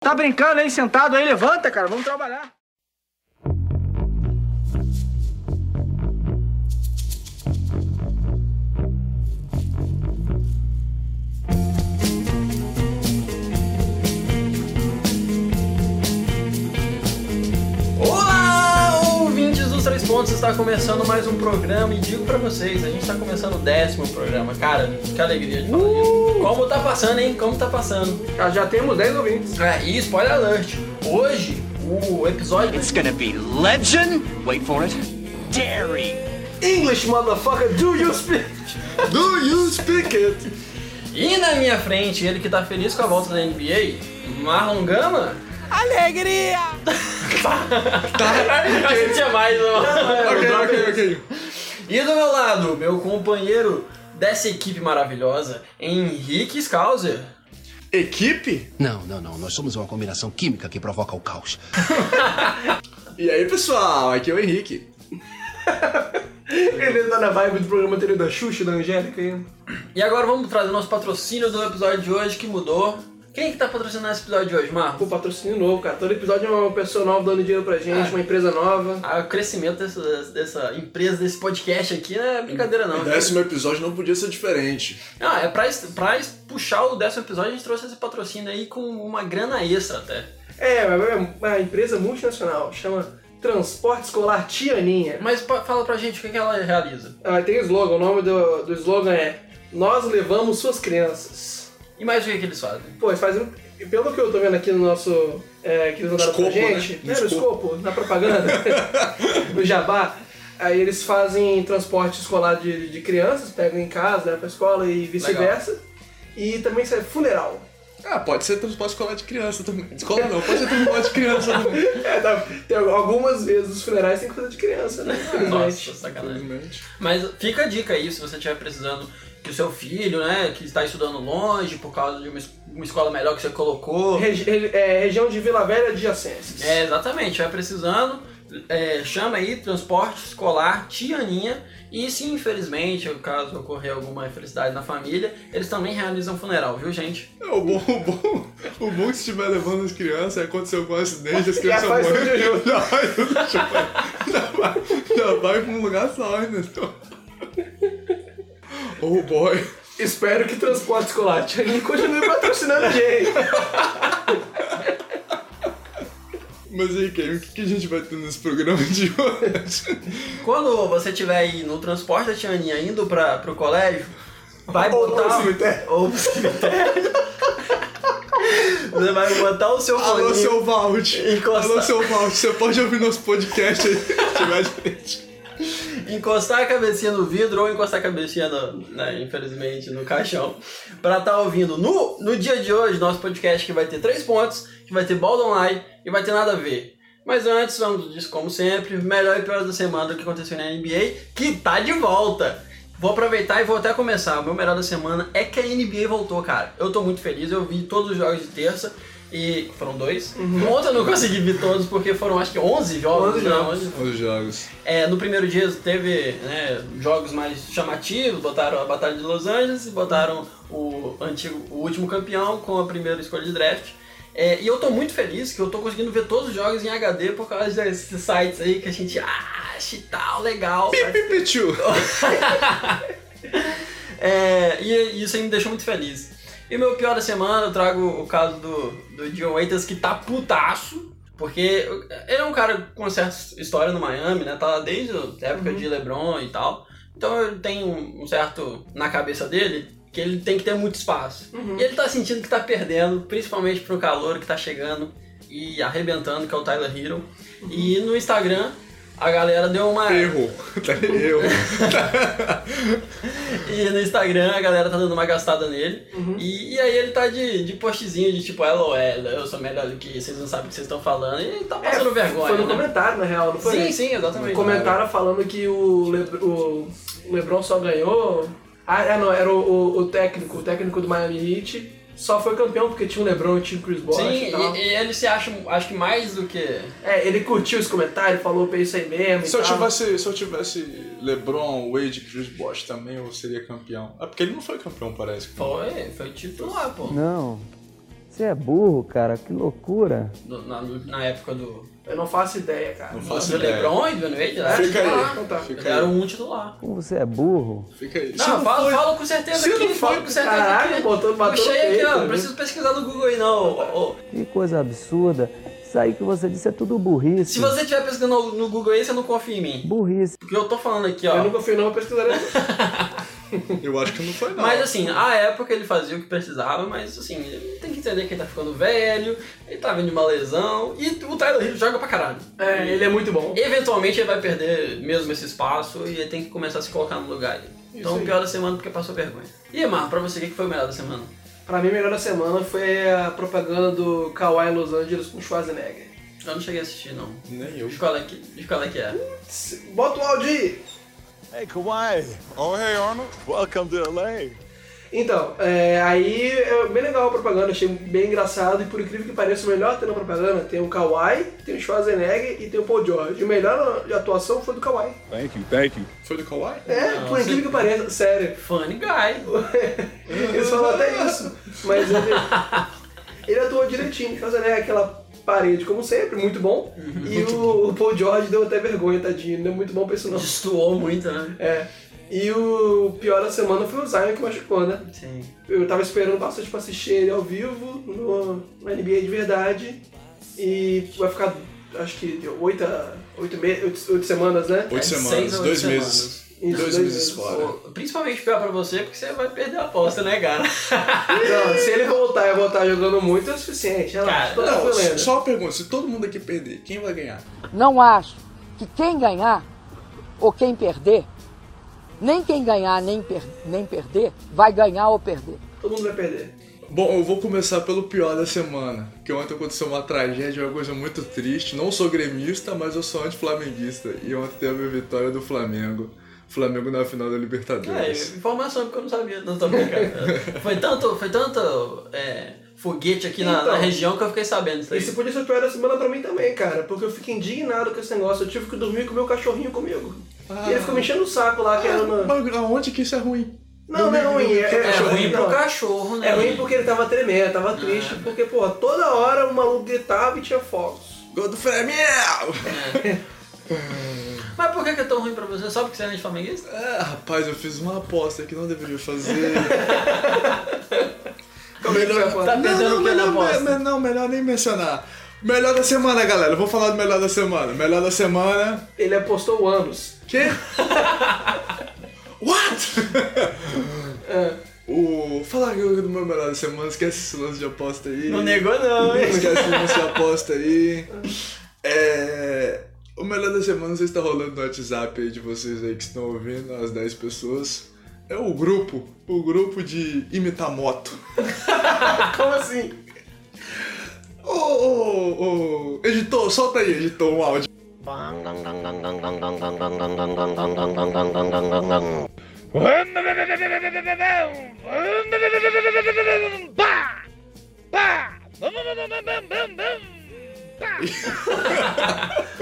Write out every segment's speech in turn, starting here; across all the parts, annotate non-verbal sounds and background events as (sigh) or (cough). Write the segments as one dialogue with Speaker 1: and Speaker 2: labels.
Speaker 1: Tá brincando aí, sentado aí? Levanta, cara. Vamos trabalhar.
Speaker 2: Olá, ouvintes dos Três Pontos, está começando mais um programa e digo pra vocês, a gente está começando o décimo programa, cara, que alegria de falar disso. Como tá passando, hein? Como tá passando?
Speaker 1: Cara, Uh! já temos 10 ouvintes.
Speaker 2: Ah, e spoiler alert, hoje o episódio
Speaker 3: It's gonna be legend. Wait for it. Dairy.
Speaker 1: English, motherfucker, do you speak? Do you speak it?
Speaker 2: e na minha frente, ele que tá feliz com a volta da NBA, Marlon Gama. (laughs) Tá. Alegria! tá, tinha mais, não.
Speaker 1: Ok, ok, ok.
Speaker 2: (laughs) E do meu lado, meu companheiro dessa equipe maravilhosa, Henrique Scalzer.
Speaker 1: Equipe?
Speaker 4: Não, não, não. Nós somos uma combinação química que provoca o
Speaker 5: (laughs)
Speaker 4: caos.
Speaker 1: E aí, pessoal? Aqui é o Henrique. Ele tá na vibe do programa anterior da Xuxa, da Angélica aí.
Speaker 2: E agora vamos trazer o nosso patrocínio do episódio de hoje que mudou. Quem que tá patrocinando esse episódio de hoje, Marco?
Speaker 1: Pô, patrocínio novo, cara. Todo episódio é uma pessoa nova dando dinheiro pra gente, uma empresa nova.
Speaker 2: Ah, o crescimento dessa, dessa empresa, desse podcast aqui não é brincadeira não.
Speaker 5: Décimo episódio não podia ser diferente.
Speaker 2: Ah, é pra, es- pra es- puxar o décimo episódio, a gente trouxe esse patrocínio aí com uma grana extra até.
Speaker 1: É, é uma empresa multinacional. Chama Transporte Escolar Tianinha.
Speaker 2: Mas pa- fala pra gente o que, que ela realiza.
Speaker 1: Ela tem um slogan. O nome do, do slogan é Nós levamos suas crianças.
Speaker 2: E mais o que, que eles fazem?
Speaker 1: Pô, eles fazem. um- Pelo que eu tô vendo aqui no nosso. É, que eles mandaram pra
Speaker 5: Escopo, né?
Speaker 1: gente.
Speaker 5: No
Speaker 1: É, no escopo, na propaganda. no jabá. Aí eles fazem transporte escolar de, de crianças, pegam em casa, levam pra escola e vice-versa. E também serve funeral. (laughs)
Speaker 5: Ah, pode ser transporte escolar de criança também. Escola não, pode ser transporte de criança também.
Speaker 1: É, tá, tem algumas vezes os funerais tem coisa de criança, né?
Speaker 2: Nossa,
Speaker 1: Infelizmente.
Speaker 2: sacanagem.
Speaker 5: Infelizmente.
Speaker 2: Mas fica a dica aí, se você estiver precisando que o seu filho, né, que está estudando longe por causa de uma, es- uma escola melhor que você colocou.
Speaker 1: Regi- re- é, região de Vila Velha adjacências.
Speaker 2: É, exatamente, vai precisando, é, chama aí transporte escolar, tianinha, e se infelizmente, caso ocorrer alguma infelicidade na família, eles também realizam funeral, viu gente?
Speaker 5: É, o bom, o bom, o bom é que se estiver levando as crianças, aí aconteceu algum acidente,
Speaker 1: (laughs)
Speaker 5: as
Speaker 1: Já
Speaker 5: crianças
Speaker 1: faz um
Speaker 5: morrem.
Speaker 1: tudo junto.
Speaker 5: (laughs) Já vai tudo junto. Já vai, já vai pra um lugar só, né? (laughs) então. Oh boy.
Speaker 1: Espero que transporte escolar (laughs) Tianinha continue patrocinando a gente.
Speaker 5: Mas aí, Kevin, o que que a gente vai ter nesse programa de hoje?
Speaker 2: Quando você estiver aí no transporte da tianinha indo para o colégio, vai
Speaker 1: Ou
Speaker 2: botar...
Speaker 1: pro cemitério.
Speaker 2: (laughs) Ou pro cemitério. Você vai botar o seu
Speaker 5: Alô,
Speaker 2: fone.
Speaker 5: seu Valt.
Speaker 2: Encosta.
Speaker 5: Alô, seu Valt. Você pode ouvir nosso podcast aí, se tiver gente.
Speaker 2: encostar a cabecinha no vidro ou encostar a cabecinha, no- né, infelizmente, no caixão, pra estar ouvindo no, no dia de hoje nosso podcast que vai ter três pontos, que vai ter balda online e vai ter nada a ver. Mas antes, vamos disso como sempre, melhor e pior da semana do que aconteceu na NBA, que tá de volta! Vou aproveitar e vou até começar. O meu melhor da semana é que a NBA voltou, cara. Eu tô muito feliz, eu vi todos os jogos de terça. E foram dois. Ontem eu não consegui ver todos, porque foram acho que 11 jogos.
Speaker 1: 11
Speaker 2: né?
Speaker 1: jogos.
Speaker 2: 11
Speaker 5: Os jogos.
Speaker 2: é, no primeiro dia teve né, jogos mais chamativos, botaram a Batalha de Los Angeles e botaram o, antigo, o último campeão com a primeira escolha de draft. É, e eu tô muito feliz que eu tô conseguindo ver todos os jogos em HD por causa desses sites aí que a gente acha e tal, legal.
Speaker 5: Pipichu.
Speaker 2: (laughs) É, e isso aí me deixou muito feliz. E meu pior da semana, eu trago o caso do, do John Waiters, que tá putaço. Porque ele é um cara com certa história no Miami, né? Tá lá desde a época de LeBron e tal. Então ele tem um, um certo na cabeça dele que ele tem que ter muito espaço. E ele tá sentindo que tá perdendo, principalmente pro calor que tá chegando e arrebentando, que é o Tyler Hero. E no Instagram, a galera deu uma.
Speaker 5: Erro. (laughs) Tá erro.
Speaker 2: E no Instagram a galera tá dando uma gastada nele.
Speaker 1: Uhum.
Speaker 2: E, e aí ele tá de, de postzinho de tipo, LOL, eu sou melhor do que vocês não sabem o que vocês estão falando. E ele tá
Speaker 1: É,
Speaker 2: passando vergonha.
Speaker 1: Foi no
Speaker 2: né?
Speaker 1: comentário, na real, não foi? um
Speaker 2: Sim, sim, exatamente.
Speaker 1: Comentaram falando que o, Lebr- o LeBron só ganhou. Ah, é, não, era o, o- o técnico, o técnico do Miami Heat. Só foi campeão porque tinha o LeBron e tinha o Chris Bosh
Speaker 2: Sim,
Speaker 1: e tal.
Speaker 2: e, e ele se acha, acho que mais do que.
Speaker 1: É, ele curtiu esse comentário, falou pra isso aí mesmo.
Speaker 5: Se
Speaker 1: e
Speaker 5: eu
Speaker 1: tal.
Speaker 5: tivesse, se eu tivesse LeBron, Wade e Chris Bosh também, eu seria campeão. É porque ele não foi campeão, parece.
Speaker 2: Foi, foi titular, pô.
Speaker 6: Não. Você é burro, cara, que loucura.
Speaker 2: do- na, na época do,
Speaker 1: Eu não faço ideia, cara.
Speaker 5: Não faço
Speaker 2: do
Speaker 5: ideia.
Speaker 2: LeBron e do Wade, né?
Speaker 5: Fica aí,
Speaker 1: Ah, então tá.
Speaker 5: fica
Speaker 2: Era
Speaker 5: aí,
Speaker 2: um titular.
Speaker 6: Como você é burro.
Speaker 5: fica aí.
Speaker 2: Não, fala, fala com certeza
Speaker 1: se
Speaker 2: aqui,
Speaker 1: não
Speaker 2: fala
Speaker 1: foi-
Speaker 2: com certeza
Speaker 1: caralho,
Speaker 2: aqui.
Speaker 1: botou- bateu
Speaker 2: Puxei
Speaker 1: no
Speaker 2: aqui,
Speaker 1: peito,
Speaker 2: ó,
Speaker 1: né?
Speaker 2: não preciso pesquisar no Google aí, não. Ô, ô,
Speaker 6: Que coisa absurda. Isso aí que você disse é tudo burrice.
Speaker 2: Se você estiver pesquisando no- no Google aí, você não confia em mim.
Speaker 6: Burrice.
Speaker 2: Porque eu tô falando aqui,
Speaker 1: Eu
Speaker 2: ó.
Speaker 1: nunca fui não, eu pesquisarei.
Speaker 5: Eu acho que não foi, não.
Speaker 2: Mas assim, a época ele fazia o que precisava, mas assim, tem que entender que ele tá ficando velho, ele tá vindo de uma lesão, e o Tyler Hill joga pra caralho.
Speaker 1: É, ele é muito bom.
Speaker 2: Eventualmente ele vai perder mesmo esse espaço e ele tem que começar a se colocar no lugar. Então,
Speaker 1: aí.
Speaker 2: pior da semana porque passou vergonha. E, Mar, pra você, o que que foi o melhor da semana?
Speaker 1: Pra mim, a melhor da semana foi a propaganda do Kawhi Los Angeles com Schwarzenegger.
Speaker 2: Eu não cheguei a assistir, não.
Speaker 5: Nem eu.
Speaker 2: De qual é que, de qual é, que é?
Speaker 1: Bota o áudio aí!
Speaker 7: Hey, Kawhi. Oh, hey, Arnold. Welcome to LA.
Speaker 1: Então, é, aí é bem legal a propaganda, achei bem engraçado e por incrível que pareça, o melhor tem na propaganda tem o Kawhi, tem o Schwarzenegger e tem o Paul George. O melhor atuação foi do Kawhi.
Speaker 7: Thank you, thank you.
Speaker 5: Foi do Kawhi?
Speaker 1: É,
Speaker 2: Não,
Speaker 1: por incrível que pareça, sério.
Speaker 2: Funny Guy.
Speaker 1: Eles falam até isso, mas ele, ele atuou direitinho, Schwarzenegger é aquela parede como sempre, muito bom. E o, o Paul George deu até vergonha, tadinho, não é muito bom pra isso não.
Speaker 2: Destoou muito, né?
Speaker 1: É. E o pior da semana foi o Zion que machucou, né?
Speaker 2: Sim.
Speaker 1: Eu tava esperando bastante pra assistir ele ao vivo no, no NBA de verdade. E vai ficar, acho que, de oito, a- oito, me- oito, oito semanas, né?
Speaker 5: Oito
Speaker 2: É, seis
Speaker 5: semanas,
Speaker 2: ou
Speaker 5: dois
Speaker 2: oito
Speaker 5: meses.
Speaker 1: Isso,
Speaker 5: Dois
Speaker 1: dois
Speaker 5: meses
Speaker 1: meses.
Speaker 5: fora.
Speaker 2: Principalmente pior pra você, porque você vai perder a aposta, né, (laughs) cara?
Speaker 1: Não, se ele voltar e voltar jogando muito é o suficiente. Relaxa,
Speaker 2: Cara,
Speaker 1: tô
Speaker 5: Não,
Speaker 1: tranquilo.
Speaker 5: só uma pergunta: se todo mundo aqui perder, quem vai ganhar?
Speaker 8: Não acho que quem ganhar ou quem perder, nem quem ganhar nem, per- nem perder, vai ganhar ou perder.
Speaker 1: Todo mundo vai perder.
Speaker 5: Bom, eu vou começar pelo pior da semana, que ontem aconteceu uma tragédia, uma coisa muito triste. Não sou gremista, mas eu sou anti-flamenguista. E ontem teve a vitória do Flamengo. Flamengo na final da
Speaker 2: É,
Speaker 5: Libertadores.
Speaker 2: informação que eu não sabia, não tô brincando. foi tanto, foi tanto é, foguete aqui na,
Speaker 1: Então.
Speaker 2: na região que eu fiquei sabendo disso aí.
Speaker 1: Isso podia ser o pior da semana pra mim também, cara. Porque eu fiquei indignado com esse negócio. Eu tive que dormir com o meu cachorrinho comigo. E ele ficou me enchendo o saco lá, que era uma...
Speaker 5: Mas aonde que isso é ruim?
Speaker 1: Não, não é ruim. É,
Speaker 2: É ruim pro
Speaker 1: não.
Speaker 2: cachorro, né?
Speaker 1: É ruim porque ele tava tremendo, tava triste, porque, porra, toda hora o maluco gritava e tinha fogos.
Speaker 5: Gol do Flamengo!
Speaker 2: Mas por que que é tão ruim pra você? Só porque você é anti-flamenguista?
Speaker 5: Ah, rapaz, eu fiz uma aposta que não
Speaker 1: (laughs)
Speaker 5: deveria fazer.
Speaker 1: Tá Como é que foi a foto?
Speaker 2: Tá perdendo o
Speaker 5: não,
Speaker 2: que na
Speaker 5: melhor,
Speaker 2: aposta?
Speaker 5: me- me- não, melhor nem mencionar. Melhor da semana, galera. Eu Vou falar do melhor da semana. Melhor da semana.
Speaker 1: Ele apostou anos.
Speaker 5: Quê? What? (laughs) o. Falar do meu melhor da semana, esquece esse lance de aposta aí.
Speaker 2: Não negou não, hein?
Speaker 5: Esquece esse lance de aposta aí. É. O melhor da semana você está tá rolando no WhatsApp aí de vocês aí que estão ouvindo, as 10 pessoas. É o grupo. O grupo de imitar moto.
Speaker 1: Como assim?
Speaker 5: Ô, ô, ô, editor, solta aí, editor, um áudio.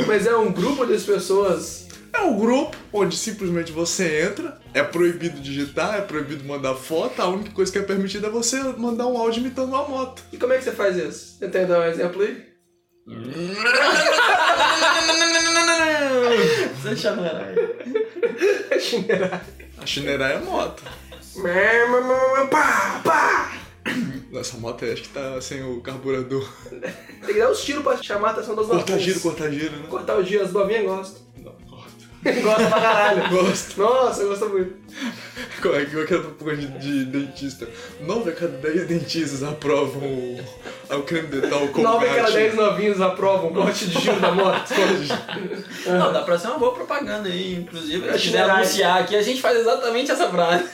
Speaker 1: Mas é um grupo de pessoas.
Speaker 5: É um grupo onde simplesmente você entra, é proibido digitar, é proibido mandar foto, a única coisa que é permitida é você mandar um áudio imitando uma moto.
Speaker 1: E como é que você faz isso? Você tem dar um exemplo aí?
Speaker 2: Você chama né?
Speaker 1: É chineirar.
Speaker 5: A chineira é moto.
Speaker 1: Pá, pá.
Speaker 5: Nossa, a moto aí acho que tá sem o carburador.
Speaker 1: Tem que dar uns tiros pra chamar a atenção das
Speaker 5: Cortar
Speaker 1: novinhas.
Speaker 5: giro, cortar giro, né?
Speaker 1: Cortar o giro, as novinhas gostam.
Speaker 5: Não, corta.
Speaker 1: (laughs) Gosta pra caralho.
Speaker 5: Gosto.
Speaker 1: Nossa, gosta muito.
Speaker 5: Como é que eu quero pouco de, de dentista? 9 a cada 10 dentistas aprovam o, o creme dental com
Speaker 1: Nove a cada dez novinhos aprovam o corte de giro da moto.
Speaker 5: (laughs)
Speaker 2: Não, dá pra ser uma boa propaganda aí, inclusive. Se quiser
Speaker 1: Verdade.
Speaker 2: anunciar aqui, a gente faz exatamente essa frase.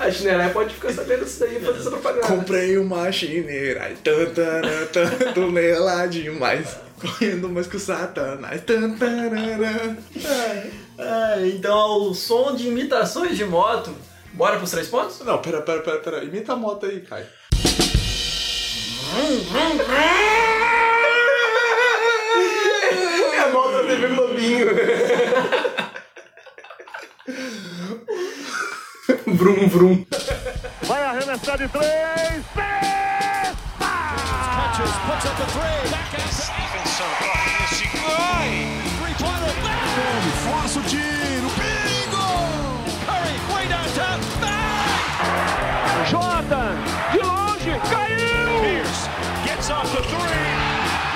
Speaker 1: A chineirar pode ficar sabendo isso daí e fazer essa propaganda.
Speaker 5: Comprei uma chineira, e tan, tan, tan, tan, tô nela demais. Correndo mais que o satanás. Tan, tan, tan, tan.
Speaker 2: É, então, ao som de imitações de moto, bora pros três pontos?
Speaker 5: Não, pera, pera, pera, pera. Imita a moto aí, Caio.
Speaker 1: É a moto da TV Globinho. vrum, vrum.
Speaker 7: Vai arremessar de três. Bridges puts up a three. Back out to Stevenson. Esse Three-pointer. Força o tiro. Bingo! Curry, way downtown. Bang!
Speaker 9: Jordan, de longe, caiu!
Speaker 7: Pierce gets off the three.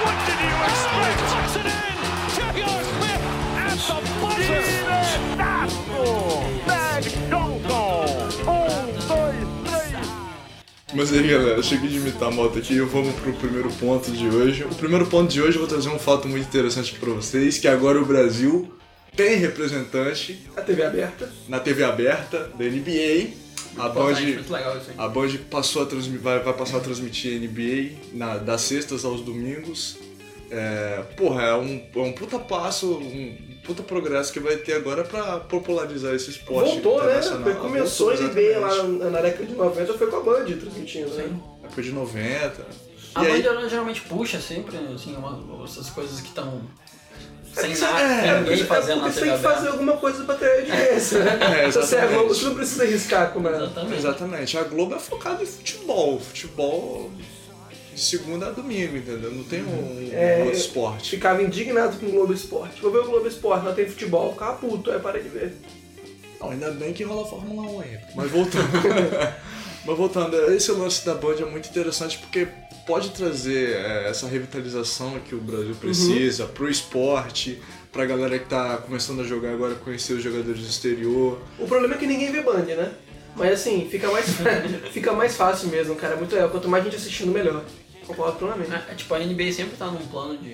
Speaker 7: What did you expect?
Speaker 9: Puts it in! J.R. Smith at the buzzer!
Speaker 5: Mas aí galera, chega de imitar a moto aqui e vamos pro primeiro ponto de hoje. O primeiro ponto de hoje eu vou trazer um fato muito interessante pra vocês, que agora o Brasil tem representante
Speaker 1: A TV aberta.
Speaker 5: na TV aberta da NBA. A Band,
Speaker 2: Importante, muito legal Tá, isso aí.
Speaker 5: a Band passou a transmi- vai, vai passar a transmitir NBA na- das sextas aos domingos. É, porra, é um, é um puta passo, um puta progresso que vai ter agora pra popularizar esse esporte
Speaker 1: Voltou, né?
Speaker 5: internacional.
Speaker 1: Foi- Começou a
Speaker 5: Voltou,
Speaker 1: NBA lá
Speaker 5: exatamente.
Speaker 1: na, na década de 90, foi com a Band transmitindo, né?
Speaker 5: Época de 90.
Speaker 2: A
Speaker 5: E aí-
Speaker 2: Band ela geralmente puxa sempre, assim, uma- essas coisas que estão sem
Speaker 1: Isso
Speaker 2: nada,
Speaker 1: é-
Speaker 2: sem
Speaker 1: porque-
Speaker 2: ninguém fazendo na
Speaker 1: porque
Speaker 2: TV
Speaker 1: tem que fazer
Speaker 2: aberta.
Speaker 1: alguma coisa pra ter audiência, né?
Speaker 5: É,
Speaker 1: Se você é
Speaker 5: exatamente.
Speaker 1: Globo, você não precisa arriscar com nada.
Speaker 2: Exatamente.
Speaker 5: Exatamente. A Globo é focada em futebol. Futebol de segunda a domingo, entendeu? Não tem um,
Speaker 1: É,
Speaker 5: outro esporte.
Speaker 1: Ficava indignado com o Globo Esporte. Vou ver o Globo Esporte, não tem futebol, ficava puto, aí parei de ver.
Speaker 5: Não, ainda bem que rola a Fórmula 1 ainda. Mas voltando. (laughs) Mas voltando, esse lance da Band é muito interessante porque pode trazer é, essa revitalização que o
Speaker 1: Uhum.
Speaker 5: Brasil precisa pro esporte, pra galera que tá começando a jogar agora conhecer os jogadores do exterior.
Speaker 1: O problema é que ninguém vê Band, né? Mas assim, fica mais, (laughs) fica mais fácil mesmo, cara. É muito legal. Quanto mais gente assistindo, melhor. Concordo plenamente.
Speaker 2: É, tipo, a NBA sempre tá num plano de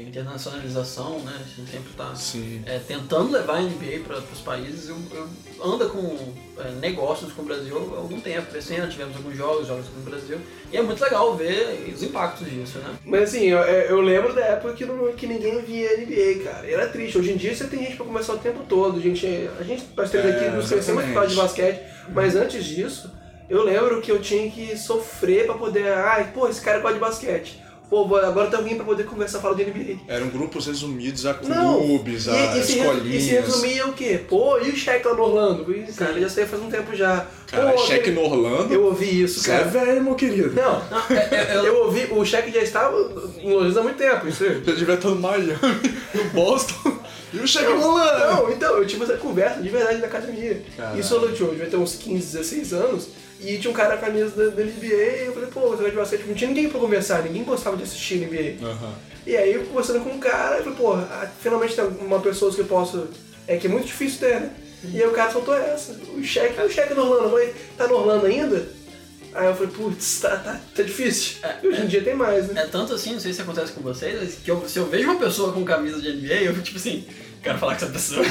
Speaker 2: internacionalização, né? Assim, Sempre tá
Speaker 5: Sim.
Speaker 2: é, tentando levar a NBA para os países. Eu, eu anda com é, negócios com o Brasil há algum tempo. Esse ano tivemos alguns jogos, jogos com o Brasil. E é muito legal ver os impactos disso, né?
Speaker 1: Mas assim, eu, eu lembro da época que, não- que ninguém via NBA, cara. E Era triste. Hoje em dia você tem gente pra conversar o tempo todo. Gente, a gente, nós três
Speaker 5: É,
Speaker 1: aqui, não sei se muito
Speaker 5: exatamente.
Speaker 1: falar de basquete, mas antes disso, eu lembro que eu tinha que sofrer pra poder. Ai, pô, esse cara gosta de basquete. Pô, vou- agora tem alguém pra poder conversar falar de NBA.
Speaker 5: Eram grupos resumidos a
Speaker 1: É. Não!
Speaker 5: clubes,
Speaker 1: e,
Speaker 5: a
Speaker 1: e se, resu- e
Speaker 5: escolinhas.
Speaker 1: se resumia o quê? Pô, e o Shaq lá no Orlando? E, cara, ele já saiu faz um tempo já.
Speaker 5: Cara,
Speaker 1: Pô,
Speaker 5: cheque
Speaker 1: aquele-
Speaker 5: no Orlando.
Speaker 1: Eu ouvi isso,
Speaker 5: Você é
Speaker 1: cara.
Speaker 5: velho, meu querido.
Speaker 1: Não, é, eu, ouvi, o Shaq já estava em Los Angeles há muito tempo, isso é aí.
Speaker 5: Já devia estar no Miami, (laughs) no Boston e o Cheque Rolando.
Speaker 1: Não, então, eu tive essa conversa de verdade na academia.
Speaker 5: Caralho.
Speaker 1: Isso eu não tinha, eu devia ter uns 15, 16 anos. E tinha um cara com a camisa da, da NBA e eu falei, pô, você gosta de basquete? Não tinha ninguém pra conversar, ninguém gostava de assistir NBA. E aí, eu conversando com um cara, eu falei, pô, ah, finalmente tem uma pessoa que eu posso... É que é muito difícil ter, né? E aí o cara soltou essa. O cheque, ah, o cheque no Orlando. Eu falei, tá no Orlando ainda? Aí eu falei, putz, tá, tá, tá difícil.
Speaker 2: É,
Speaker 1: E hoje em dia tem mais, né?
Speaker 2: É tanto assim, não sei se acontece com vocês, mas que eu- se eu vejo uma pessoa com camisa de NBA, eu fico tipo assim, quero falar com essa pessoa.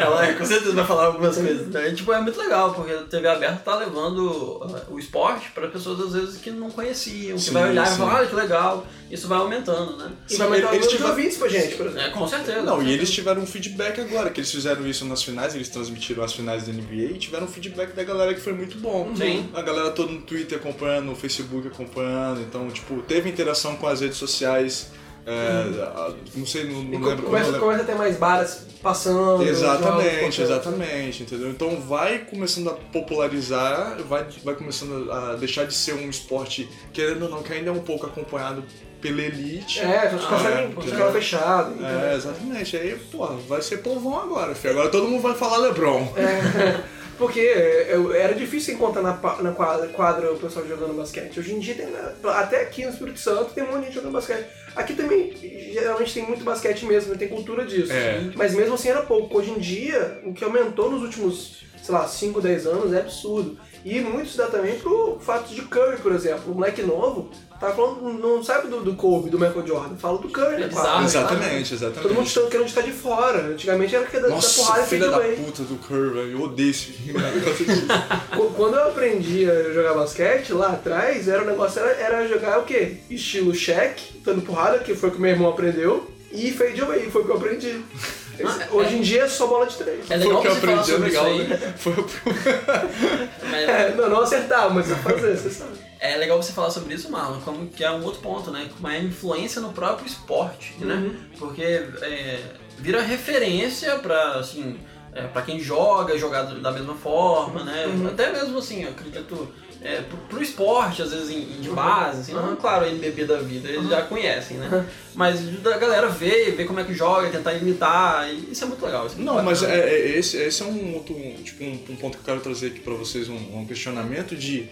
Speaker 2: Ela com certeza vai falar algumas coisas. Então, é, tipo, é muito legal, porque a TV aberta tá levando uh, o esporte para pessoas às vezes que não conheciam, que
Speaker 5: Sim,
Speaker 2: vai olhar
Speaker 5: sim.
Speaker 2: e falar, olha que legal. Isso vai aumentando, né?
Speaker 1: E vai
Speaker 5: Sim,
Speaker 1: aumentar o
Speaker 5: eles
Speaker 1: número de
Speaker 5: tiveram-
Speaker 1: ouvintes pra gente, por exemplo.
Speaker 2: É, com certeza.
Speaker 5: Não, e eles tiveram um feedback agora, que eles fizeram isso nas finais, eles transmitiram as finais da NBA e tiveram um feedback da galera que foi muito bom.
Speaker 2: Sim.
Speaker 5: A galera toda no Twitter acompanhando, no Facebook acompanhando, então, tipo, teve interação com as redes sociais. é, a- não sei, não,
Speaker 1: E
Speaker 5: não
Speaker 1: co-
Speaker 5: lembro.
Speaker 1: começa,
Speaker 5: não lembro.
Speaker 1: começa a ter mais baras passando. jogos,
Speaker 5: Exatamente,
Speaker 1: qualquer-
Speaker 5: exatamente, entendeu? Então vai começando a popularizar, vai, vai começando a deixar de ser um esporte, querendo ou não, que ainda é um pouco acompanhado pela elite.
Speaker 1: É, só te
Speaker 5: é,
Speaker 1: passar em
Speaker 5: porque-
Speaker 1: canal fechado.
Speaker 5: É, exatamente. Aí, pô, vai ser povão agora, filho. Agora todo mundo vai falar Lebron.
Speaker 1: É, Porque é, eu- era difícil encontrar na, pa- na quadra, quadra o pessoal jogando basquete. Hoje em dia tem. na- Até aqui no Espírito Santo tem um monte de gente jogando basquete. Aqui também geralmente tem muito basquete mesmo, né? tem cultura disso.
Speaker 5: É.
Speaker 1: Mas mesmo assim era pouco. Hoje em dia, o que aumentou nos últimos, sei lá, 5, 10 anos é absurdo. E muito se dá também pro fato de Curry, por exemplo. O moleque novo tá falando, não sabe do, do Kobe, do Michael Jordan, fala do Curry, né?
Speaker 2: É
Speaker 1: quadra.
Speaker 2: bizarro.
Speaker 5: exatamente, exatamente.
Speaker 1: Todo mundo está querendo estar tá de fora. Antigamente era que da, da
Speaker 5: Nossa,
Speaker 1: porrada e fade
Speaker 5: filha da
Speaker 1: away.
Speaker 5: puta do Curry, velho. Eu odeio esse né? filme.
Speaker 1: Qu- Quando eu aprendi a jogar basquete, lá atrás, era o negócio era, era jogar o quê? Estilo check, dando porrada, que foi o que meu irmão aprendeu, e fade away, foi o que eu aprendi. Hoje em dia é só bola de três.
Speaker 2: Ah, É
Speaker 5: Foi
Speaker 2: legal
Speaker 5: o que eu
Speaker 2: você falar
Speaker 5: aprendi, é
Speaker 2: sobre
Speaker 5: legal,
Speaker 2: isso aí.
Speaker 5: né?
Speaker 1: (laughs)
Speaker 5: Foi o
Speaker 2: mas-
Speaker 1: É, não, não acertar, mas eu fazer, você sabe.
Speaker 2: É legal você falar sobre isso, Marlon, como que é um outro ponto, né? Como é a influência no próprio esporte,
Speaker 1: Uhum.
Speaker 2: né? Porque é, vira referência pra,
Speaker 1: Uhum.
Speaker 2: assim, é, pra quem joga, jogar do- da mesma forma, né? Até mesmo, assim, eu acredito é, pro, pro esporte, às vezes em, em
Speaker 1: Uhum.
Speaker 2: de base, assim, não, claro, a NBB da vida, eles já conhecem,
Speaker 1: Uhum.
Speaker 2: né? Mas da galera ver, ver como é que joga, tentar imitar, e isso é muito legal. isso é muito
Speaker 5: Não, mas
Speaker 2: bacana.
Speaker 5: é, é- esse, esse é um outro um, tipo, um, um ponto que eu quero trazer aqui pra vocês, um, um questionamento de.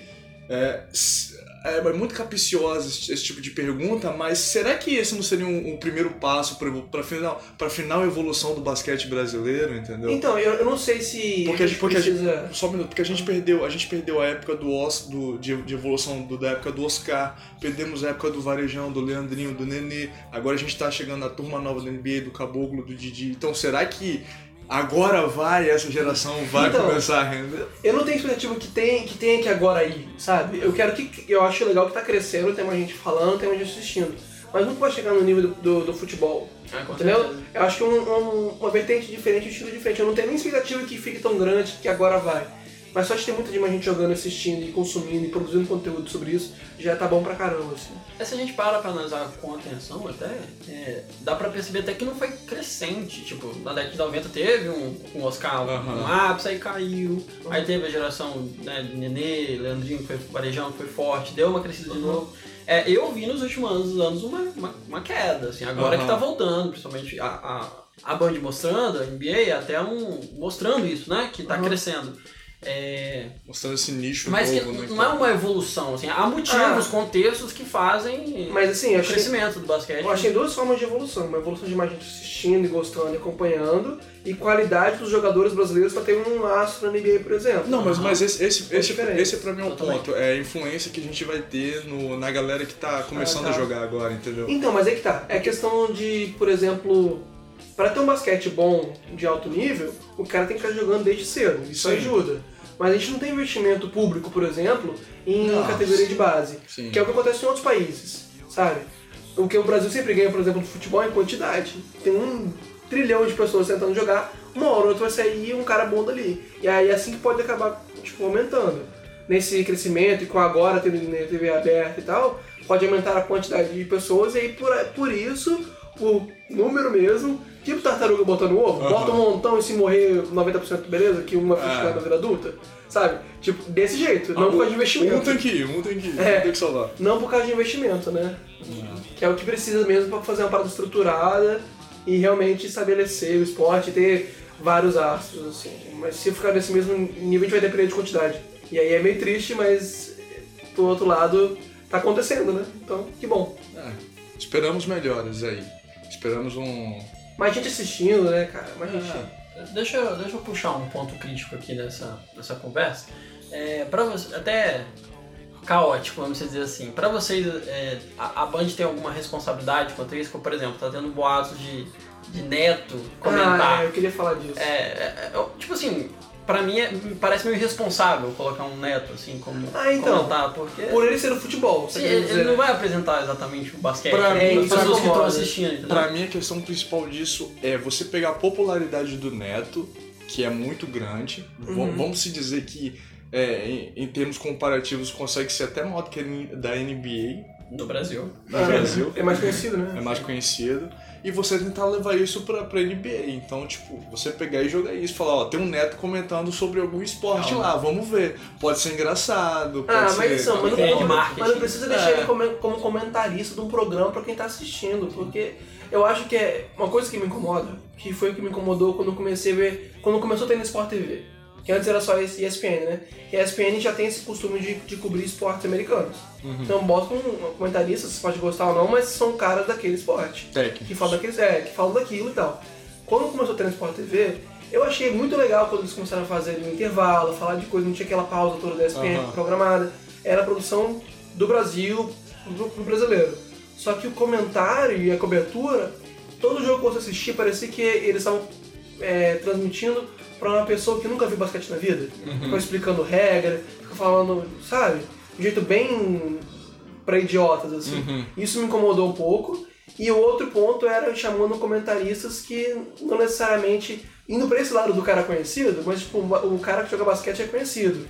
Speaker 5: É, s- é muito capiciosa esse, esse tipo de pergunta, mas será que esse não seria um, um primeiro passo pra, evo- pra, final, pra final evolução do basquete brasileiro, entendeu?
Speaker 1: Então, eu, eu não sei se
Speaker 5: Porque,
Speaker 1: a gente
Speaker 5: a gente- porque a gente-
Speaker 1: precisa...
Speaker 5: só um minuto, porque a gente perdeu, a gente perdeu a época do Os, do, de, de evolução do- da época do Oscar, perdemos a época do Varejão, do Leandrinho, do Nenê, agora a gente tá chegando na turma nova da NBA, do Caboclo, do Didi. Então será que agora vai, essa geração vai
Speaker 1: Então,
Speaker 5: começar a render?
Speaker 1: Eu não tenho expectativa que tem que tenha aqui agora aí, sabe? Eu quero que. Eu acho legal que tá crescendo, tem mais gente falando, tem mais gente assistindo. Mas nunca vai chegar no nível do, do- do futebol.
Speaker 2: Ah, com
Speaker 1: entendeu?
Speaker 2: certeza.
Speaker 1: Eu acho que é um- um- uma vertente diferente, um estilo diferente. Eu não tenho nem expectativa que fique tão grande que agora vai. Mas só de ter muita de mais gente jogando, assistindo e consumindo e produzindo conteúdo sobre isso, já tá bom pra caramba, assim.
Speaker 2: É, se a gente para pra analisar com atenção até, é, dá pra perceber até que não foi crescente. Tipo, na década de 90 teve um, um Oscar, um ápice, aí caiu. Aí teve a geração né, de Nenê, Leandrinho, que foi varejão, que foi forte, deu uma crescida de novo. É, eu vi nos últimos anos, anos uma, uma, uma queda, assim. Agora
Speaker 5: Aham.
Speaker 2: que tá voltando, principalmente a, a, a Band mostrando, a NBA até um, mostrando isso, né? Que tá crescendo. É,
Speaker 5: Mostrando esse nicho
Speaker 2: mas que
Speaker 5: novo, né?
Speaker 2: não é
Speaker 1: então. um-
Speaker 2: uma evolução, assim. Há motivos, contextos que fazem
Speaker 1: Mas, assim,
Speaker 2: o
Speaker 1: eu achei-
Speaker 2: crescimento do basquete.
Speaker 1: Eu acho que tem duas formas de evolução. Uma evolução de mais gente assistindo e gostando e acompanhando, e qualidade dos jogadores brasileiros pra ter um laço na NBA, por exemplo.
Speaker 5: Não, mas, mas esse, esse,
Speaker 1: É
Speaker 5: esse,
Speaker 1: diferente.
Speaker 5: esse pra mim é um
Speaker 2: Totalmente.
Speaker 5: ponto. É a influência que a gente vai ter no, na galera que tá começando
Speaker 1: tá.
Speaker 5: a jogar agora, entendeu?
Speaker 1: Então, mas é que tá. É questão de, por exemplo, pra ter um basquete bom de alto nível, o cara tem que estar jogando desde cedo. Isso
Speaker 5: Sim.
Speaker 1: ajuda. Mas a gente não tem investimento público, por exemplo, em
Speaker 5: Não,
Speaker 1: categoria
Speaker 5: sim.
Speaker 1: de base,
Speaker 5: Sim.
Speaker 1: que é o que acontece em outros países, sabe? O que o Brasil sempre ganha, por exemplo, no futebol é quantidade. Tem um trilhão de pessoas tentando jogar, uma hora ou outra vai sair um cara bom dali. E aí assim que pode acabar tipo, aumentando. Nesse crescimento e com agora tendo né, TV aberta e tal, pode aumentar a quantidade de pessoas e aí por, por isso, o número mesmo, tipo tartaruga botando ovo,
Speaker 5: Aham.
Speaker 1: bota um montão e se morrer 90% beleza, que uma fica
Speaker 5: É.
Speaker 1: na vida adulta, sabe? Tipo, desse jeito, não por causa de
Speaker 5: Um
Speaker 1: investimento.
Speaker 5: tem que ir, um tem que ir,
Speaker 1: É.
Speaker 5: um tem que salvar.
Speaker 1: Não por causa de investimento, né? Que é o que precisa mesmo pra fazer uma parada estruturada e realmente estabelecer o esporte e ter vários astros, assim. Mas se ficar nesse mesmo nível, a gente vai depender de quantidade. E aí é meio triste, mas do outro lado tá acontecendo, né? Então, que bom.
Speaker 5: É, esperamos melhores aí. Esperamos um.
Speaker 1: Mais gente assistindo, né, cara? Mais gente.
Speaker 2: Ah, Deixa, eu- deixa eu puxar um ponto crítico aqui nessa, nessa conversa. É, pra você, até caótico, vamos dizer assim. Pra vocês, é, a, a Band tem alguma responsabilidade quanto a isso? Como, por exemplo, tá tendo boatos de, de neto comentar.
Speaker 1: Ah, é, eu queria falar disso.
Speaker 2: É, é, é, eu- tipo assim, pra mim é- parece meio irresponsável colocar um neto assim como
Speaker 1: Ah, então.
Speaker 2: comentar, porque...
Speaker 1: Por ele ser o futebol, você
Speaker 2: Sim,
Speaker 1: quer
Speaker 2: ele,
Speaker 1: dizer,
Speaker 2: ele não
Speaker 1: né?
Speaker 2: vai apresentar exatamente o basquete
Speaker 5: Pra
Speaker 2: né,
Speaker 5: mim,
Speaker 2: as pessoas
Speaker 5: isso
Speaker 2: que estão
Speaker 1: incomoda.
Speaker 2: assistindo, entendeu?
Speaker 5: Pra mim, a questão principal disso é você pegar a popularidade do Neto, que é muito grande. V-
Speaker 1: Uhum.
Speaker 5: Vamos se dizer que, é, em, em termos comparativos, consegue ser até maior do que a N- da NBA
Speaker 2: No Brasil.
Speaker 5: no Brasil.
Speaker 1: É mais conhecido,
Speaker 5: É
Speaker 1: né?
Speaker 5: mais conhecido. E você tentar levar isso pra, pra NBA. Então, tipo, você pegar e jogar isso. Falar, ó, tem um neto comentando sobre algum esporte lá, vamos ver. Pode ser engraçado, pode
Speaker 1: Ah,
Speaker 5: ser... é
Speaker 1: mas isso, mas não,
Speaker 2: Ideia de
Speaker 1: mas não
Speaker 2: marketing.
Speaker 1: precisa deixar
Speaker 2: É.
Speaker 1: ele como, como comentarista de um programa pra quem tá assistindo, porque eu acho que é uma coisa que me incomoda, que foi o que me incomodou quando eu comecei a ver, quando começou a ter no Sport TV, que antes era só esse ESPN, né? E a ESPN já tem esse costume de, de cobrir esportes americanos.
Speaker 5: Uhum.
Speaker 1: Então bota um, um comentarista, você pode gostar ou não, mas são caras daquele esporte.
Speaker 5: Técnicos.
Speaker 1: Que falam daqueles, é, que falam daquilo e tal. Quando começou a ter no Sport TV, eu achei muito legal quando eles começaram a fazer ali um intervalo, falar de coisa, não tinha aquela pausa toda da ESPN
Speaker 5: Aham.
Speaker 1: é programada. Era a produção do Brasil, do, do brasileiro. Só que o comentário e a cobertura, todo jogo que você assistia parecia que eles estavam é, transmitindo pra uma pessoa que nunca viu basquete na vida. Ficava explicando regra, ficava falando, sabe? De um jeito bem pra idiotas, assim. Isso me incomodou um pouco. E o outro ponto era chamando comentaristas que não necessariamente indo pra esse lado do cara conhecido, mas tipo, o cara que joga basquete é conhecido.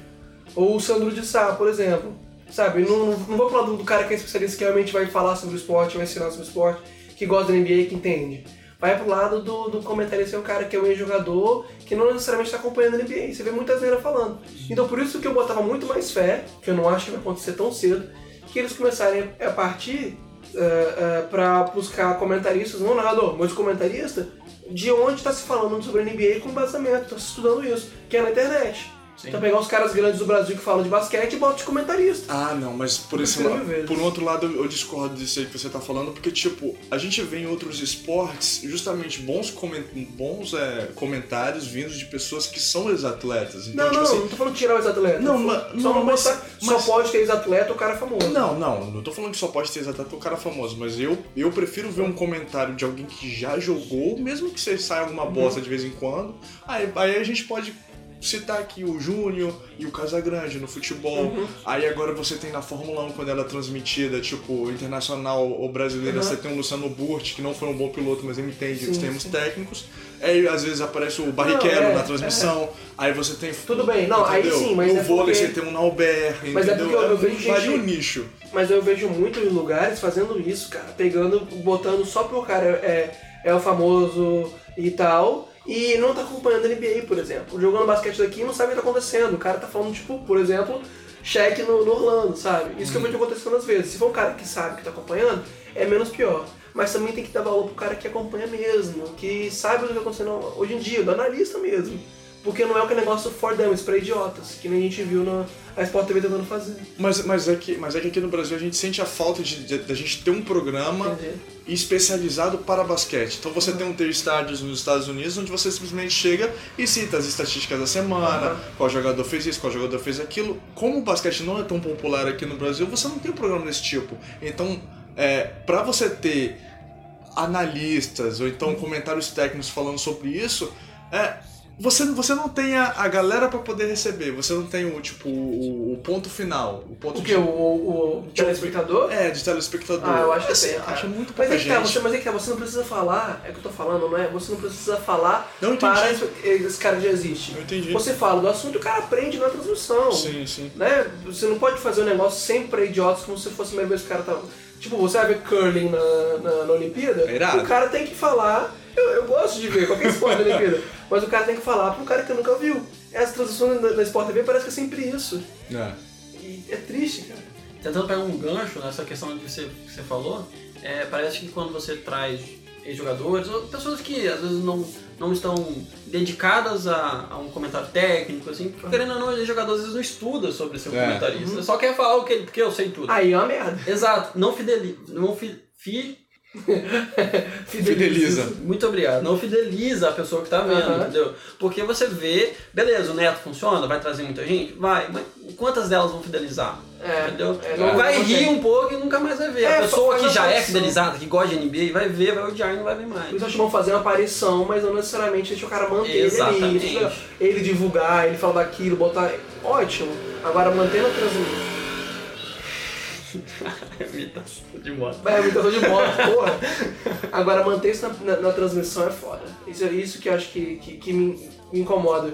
Speaker 1: Ou o Sandro de Sá, por exemplo. Sabe, não, não não vou falar do, do cara que é especialista que realmente vai falar sobre o esporte, vai ensinar sobre o esporte, que gosta da NBA, que entende. vai pro lado do, do comentarista, é o cara que é o ex-jogador, que não necessariamente está acompanhando a NBA. Você vê muita asneira falando. Então por isso que eu botava muito mais fé, que eu não acho que vai acontecer tão cedo, que eles começarem a partir eh, eh, pra buscar comentaristas, não narrador, mas comentarista, de onde está se falando sobre a NBA com embasamento, tá se estudando isso, que é na internet. Então pegar os caras grandes do Brasil que falam de basquete e bota de comentarista.
Speaker 5: Ah, não, mas por esse
Speaker 1: Prefiro
Speaker 5: lado,
Speaker 1: ver.
Speaker 5: por um outro lado eu discordo disso aí que você tá falando, porque tipo, a gente vê em outros esportes justamente bons, comen- bons é, comentários vindos de pessoas que são ex-atletas. Então,
Speaker 1: Não,
Speaker 5: tipo
Speaker 1: não,
Speaker 5: assim,
Speaker 1: não tô falando tirar os atletas.
Speaker 5: Não,
Speaker 1: Só-
Speaker 5: mas-
Speaker 1: só
Speaker 5: não, mas-
Speaker 1: botar-
Speaker 5: mas-
Speaker 1: só pode ter ex-atleta o cara é famoso.
Speaker 5: Não, não, não tô falando que só pode ter exatamente o cara famoso, mas eu, eu prefiro ver um comentário de alguém que já jogou, mesmo que você saia
Speaker 1: Uhum.
Speaker 5: alguma bosta de vez em quando. Aí, aí a gente pode citar aqui o Júnior e o Casagrande no futebol.
Speaker 1: Uhum.
Speaker 5: Aí agora você tem na Fórmula 1 quando ela é transmitida, tipo, internacional ou
Speaker 1: Uhum.
Speaker 5: brasileira, você tem o Luciano Burti, que não foi um bom piloto, mas ele entende os termos técnicos. Aí às vezes aparece o Barrichello
Speaker 1: Não, é,
Speaker 5: na transmissão. Aí você tem.
Speaker 1: Tudo bem, não, aí
Speaker 5: entendeu?
Speaker 1: sim, mas
Speaker 5: No
Speaker 1: é
Speaker 5: vôlei
Speaker 1: porque-
Speaker 5: você tem um Nauber, entendeu? um
Speaker 1: Mas é porque eu- eu vejo
Speaker 5: Varia
Speaker 1: gente-
Speaker 5: o nicho.
Speaker 1: Mas eu vejo muitos lugares fazendo isso, cara. Pegando, botando só pro cara é, é o famoso e tal. E não tá acompanhando a NBA, por exemplo. Jogando basquete daqui não sabe o que tá acontecendo. O cara tá falando, tipo, por exemplo, cheque no, no Orlando, sabe? Isso que eu vejo acontecendo às vezes. Se for um cara que sabe que tá acompanhando, é menos pior. Mas também tem que dar valor pro cara que acompanha mesmo, que sabe o que tá acontecendo hoje em dia, do analista mesmo. Porque não é o que é negócio for dummies, pra idiotas, que nem a gente viu na a Sport TV tentando fazer.
Speaker 5: Mas, mas, é que, mas é que aqui no Brasil a gente sente a falta de, de- da gente ter um programa
Speaker 1: Entendi.
Speaker 5: especializado para basquete. Então você tem um ter estádios nos Estados Unidos onde você simplesmente chega e cita as estatísticas da semana, qual jogador fez isso, qual jogador fez aquilo. Como o basquete não é tão popular aqui no Brasil, você não tem um programa desse tipo. Então, é, para você ter analistas ou então comentários técnicos falando sobre isso, é, você, você não tem a, a galera para poder receber, você não tem o tipo o, o ponto final, o ponto
Speaker 1: O
Speaker 5: de,
Speaker 1: que? O, o, o telespectador?
Speaker 5: é de telespectador.
Speaker 1: Ah, eu acho que
Speaker 5: Assim,
Speaker 1: tem, cara.
Speaker 5: acho muito pouca
Speaker 1: mas é que tá,
Speaker 5: gente.
Speaker 1: você, mas é que tá, você não precisa falar, é o que eu tô falando, não é? Você não precisa falar
Speaker 5: Não entendi.
Speaker 1: para esse, esse cara já existe.
Speaker 5: Eu entendi.
Speaker 1: Você fala do assunto e o cara aprende na transmissão.
Speaker 5: Sim, sim.
Speaker 1: Né? Você não pode fazer um negócio sempre pra idiotas como se fosse a primeira vez que o cara tá. Tipo, você vai ver curling na, na, na Olimpíada,
Speaker 5: É irado.
Speaker 1: o cara tem que falar. Eu, eu gosto de ver qualquer esporte da
Speaker 5: (laughs)
Speaker 1: Olimpíada, mas o cara tem que falar pro cara que nunca viu. Essa transmissão da da Sport TV parece que é sempre isso. E é triste, cara.
Speaker 2: Tentando pegar um gancho nessa questão que você, que você falou, é, parece que quando você traz ex-jogadores, ou pessoas que às vezes não, não estão dedicadas a, a um comentário técnico, assim, porque querendo ou não, ex-jogador às vezes não estuda sobre seu
Speaker 5: É.
Speaker 2: comentarista, só quer falar o que ele, porque eu sei tudo.
Speaker 5: Ah,
Speaker 1: Aí é uma merda.
Speaker 2: Exato, não fideliza, não fi, fi-
Speaker 1: (laughs)
Speaker 5: Fideliza.
Speaker 2: muito obrigado, não fideliza a pessoa que tá vendo,
Speaker 1: Aham.
Speaker 2: entendeu? Porque você vê, beleza, o Neto funciona, vai trazer muita gente? Vai, mas quantas delas vão fidelizar?
Speaker 1: É,
Speaker 2: entendeu?
Speaker 1: é,
Speaker 2: não vai
Speaker 1: não
Speaker 2: rir
Speaker 1: consegue.
Speaker 2: um pouco e nunca mais vai ver.
Speaker 1: É,
Speaker 2: a pessoa
Speaker 1: faz
Speaker 2: que
Speaker 1: a
Speaker 2: já é
Speaker 1: tradição.
Speaker 2: fidelizada, que gosta de NBA, vai ver, vai odiar e não vai ver mais.
Speaker 1: Por isso acho
Speaker 2: (laughs)
Speaker 1: que vão fazer uma aparição, mas não necessariamente deixa o cara manter ele ali.
Speaker 2: Exatamente.
Speaker 1: deixa Ele divulgar, ele falar daquilo, botar. Ótimo. Agora mantendo a transmissão.
Speaker 2: Imitação de moto.
Speaker 1: Vai, imitação É, de moto, porra. Agora manter isso na, na- na transmissão é foda. Isso, é isso que eu acho que, que, que me, me incomoda.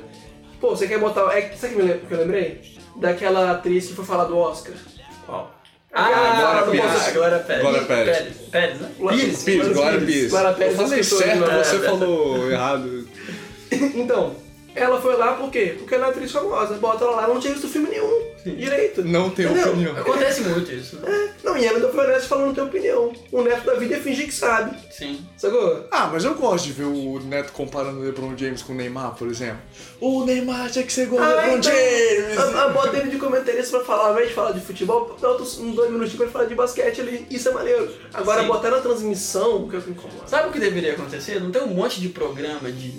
Speaker 1: Pô, você quer botar. É, sabe o que, me lem- que eu lembrei? Daquela atriz que foi falar do Oscar. (laughs)
Speaker 2: Qual?
Speaker 1: Glória
Speaker 2: Ah, agora
Speaker 1: Pires.
Speaker 2: Glória Pérez.
Speaker 5: Glória Pérez.
Speaker 2: Pérez. Pérez, né?
Speaker 1: Pires,
Speaker 5: Pires, Glória
Speaker 1: Pires.
Speaker 5: Pires.
Speaker 1: Glória Pires,
Speaker 5: eu falei
Speaker 1: escritora,
Speaker 5: certo,
Speaker 1: né?
Speaker 5: você falou errado.
Speaker 1: Então, ela foi lá por quê? Porque ela é atriz famosa. Bota ela lá, não tinha visto filme nenhum. Direito.
Speaker 5: Não tem
Speaker 1: Entendeu?
Speaker 5: opinião.
Speaker 2: Acontece muito isso. né?
Speaker 1: Não, e ela ainda foi honesta falando não tem opinião. O neto da vida é fingir que sabe.
Speaker 2: Sim.
Speaker 1: Sacou?
Speaker 5: Ah, mas eu gosto de ver o Neto comparando o LeBron James com o Neymar, por exemplo. O Neymar tinha que ser
Speaker 1: Ah,
Speaker 5: igual ao LeBron James.
Speaker 1: então, A, a bota ele de comentarista pra falar, ao invés de falar de futebol, dá outros uns dois minutinhos pra ele falar de basquete ali. Isso é maneiro. Agora,
Speaker 2: Sim.
Speaker 1: botar na transmissão, que é o que me incomoda.
Speaker 2: Sabe o que deveria acontecer? Não tem um monte de programa de,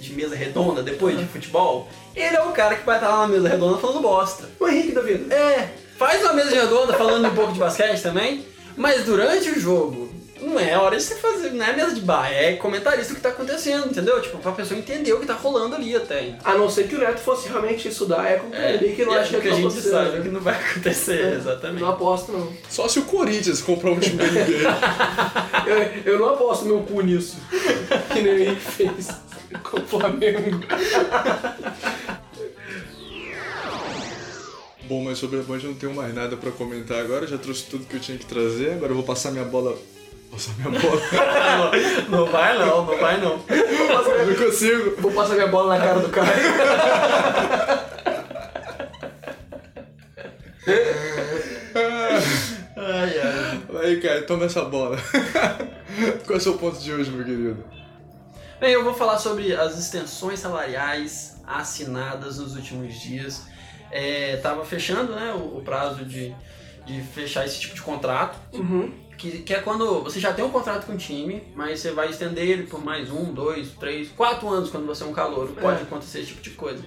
Speaker 2: de mesa redonda depois
Speaker 1: Ah.
Speaker 2: de futebol? Ele é o cara que vai estar lá na mesa redonda falando bosta.
Speaker 1: O Henrique da vida.
Speaker 2: É, faz uma mesa redonda falando um pouco de basquete também, mas durante o jogo, não é hora de você fazer, não é mesa de bar, é comentarista o que tá acontecendo, entendeu? Tipo, pra pessoa entender o que tá rolando ali até.
Speaker 1: A não ser que o neto fosse realmente estudar, é compreender que não
Speaker 2: e é
Speaker 1: acho que
Speaker 2: o que a
Speaker 1: tá
Speaker 2: gente
Speaker 1: acontecendo,
Speaker 2: sabe que
Speaker 1: né?
Speaker 2: não vai acontecer, exatamente.
Speaker 1: Não aposto, não.
Speaker 5: Só se o Corinthians comprar um time da NBA.
Speaker 1: Eu, eu não aposto meu cu (laughs) nisso. Que nem o Henrique fez com o Flamengo.
Speaker 5: (laughs) Bom, mas sobre a Band eu não tenho mais nada pra comentar agora. Eu já trouxe tudo que eu tinha que trazer. Agora eu vou passar minha bola Passar minha bola.
Speaker 2: (laughs) Não vai não, não vai não.
Speaker 5: Eu (laughs) não consigo.
Speaker 2: Vou passar minha bola na cara do Caio. ai, ai.
Speaker 5: Aí, cara, toma essa bola. (laughs) Qual é o seu ponto de hoje, meu querido?
Speaker 2: Bem, eu vou falar sobre as extensões salariais assinadas nos últimos dias. É, tava fechando né, o, o prazo de, de fechar esse tipo de contrato. Que, que é quando você já tem um contrato com o time, mas você vai estender ele por mais um, dois, três, quatro anos quando você é um calouro. Pode acontecer esse tipo de coisa.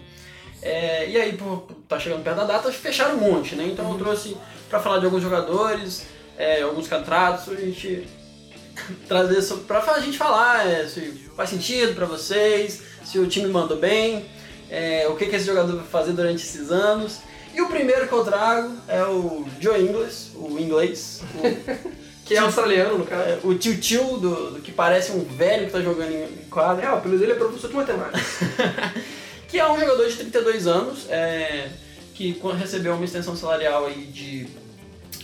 Speaker 2: É, e aí, por, por tá chegando perto da data, fecharam um monte, né? Então eu trouxe pra falar de alguns jogadores, é, alguns contratos, a gente trazer isso pra fa- a gente falar é, se faz sentido pra vocês, se o time mandou bem, é, o que, que esse jogador vai fazer durante esses anos. E o primeiro que eu trago é o Joe Ingles, o inglês, o,
Speaker 1: Que é australiano, no caso.
Speaker 2: é, o (laughs) tio-tio do, do que parece um velho que tá jogando em quadra.
Speaker 1: É, o apelido dele é professor de matemática.
Speaker 2: (laughs) que é um jogador de 32 anos, é, que co- recebeu uma extensão salarial aí de,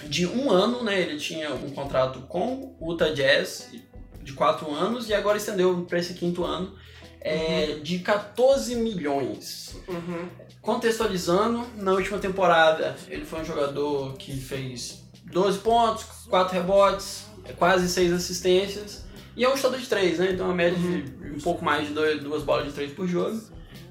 Speaker 2: de um ano, né? Ele tinha um contrato com o Utah Jazz de quatro anos e agora estendeu para esse quinto ano é, de 14 milhões.
Speaker 1: Uhum.
Speaker 2: Contextualizando, na última temporada ele foi um jogador que fez 12 pontos, 4 rebotes, quase 6 assistências. E é um chutador de 3, né? Então a média de um pouco mais de dois- duas bolas de 3 por jogo.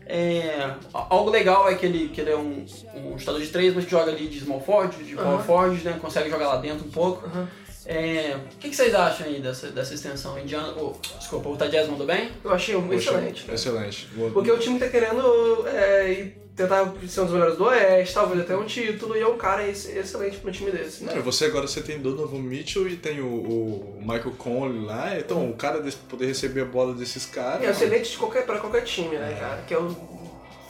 Speaker 2: É, a- algo legal é que ele, que ele é um, um chutador de 3, mas que joga ali de small forward, de power
Speaker 1: Aham.
Speaker 2: forward, né? Consegue jogar lá dentro um pouco.
Speaker 1: Aham.
Speaker 2: É, o que, que vocês acham aí dessa, dessa extensão? Indiana, oh, desculpa, o Tadias mandou bem?
Speaker 1: Eu achei um
Speaker 5: Poxa,
Speaker 1: excelente.
Speaker 5: Excelente.
Speaker 1: Porque o time tá querendo é, ir tentar ser um dos melhores do Oeste, talvez até um título, e é um cara ex- excelente pra um time desse.
Speaker 5: Cara, você agora você tem Donovan Mitchell e tem o, o Michael Conley lá. Então, o cara desse, poder receber a bola desses caras.
Speaker 1: É excelente de qualquer, pra qualquer time, né, cara? Que é o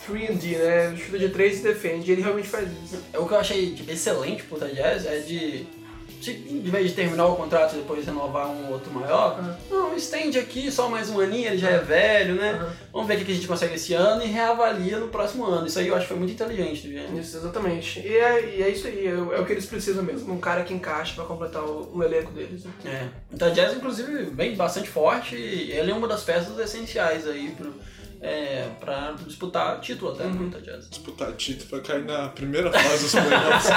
Speaker 1: 3D, né? Chuta de 3 e defende. Ele realmente faz isso.
Speaker 2: O que eu achei de- excelente pro Jazz é de. de- Em vez de terminar o contrato e depois renovar um outro maior, não, estende aqui só mais um aninho, ele já é velho, né? Vamos ver o que que a gente consegue esse ano e reavalia no próximo ano. Isso aí eu acho que foi muito inteligente do Jazz.
Speaker 1: Isso, exatamente. E é, e é isso aí, é, o- é o que eles precisam mesmo. Um cara que encaixa pra completar o, o elenco deles. né?
Speaker 2: É. O Utah Jazz, inclusive, vem bastante forte e ele é uma das peças essenciais aí pro, é, pra disputar título até né, no Utah Jazz.
Speaker 5: Disputar título pra cair na primeira fase dos playoffs.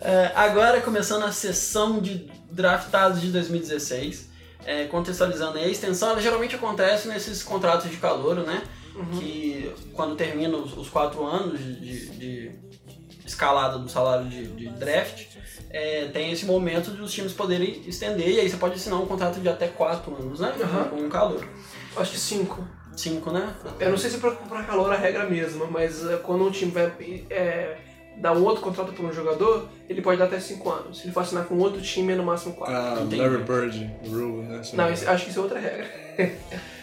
Speaker 2: É, agora começando a sessão de draftados de 2016, é, contextualizando aí, a extensão ela geralmente acontece nesses contratos de calor, né? Que quando termina os, os quatro anos de, de escalada do salário de, de draft, é, tem esse momento de os times poderem estender, e aí você pode assinar um contrato de até quatro anos, né?
Speaker 1: Uhum.
Speaker 2: Com um calor.
Speaker 1: Acho que 5.
Speaker 2: Cinco, né?
Speaker 1: Eu não sei se pra, pra calor a regra é a mesma, mas é, quando um time vai é, dar um outro contrato pra um jogador, ele pode dar até 5 anos. Se ele for assinar com outro time, é no máximo 4.
Speaker 5: Ah,
Speaker 2: Entendi.
Speaker 5: Larry Bird rule, né? Você
Speaker 1: Não, isso- acho que isso é outra regra. (laughs)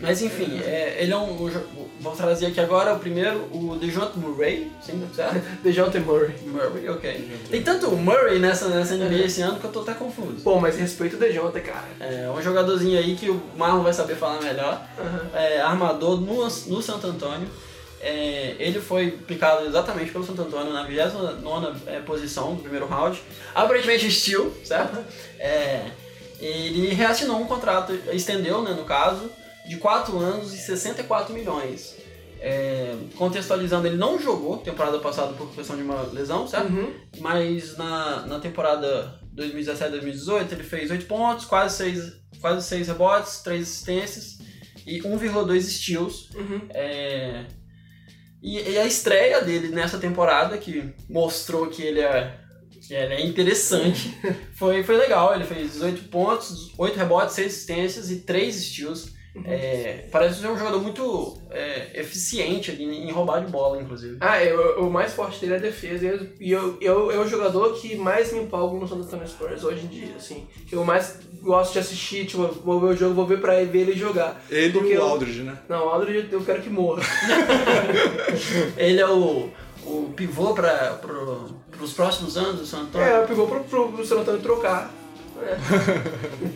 Speaker 2: Mas enfim, é, ele é um. um jo- Vou trazer aqui agora o primeiro, o DeJounte Murray, sim, certo? (laughs)
Speaker 1: DeJounte Murray.
Speaker 2: Murray, ok. Tem tanto Murray nessa, nessa NBA esse ano que eu tô até confuso.
Speaker 1: Bom, mas respeito o DeJounte, cara.
Speaker 2: É um jogadorzinho aí que o Marlon vai saber falar melhor.
Speaker 1: Aham.
Speaker 2: É, armador no, no Santo Antônio. É, ele foi picado exatamente pelo Santo Antônio na 29 é, posição do primeiro round. Aparentemente estilo, certo? É, ele reassinou um contrato, estendeu, né, no caso, de 4 anos e 64 milhões. É, contextualizando, ele não jogou temporada passada por questão de uma lesão,
Speaker 1: Tá?
Speaker 2: certo?
Speaker 5: Uhum,
Speaker 2: Mas na, na temporada 2017-2018 ele fez 8 pontos, quase 6, quase 6 rebotes, 3 assistências e 1,2 steals.
Speaker 1: Uhum.
Speaker 2: É, E, e a estreia dele nessa temporada, que mostrou que ele é, que ele é interessante, foi, foi legal. Ele fez 18 pontos, 8 rebotes, 6 assistências e 3 steals. É, parece ser um jogador muito é, eficiente ali em roubar de bola, inclusive.
Speaker 1: Ah, eu, o mais forte dele é a defesa. e eu- E eu, eu, eu é o jogador que mais me empolgo no San Antonio Spurs hoje em dia, assim. Que eu mais gosto de assistir, tipo, vou ver o jogo, vou ver pra ver ele jogar.
Speaker 5: Ele
Speaker 1: Porque
Speaker 5: e o
Speaker 1: eu-
Speaker 5: Aldridge, né?
Speaker 1: Não, o Aldridge eu quero que
Speaker 5: (laughs)
Speaker 1: morra.
Speaker 2: Ele é o, o pivô para os próximos anos do San Antônio.
Speaker 1: É, pegou pro, pro, pro San Antonio trocar.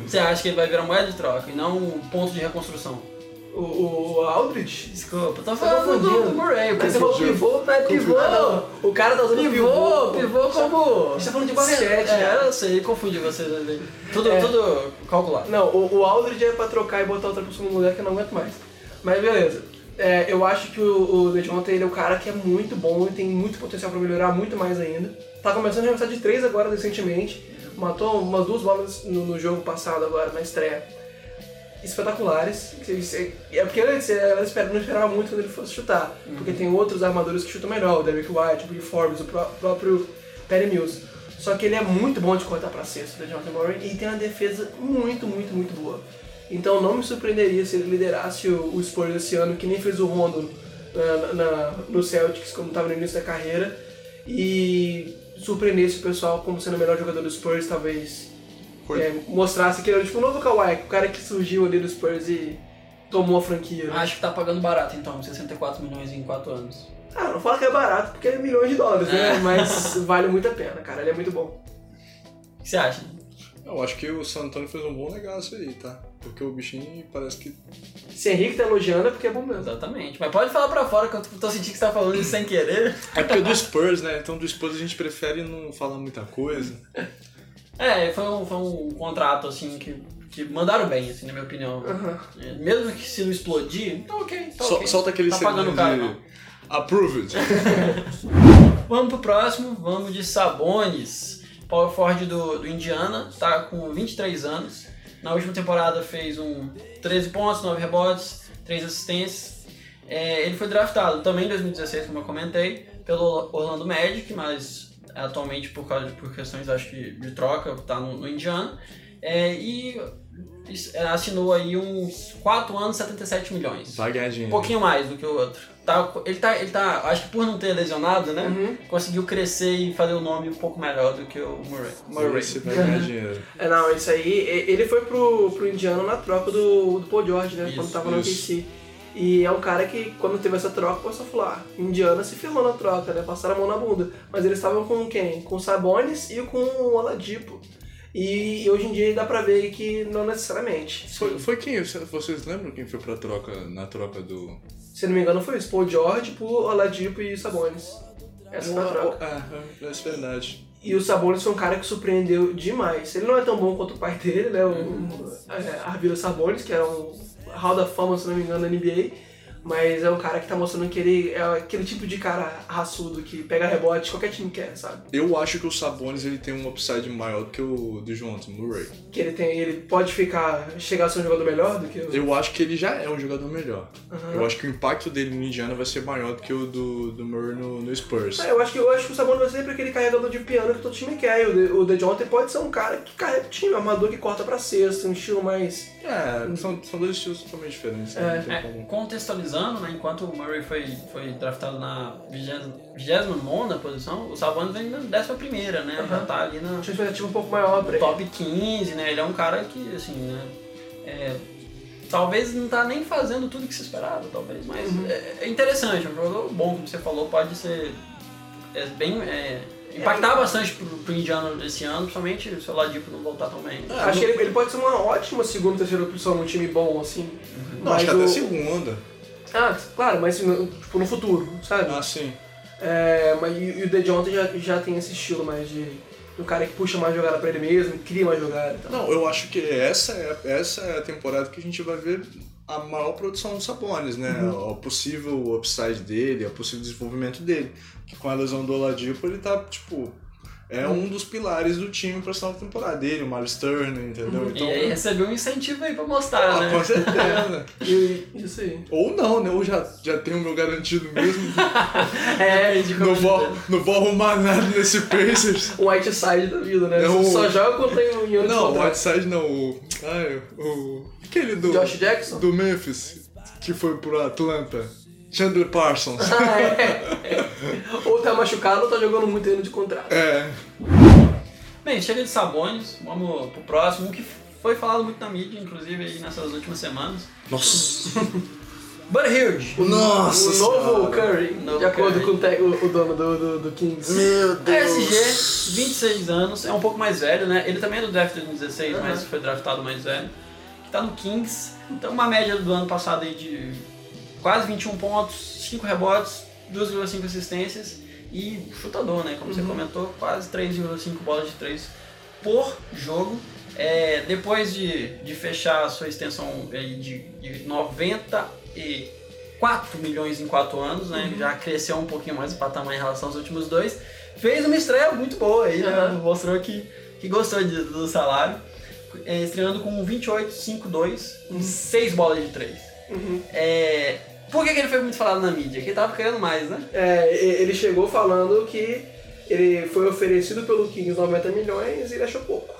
Speaker 2: Você acha que ele vai virar moeda de troca e não um ponto de reconstrução?
Speaker 1: O, o Aldridge?
Speaker 2: Desculpa, tô falando do, do Murray. porque
Speaker 1: Mas você
Speaker 2: você falou
Speaker 1: falou
Speaker 2: pivô, não é pivô.
Speaker 1: Não, o cara tá usando
Speaker 2: Pivô, pivô como.
Speaker 1: Você tá falando de basquete,
Speaker 2: é,
Speaker 1: cara.
Speaker 2: Eu sei, confundi vocês ali. Tudo,
Speaker 1: É.
Speaker 2: tudo calculado.
Speaker 1: Não, o, o Aldridge é pra trocar e botar outra pessoa no lugar que eu não aguento mais. Mas beleza. É, eu acho que o, o DeJounte, ele é um cara que é muito bom e tem muito potencial pra melhorar muito mais ainda. Tá começando a arremessar de três agora recentemente. Matou umas duas bolas no, no jogo passado agora, na estreia. Espetaculares. Que você- É porque antes ela espera- não esperava muito quando ele fosse chutar. Porque tem outros armadores que chutam melhor, o Derrick White, o Bill Forbes, o pró- próprio Perry Mills. Só que ele é muito bom de cortar pra sexta, o Jonathan Murray, e tem uma defesa muito, muito, muito boa. Então não me surpreenderia se ele liderasse o, o Spurs esse ano, que nem fez o Rondo eh, na, na- no Celtics, como estava no início da carreira, e surpreendesse o pessoal como sendo o melhor jogador do Spurs, talvez
Speaker 5: Foi.
Speaker 1: é, mostrasse que ele era tipo o novo Kawhi, o cara que surgiu ali do Spurs e tomou a franquia. né?
Speaker 2: Acho que tá pagando barato então, 64 milhões em 4 anos.
Speaker 1: Ah, não fala que é barato, porque é milhões de dólares, né? Mas (laughs) vale muito a pena, cara, ele é muito bom.
Speaker 2: O que você acha?
Speaker 5: Eu acho que o San Antonio fez um bom negócio aí, tá? Porque o bichinho parece que.
Speaker 1: Se Henrique tá elogiando é porque é bom mesmo.
Speaker 2: Exatamente. Mas pode falar pra fora que eu tô- tô sentindo que você tá falando isso sem querer.
Speaker 5: É porque é do Spurs, né? Então do Spurs a gente prefere não falar muita coisa.
Speaker 2: É, foi um, foi um contrato, assim, que, que mandaram bem, assim, na minha opinião. É, mesmo que se não explodir, tá ok, tá
Speaker 5: Sol-
Speaker 2: ok.
Speaker 5: Solta aquele
Speaker 2: tá
Speaker 5: segundo
Speaker 2: pagando o cara, não.
Speaker 5: de. Approved.
Speaker 1: (laughs) Um
Speaker 2: Vamos pro próximo, vamos de Sabones. Power Ford do, do Indiana, tá com 23 anos. Na última temporada fez um 13 pontos, 9 rebotes, 3 assistências. É, ele foi draftado também em 2016, como eu comentei, pelo Orlando Magic, mas atualmente por causa de por questões acho que de troca, tá no, no Indiana. É, e is- é, assinou aí uns 4 anos, 77 milhões.
Speaker 5: Vai ganhar dinheiro.
Speaker 2: Um pouquinho mais do que o outro. Tá, ele, tá, ele tá, acho que por não ter lesionado, né? Conseguiu crescer e fazer o nome um pouco melhor do que o Murray. Murray.
Speaker 5: Esse vai ganhar dinheiro.
Speaker 1: É, não, isso aí. e- Ele foi pro, pro Indiano na troca do, do Paul George, né?
Speaker 2: Isso,
Speaker 1: quando tava no
Speaker 5: isso.
Speaker 1: OKC. E é um cara que, quando teve essa troca, começou a falar: ah, Indiana se ferrou na troca, né? Passaram a mão na bunda. Mas eles estavam com quem? Com o Sabonis e com o Oladipo. E, e hoje em dia dá pra ver que não necessariamente.
Speaker 5: Foi, foi quem? Vocês lembram quem foi pra troca na troca do.
Speaker 1: Se não me engano, foi isso: Paul George por Oladipo e Sabonis. Essa foi a troca.
Speaker 5: Ah, é, é verdade.
Speaker 1: E o Sabonis foi um cara que surpreendeu demais. Ele não é tão bom quanto o pai dele, né? O é, Arvila Sabonis, que era um Hall da Fama, se não me engano, na NBA. Mas é um cara que tá mostrando que ele é aquele tipo de cara raçudo que pega rebote, qualquer time quer, sabe?
Speaker 5: Eu acho que o Sabonis ele tem um upside maior do que o do Jonathan Murray.
Speaker 1: Que ele tem. Ele pode ficar. chegar a ser um jogador melhor do que o.
Speaker 5: Eu acho que ele já é um jogador melhor. Eu acho que o impacto dele no Indiana vai ser maior do que o do, do Murray no, no Spurs.
Speaker 2: É,
Speaker 1: Ah, eu acho que eu acho que o Sabonis vai ser sempre aquele carregador de piano que todo time quer. E o De- o DeJounte pode ser um cara que carrega o time, um armador que corta pra cesta, um estilo mais.
Speaker 5: É, são, são dois estilos totalmente diferentes. né? Não tem
Speaker 2: É,
Speaker 5: como-
Speaker 2: contextualizando, né, enquanto o Murray foi, foi draftado na 29 posição, o Sabonis vem na 11, né? Já tá ali na
Speaker 1: Tinha uma expectativa um pouco maior pra ele.
Speaker 2: top 15, né? Ele é um cara que, assim, né? é, talvez não tá nem fazendo tudo que se esperava, talvez, mas é, é interessante, é um jogador bom, como você falou, pode ser é bem. é, impactar bastante pro, pro indiano esse ano, principalmente se o Ladipo não voltar também.
Speaker 1: É,
Speaker 5: Tá.
Speaker 1: Acho que ele, ele pode ser uma ótima segunda, terceira opção num time bom, assim.
Speaker 5: Não, acho que até
Speaker 1: o-
Speaker 5: segunda.
Speaker 1: Ah, claro, mas no, tipo, no futuro, sabe?
Speaker 5: Ah, sim.
Speaker 1: É, mas, e, e o DeJounte já, já tem esse estilo mais de... Do cara que puxa mais jogada pra ele mesmo, cria mais jogada e tal.
Speaker 5: Não, eu acho que essa é, essa é a temporada que a gente vai ver a maior produção do Sabonis, né?
Speaker 2: Uhum.
Speaker 5: O possível upside dele, o possível desenvolvimento dele. Que com a lesão do Oladipo, ele tá, tipo... É
Speaker 2: Uhum.
Speaker 5: um dos pilares do time pra essa nova temporada dele, o Miles Turner, entendeu? Então,
Speaker 2: E aí recebeu um incentivo aí pra mostrar,
Speaker 5: ah, com
Speaker 2: né?
Speaker 5: certeza.
Speaker 2: (laughs)
Speaker 1: E, isso aí.
Speaker 5: (laughs) Ou não, né? Ou já, já tenho o meu garantido mesmo.
Speaker 1: (laughs)
Speaker 2: É,
Speaker 1: tipo,
Speaker 2: de
Speaker 5: não, vou, não vou arrumar nada nesse Pacers.
Speaker 1: O um white side da vida, né?
Speaker 5: É
Speaker 1: Você
Speaker 5: o-
Speaker 1: Só joga quando tem um Yannis
Speaker 5: Não, um o
Speaker 1: contrato.
Speaker 5: Whiteside não. O, ai, o, aquele do...
Speaker 1: Josh Jackson?
Speaker 5: do Memphis, que foi pro Atlanta. Chandler Parsons.
Speaker 1: Ah, é. (laughs) ou tá machucado ou tá jogando muito ano de contrato.
Speaker 5: é.
Speaker 2: Bem, chega de Sabonis, vamos pro próximo, um que foi falado muito na mídia, inclusive aí nessas últimas semanas.
Speaker 5: Nossa.
Speaker 2: But Hilde.
Speaker 5: Nossa.
Speaker 1: o novo Curry,
Speaker 2: Novo
Speaker 1: de acordo
Speaker 2: Curry.
Speaker 1: com o, te- o- o dono do, do, do Kings.
Speaker 5: Meu
Speaker 2: PSG, 26 anos, é um pouco mais velho, né? Ele também é do draft de 2016, mas foi draftado mais velho. Que tá no Kings. Então uma média do ano passado aí de quase 21 pontos, 5 rebotes, 2,5 assistências e chutador, né? Como você comentou, quase 3,5 bolas de 3 por jogo. É, depois de, de fechar a sua extensão aí de, de 94 milhões em 4 anos, né? Já cresceu um pouquinho mais o patamar em relação aos últimos dois. Fez uma estreia muito boa aí, né? Mostrou que, que gostou de- do salário. É, estreando com 28,52 em 6 bolas de 3. É, por que, que ele foi muito falado na mídia? Que ele tava querendo mais, né?
Speaker 1: É, e- ele chegou falando que ele foi oferecido pelo Kings 90 milhões e ele achou pouco.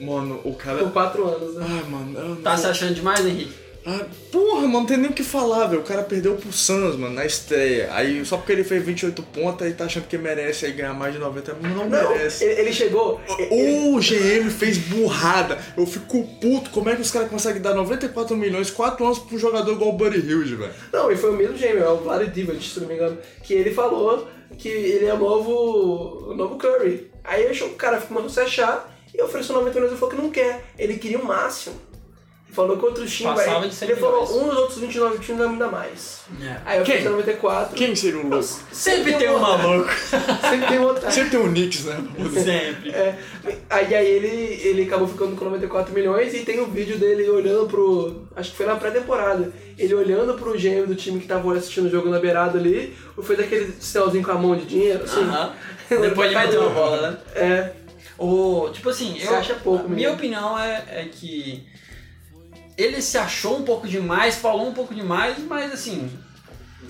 Speaker 5: Mano, o cara.
Speaker 1: Por 4 anos, né?
Speaker 5: Ah, mano, eu não.
Speaker 2: Tá se achando demais, Henrique?
Speaker 5: Ah, porra, mano, não tem nem o que falar, velho. O cara perdeu pro Suns, mano, na estreia. Aí só porque ele fez 28 pontos, aí tá achando que merece aí ganhar mais de 90. Não, Uh.
Speaker 1: Não,
Speaker 5: merece.
Speaker 1: ele, ele chegou. ele-
Speaker 5: O GM fez burrada. Eu fico puto. Como é que os caras conseguem dar 94 milhões, 4 anos pra um jogador igual o Buddy Hills, velho?
Speaker 1: Não, e foi o mesmo gêmeo, é o Vlad Divac, se não me engano, que ele falou que ele é o novo, o novo Curry. Aí ele achou que o cara mandou se achar e ofereceu 90 milhões e falou que não quer. Ele queria o máximo. Falou que outros times.
Speaker 2: Passava
Speaker 1: aí-
Speaker 2: de 100
Speaker 1: ele falou,
Speaker 2: milhões.
Speaker 1: um dos outros 29 times vai me dar mais.
Speaker 2: É.
Speaker 1: Aí eu
Speaker 5: Quem?
Speaker 1: fiz 94.
Speaker 5: Quem seria o louco?
Speaker 2: Sempre tem um maluco.
Speaker 1: (laughs) Sempre tem um otário.
Speaker 5: Sempre tem o Knicks, (laughs) né?
Speaker 2: (laughs) Sempre.
Speaker 1: É, aí aí ele, ele acabou ficando com 94 milhões e tem um vídeo dele olhando pro. Acho que foi na pré-temporada. Ele olhando pro gêmeo do time que tava assistindo o jogo na beirada ali, ou fez aquele sinalzinho com a mão de dinheiro, assim.
Speaker 2: Aham. Depois de meter uma bola, né?
Speaker 1: É.
Speaker 2: O, tipo assim,
Speaker 1: Você
Speaker 2: eu
Speaker 1: acha pouco
Speaker 2: a Minha
Speaker 1: mesmo.
Speaker 2: opinião é, é que ele se achou um pouco demais, falou um pouco demais, mas assim,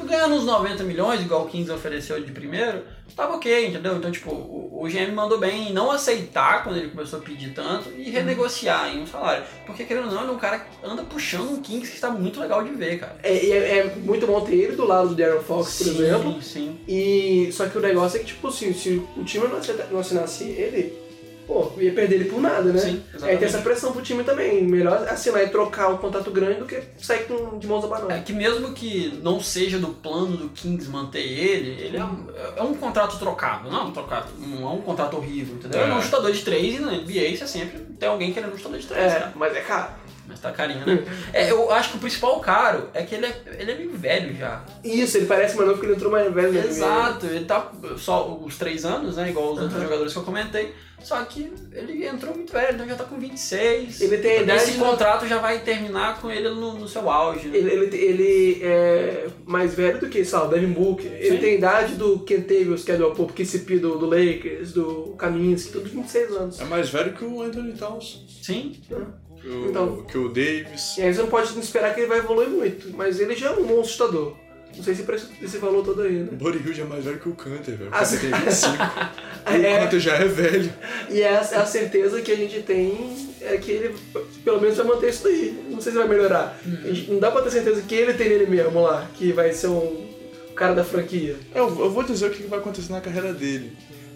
Speaker 2: ganhando uns 90 milhões, igual o Kings ofereceu de primeiro, tava ok, entendeu? Então, tipo, o, o GM mandou bem em não aceitar quando ele começou a pedir tanto
Speaker 1: Uhum.
Speaker 2: e renegociar em um salário. Porque querendo ou não, ele é um cara que anda puxando um Kings que tá muito legal de ver, cara.
Speaker 1: É, e é, é muito bom ter ele do lado do Darren Fox, por exemplo.
Speaker 2: sim.
Speaker 1: E, só que o negócio é que, tipo assim, se o time não aceita- não assinasse ele, pô, ia perder ele por nada, né?
Speaker 2: Sim,
Speaker 1: Aí
Speaker 2: exatamente.
Speaker 1: tem essa pressão pro time também. Melhor assinar e trocar um contrato grande do que sair com, de mãos
Speaker 2: É
Speaker 1: abanando.
Speaker 2: que mesmo que não seja do plano do Kings manter ele, ele é um, é um contrato trocado, não é um, trocado, não é um contrato horrível, entendeu? Ele é um chutador de três e na NBA você sempre tem alguém querendo um chutador de três,
Speaker 1: É,
Speaker 2: cara.
Speaker 1: mas é caro.
Speaker 2: Mas tá carinho, né? É, eu acho que o principal caro é que ele é, ele é meio velho já.
Speaker 1: Isso, ele parece mais novo porque ele é entrou mais velho né, na NBA.
Speaker 2: Exato, ele tá só os três anos, né? Igual os outros jogadores que eu comentei. Só que ele entrou muito velho, então já tá com 26.
Speaker 1: Ele tem a idade
Speaker 2: Esse
Speaker 1: de-
Speaker 2: contrato já vai terminar com ele no, no seu auge. né?
Speaker 1: Ele, ele, ele é mais velho do que, sei lá, o Devin Booker. Ele
Speaker 2: Sim.
Speaker 1: tem a idade do quem teve o Schedule Pop, que se do, do Lakers, do Kaminsky, todos 26 anos.
Speaker 5: É mais velho que o Anthony Towns.
Speaker 2: Sim,
Speaker 5: Que o,
Speaker 1: Então.
Speaker 5: que o Davis.
Speaker 1: E aí você não pode esperar que ele vai evoluir muito, mas ele já é um bom assustador. Não sei se preço esse valor todo aí,
Speaker 5: O
Speaker 1: né?
Speaker 5: Buddy Hills é mais velho que o Canter, velho. O
Speaker 1: Ah,
Speaker 5: Canter (laughs) tem 25. E o
Speaker 1: (laughs) É,
Speaker 5: Canter já é velho.
Speaker 1: e essa é a certeza que a gente tem é que ele pelo menos vai manter isso daí. Não sei se vai melhorar. A gente- Não dá pra ter certeza que ele tem nele mesmo lá, que vai ser um cara da franquia.
Speaker 5: Eu, eu vou dizer o que vai acontecer na carreira dele.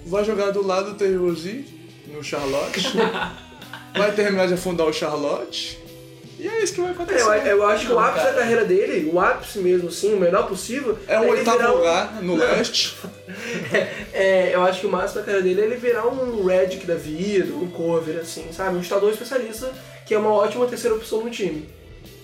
Speaker 5: Vai jogar do lado do Terrosi, no (laughs) Charlotte. vai terminar de afundar o Charlotte. E é isso que vai acontecer.
Speaker 1: Eu, eu acho que o ápice da carreira dele, o ápice mesmo, sim, o melhor possível.
Speaker 5: É um
Speaker 1: ele
Speaker 5: oitavo
Speaker 1: virar um-
Speaker 5: lugar no leste.
Speaker 1: É, eu acho que o máximo da carreira dele é ele virar um Redick da vida, um cover, assim, sabe? Um chutador especialista, que é uma ótima terceira opção no time.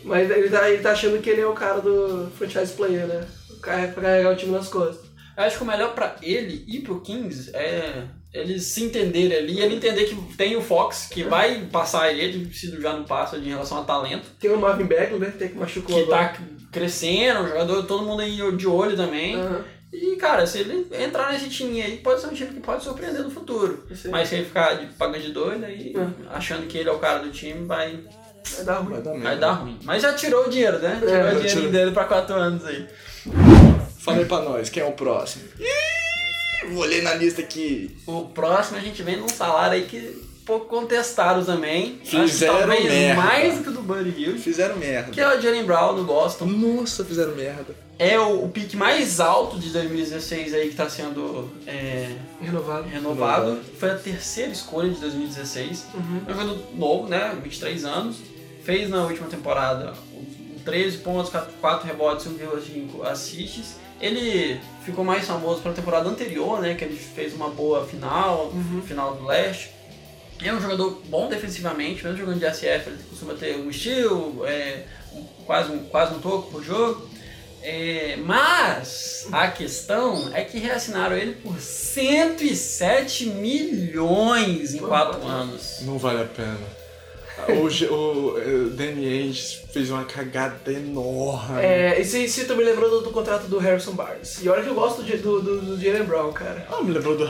Speaker 1: Mas ele tá, ele tá achando que ele é o cara do franchise player, né? O cara pra carregar o time nas costas.
Speaker 2: Eu acho que o melhor pra ele e pro Kings é eles se entenderem ali, ele entender que tem o Fox que vai passar ele, se já não passa em relação a talento,
Speaker 1: Tem o Marvin Bagley, né? Tem que machucou
Speaker 2: que
Speaker 1: agora.
Speaker 2: tá crescendo, um jogador, todo mundo aí de olho também.
Speaker 1: Aham.
Speaker 2: E cara, se ele entrar nesse time aí, pode ser um time que pode surpreender no futuro.
Speaker 1: Isso aí.
Speaker 2: Mas se ele ficar de, pagando de doido aí,
Speaker 1: É.
Speaker 2: achando que ele é o cara do time, vai,
Speaker 1: Vai dar ruim.
Speaker 5: Vai dar
Speaker 2: vai
Speaker 5: merda.
Speaker 2: dar ruim. Mas já tirou o dinheiro, né? Tirou o dinheiro
Speaker 5: Uhum. tirou.
Speaker 2: dele pra 4 anos aí.
Speaker 5: Fala aí pra nós, quem é o próximo? Ih, vou ler na lista aqui.
Speaker 2: O próximo a gente vem num salário aí que pouco contestado também. Acho que
Speaker 5: Fizeram
Speaker 2: talvez
Speaker 5: merda.
Speaker 2: mais que o do Buddy Hill,
Speaker 5: Fizeram
Speaker 2: que
Speaker 5: merda.
Speaker 2: é o Jalen Brown do Boston.
Speaker 5: Nossa, fizeram merda.
Speaker 2: É o, o pique mais alto de 2016 aí que tá sendo é,
Speaker 1: Renovado.
Speaker 2: renovado.
Speaker 5: Renovado. Uhum.
Speaker 2: Foi a terceira escolha de 2016. É um jogador novo, né? 23 anos. Fez na última temporada um 13 pontos, 4 rebotes, 1,5 assists. Ele ficou
Speaker 5: Uhum.
Speaker 2: mais famoso pela temporada anterior, né? Que ele fez uma boa final, final do leste. Ele é um jogador bom defensivamente, mesmo jogando de SF, ele costuma ter um estilo, é, um- quase, um, quase um toco por jogo. É, mas a questão é que reassinaram ele por 107 milhões em 4 anos.
Speaker 5: Não vale a pena. O, G- o eh, Danny Ainge fez uma cagada enorme.
Speaker 1: É, e se, se tu me lembrou do, do contrato do Harrison Barnes. E olha que eu gosto de- do, do, do Jalen Brown, cara.
Speaker 5: Ah, me lembrou do...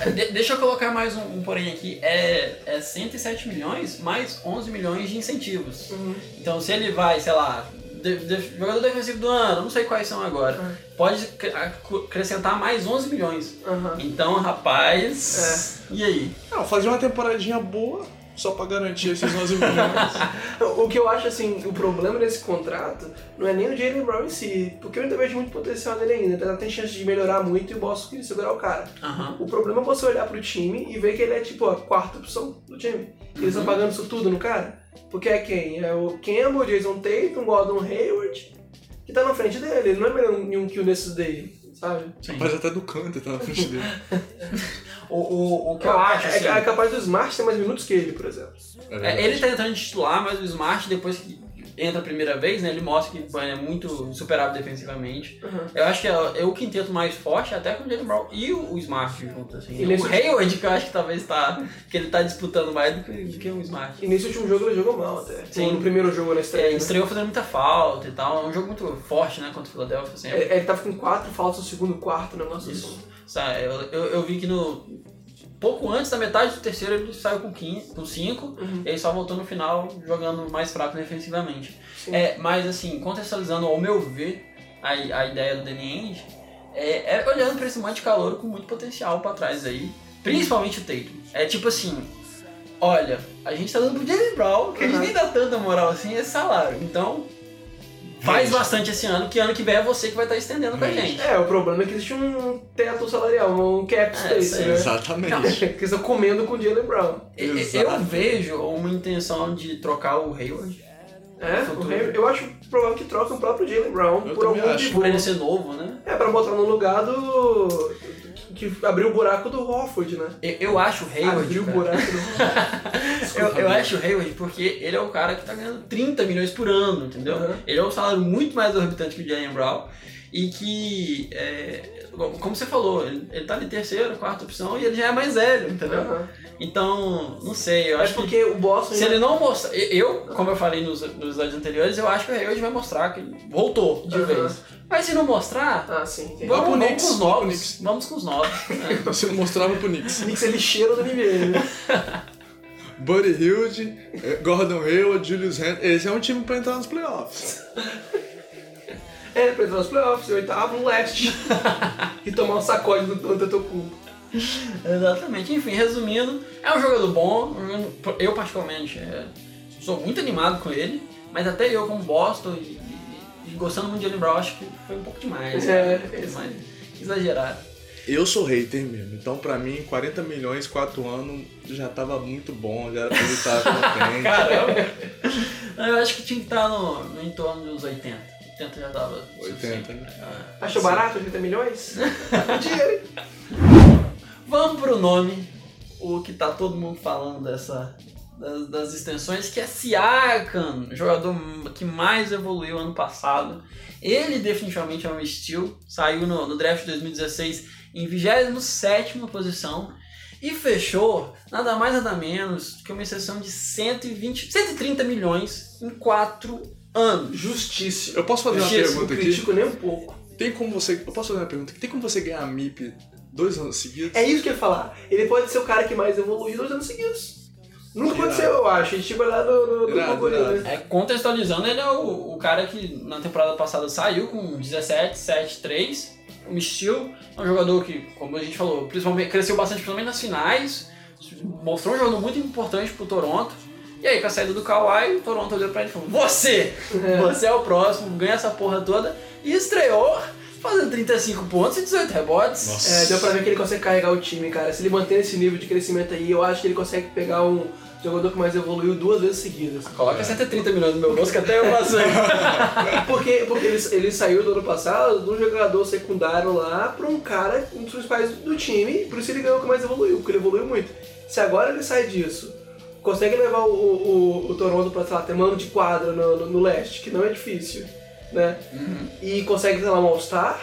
Speaker 2: É, De- deixa eu colocar mais um, um porém aqui. É, é 107 milhões mais 11 milhões de incentivos. Então, se ele vai, sei lá, de- de- jogador defensivo do ano, não sei quais são agora, pode ac- ac- acrescentar mais 11 milhões.
Speaker 1: Aham.
Speaker 2: Então, rapaz, e aí?
Speaker 5: Não, fazer uma temporadinha boa só pra garantir esses 11 (laughs) milhões.
Speaker 1: O que eu acho, assim, o problema desse contrato não é nem o Jalen Brown em si, porque eu ainda vejo muito potencial nele ainda. Então, ela tem chance de melhorar muito e o Boston segurar o cara.
Speaker 2: Aham.
Speaker 1: O problema é você olhar pro time e ver que ele é, tipo, a quarta opção do time. Eles
Speaker 2: Uhum.
Speaker 1: estão pagando isso tudo no cara. Porque é quem? É o Campbell, o Jason Tatum, o Gordon Hayward, que tá na frente dele. Ele não é melhor nenhum que o nesses daí, sabe?
Speaker 5: Mas até do canto tá na frente dele.
Speaker 2: O, o, o que eu acho,
Speaker 1: É,
Speaker 2: assim,
Speaker 1: é capaz do Smart ter mais minutos que ele, por exemplo.
Speaker 2: é, ele tá entrando de titular, mas o Smart, depois que entra a primeira vez, né, ele mostra que é muito superável defensivamente. Eu acho que é, é o quinteto mais forte, até com o Jalen Brown e o, o Smart junto, assim.
Speaker 1: E nesse-
Speaker 2: o Hayward, que eu acho que talvez tá... que ele tá disputando mais do que, do que o Smart.
Speaker 1: E nesse último jogo ele jogou mal até.
Speaker 2: Sim.
Speaker 1: No primeiro jogo na
Speaker 2: É,
Speaker 1: estreia. né?
Speaker 2: estreou fazendo muita falta e tal, é um jogo muito forte, né, contra o Philadelphia, assim.
Speaker 1: É, Ele tava com quatro faltas no segundo quarto, né? Nossa,
Speaker 2: Isso. Sabe, eu, eu, eu vi que no. Pouco antes da metade do terceiro ele saiu com 5, com cinco, e aí só voltou no final jogando mais fraco defensivamente. É, mas assim, contextualizando ao meu ver a, a ideia do Danny Ainge, é, é olhando pra esse monte de calor com muito potencial pra trás aí, principalmente o Tatum. É tipo assim, olha, a gente tá dando pro Jalen Brown, que a gente nem dá tanta moral assim, é salário. Então, faz bastante esse ano, que ano que vem é você que vai estar estendendo com a gente.
Speaker 1: É, o problema é que existe um teto salarial, um cap space,
Speaker 5: É.
Speaker 2: sim.
Speaker 1: né? (laughs)
Speaker 5: Exatamente.
Speaker 1: Que eles estão comendo com o Jalen Brown.
Speaker 2: É, Eu- Eu
Speaker 5: Exato.
Speaker 2: vejo uma intenção de trocar o Hayward
Speaker 1: É,
Speaker 2: Futuro.
Speaker 1: o Henry- eu acho provável que troquem o próprio Jalen Brown
Speaker 5: Eu
Speaker 1: por
Speaker 5: também
Speaker 1: algum
Speaker 5: acho.
Speaker 1: pivô.
Speaker 2: por ele ser novo, né?
Speaker 1: É, pra botar no lugar do. que abriu o buraco do Hofford, né?
Speaker 2: Eu, eu acho o Hayward.
Speaker 1: abriu o
Speaker 2: cara.
Speaker 1: buraco
Speaker 2: (laughs)
Speaker 1: do Hofford.
Speaker 2: eu, eu acho o Hayward porque ele é o cara que tá ganhando 30 milhões por ano, entendeu?
Speaker 1: Uhum.
Speaker 2: Ele é um salário muito mais exorbitante que o Jalen Brown. E que, é, como você falou, ele, ele tá de terceira, quarta opção e ele já é mais velho, entendeu?
Speaker 1: Uhum.
Speaker 2: Então, não sei, eu
Speaker 1: É
Speaker 2: acho que.
Speaker 1: porque o Boston.
Speaker 2: Se ele não mostrar. Eu, como eu falei nos, nos áudios anteriores, eu acho que o Hayward vai mostrar que ele voltou de
Speaker 1: Aham.
Speaker 2: vez. Mas se não mostrar,
Speaker 1: Ah, sim. sim.
Speaker 2: Vamos,
Speaker 5: Vamos
Speaker 2: vamos
Speaker 5: Knicks,
Speaker 2: com os
Speaker 5: vamos
Speaker 2: novos.
Speaker 5: Knicks.
Speaker 2: Vamos com os novos. (laughs) né?
Speaker 5: Você não Então, mostrava pro Knicks.
Speaker 1: O Knicks é lixeiro da NBA, né?
Speaker 5: Buddy Hilde, eh, Gordon Hayward, Julius Randle. Esse é um time pra entrar nos playoffs.
Speaker 1: É, pra entrar nos playoffs, oitavo, no
Speaker 2: (laughs)
Speaker 1: leste. e tomar um sacode do Antetokounmpo.
Speaker 2: Exatamente. Enfim, resumindo, é um jogador bom. um jogador- Eu, particularmente, é, sou muito animado com ele. Mas até eu, como Boston e, e- e gostando muito de Jalen Brown, acho que foi um pouco demais.
Speaker 1: É,
Speaker 2: né? Foi demais. Exagerado.
Speaker 5: Eu sou hater mesmo, então pra mim 40 milhões, 4 anos já tava muito bom, já era pra ele estar
Speaker 1: (laughs)
Speaker 5: contente.
Speaker 2: Caramba. eu acho que tinha que estar no, no em torno dos 80. 80 já dava.
Speaker 5: 80,
Speaker 2: suficiente.
Speaker 5: né?
Speaker 2: Ah.
Speaker 1: Achou barato 80 milhões? Tá com dinheiro, hein?
Speaker 2: Vamos pro nome, o que tá todo mundo falando dessa das, das extensões, que é Siakam, o jogador que mais evoluiu ano passado. Ele definitivamente é um steal, saiu no, no draft de 2016 em 27ª posição e fechou nada mais nada menos que uma exceção de 120, 130 milhões em 4 anos.
Speaker 1: Justíssimo.
Speaker 5: Eu posso fazer uma
Speaker 2: Justíssimo,
Speaker 1: Não
Speaker 5: pergunta aqui?
Speaker 1: critico nem um pouco.
Speaker 5: Tem como você. Eu posso fazer uma pergunta aqui? Tem como você ganhar MIP dois anos seguidos?
Speaker 1: É isso que eu ia falar. Ele pode ser o cara que é mais evoluiu dois anos seguidos. Nunca aconteceu, eu acho. A gente vai lá no, no, no
Speaker 5: Irado,
Speaker 1: bagulho,
Speaker 5: irado.
Speaker 1: né?
Speaker 2: É, contextualizando, ele é o, o cara que na temporada passada saiu com 17, 7, 3. Um estilo, é um jogador que, como a gente falou, principalmente, cresceu bastante, principalmente nas finais. Mostrou um jogador muito importante pro Toronto. E aí, com a saída do Kawhi, o Toronto olhou pra ele e falou: Você! Você é o próximo, ganha essa porra toda. E estreou fazendo 35 pontos e 18 rebotes.
Speaker 5: Nossa.
Speaker 1: É, deu pra ver que ele consegue carregar o time, cara. Se ele manter esse nível de crescimento aí, eu acho que ele consegue pegar um jogador que mais evoluiu duas vezes seguidas.
Speaker 2: Coloca 130 milhões no meu bolso que até eu
Speaker 5: (laughs)
Speaker 2: passei.
Speaker 1: Porque, porque ele, ele saiu do ano passado de um jogador secundário lá pra um cara, um dos principais do time, por isso ele ganhou o que mais evoluiu, porque ele evoluiu muito. Se agora ele sai disso, consegue levar o, o, o Toronto pra, sei lá, ter mano de quadra no, no, no leste, que não é difícil, né? E consegue, sei lá, um All-Star,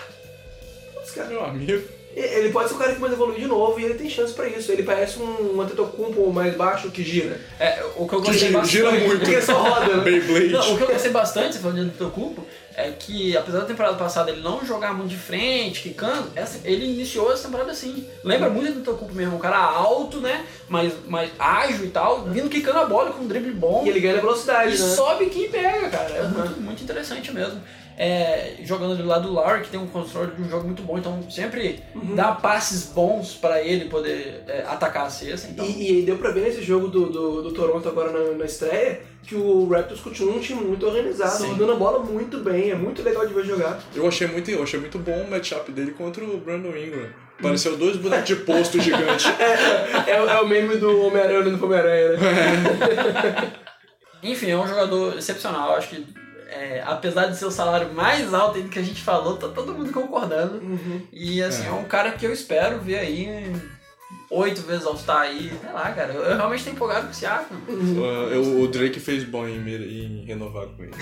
Speaker 1: putz, cara,
Speaker 5: (laughs) Meu amigo.
Speaker 1: e- ele pode ser o cara que mais evolui de novo e ele tem chance pra isso. Ele parece um, um Antetokounmpo mais baixo que gira.
Speaker 2: É, o que eu
Speaker 5: Que
Speaker 2: gostei
Speaker 5: gira,
Speaker 2: bastante.
Speaker 5: gira muito.
Speaker 1: Porque só roda, né?
Speaker 5: Beyblade.
Speaker 2: Não, o que eu gostei bastante, falando do Tocupo, é que apesar da temporada passada ele não jogar muito de frente, quicando, essa- ele iniciou essa temporada assim. Lembra muito do Tocupo mesmo, um cara alto, né? Mas, mas ágil e tal, vindo quicando a bola com um drible bom.
Speaker 1: E ele ganha na velocidade,
Speaker 2: E
Speaker 1: né?
Speaker 2: sobe quem pega, cara. É muito, muito interessante mesmo. É, jogando ali do lado do Lowry, que tem um controle de um jogo muito bom, então sempre
Speaker 1: Uhum.
Speaker 2: dá passes bons pra ele poder é, atacar a cesta. Então.
Speaker 1: E, e deu pra ver nesse jogo do, do, do Toronto agora na, na estreia que o Raptors continua um time muito organizado,
Speaker 2: Sim.
Speaker 1: rodando a bola muito bem, é muito legal de ver jogar.
Speaker 5: Eu achei muito, eu achei muito bom o matchup dele contra o Brandon Ingram. Pareceu dois bonecos de posto gigante.
Speaker 1: (laughs) É, o- é o meme do Homem-Aranha olhando pro Homem-Aranha, né?
Speaker 2: Enfim, é um jogador excepcional. Acho que, é, apesar de ser o salário mais alto ainda que a gente falou, tá todo mundo concordando.
Speaker 1: Uhum.
Speaker 2: E, assim, é. um cara que eu espero ver aí oito vezes ao estar aí. Sei lá, cara. Eu, eu realmente tô empolgado com esse arco.
Speaker 5: Ah, eu- o Drake fez bom em, me- em renovar com ele.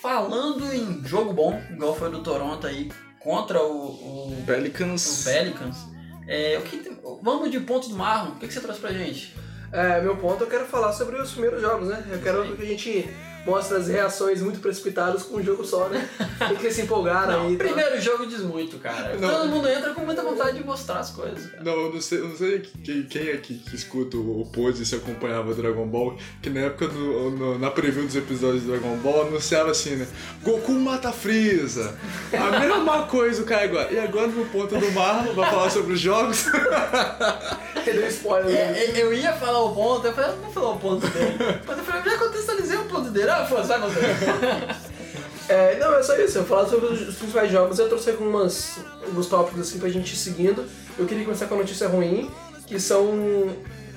Speaker 2: Falando em jogo bom, igual foi o do Toronto aí, contra o, o, o
Speaker 5: Pelicans.
Speaker 2: Pelicans, é, o que, vamos de ponto do Marlon. O que, que você trouxe pra gente?
Speaker 1: É, meu ponto, eu quero falar sobre os primeiros jogos, né? Eu quero que a gente mostre as reações muito precipitadas com um jogo só,
Speaker 2: (laughs)
Speaker 1: né? Tem que se empolgar aí. tá?
Speaker 2: Não,
Speaker 1: e tal.
Speaker 2: primeiro jogo diz muito, cara.
Speaker 5: Não.
Speaker 2: Todo mundo entra com muita vontade de mostrar as coisas, cara.
Speaker 5: Não, eu não sei, eu não sei quem, quem aqui que escuta o o Pose se acompanhava Dragon Ball, que na época, do, no- na preview dos episódios de Dragon Ball, anunciava assim, né? Goku mata Freeza. A mesma (laughs) coisa o cara agora. E agora no ponto do Marlon, vai falar sobre os jogos.
Speaker 1: Você deu spoiler, né?
Speaker 2: É, é, Eu ia falar o ponto, eu falei, eu não vou falar o ponto dele. (laughs) Mas eu falei, eu já contextualizei o ponto dele. Ah, foda-se, vai contextualizar.
Speaker 1: É, não, é só isso. Eu falar sobre os, os principais jogos. Eu trouxe algumas, alguns tópicos assim pra gente ir seguindo. Eu queria começar com a notícia ruim, que são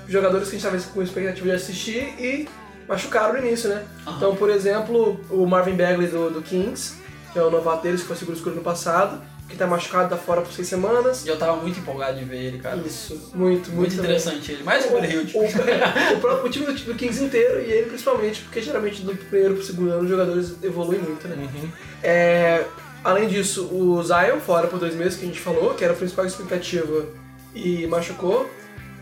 Speaker 1: jogadores que a gente tava com expectativa de assistir e machucaram no início, né? Então, por exemplo, o Marvin Bagley do, do Kings, que é o novato deles, que foi seguro escuro no passado, que tá machucado, tá fora por seis semanas.
Speaker 2: E eu tava muito empolgado de ver ele, cara.
Speaker 1: Isso, muito, muito.
Speaker 2: Muito
Speaker 1: também.
Speaker 2: interessante ele. Mais um Golden Hilt.
Speaker 1: O,
Speaker 2: (laughs)
Speaker 1: o, o próprio time do, do Kings inteiro e ele principalmente, porque geralmente do primeiro pro segundo ano os jogadores evoluem muito, né?
Speaker 2: Uhum.
Speaker 1: É, além disso, o Zion, fora por dois meses, que a gente falou, que era a principal expectativa, e machucou.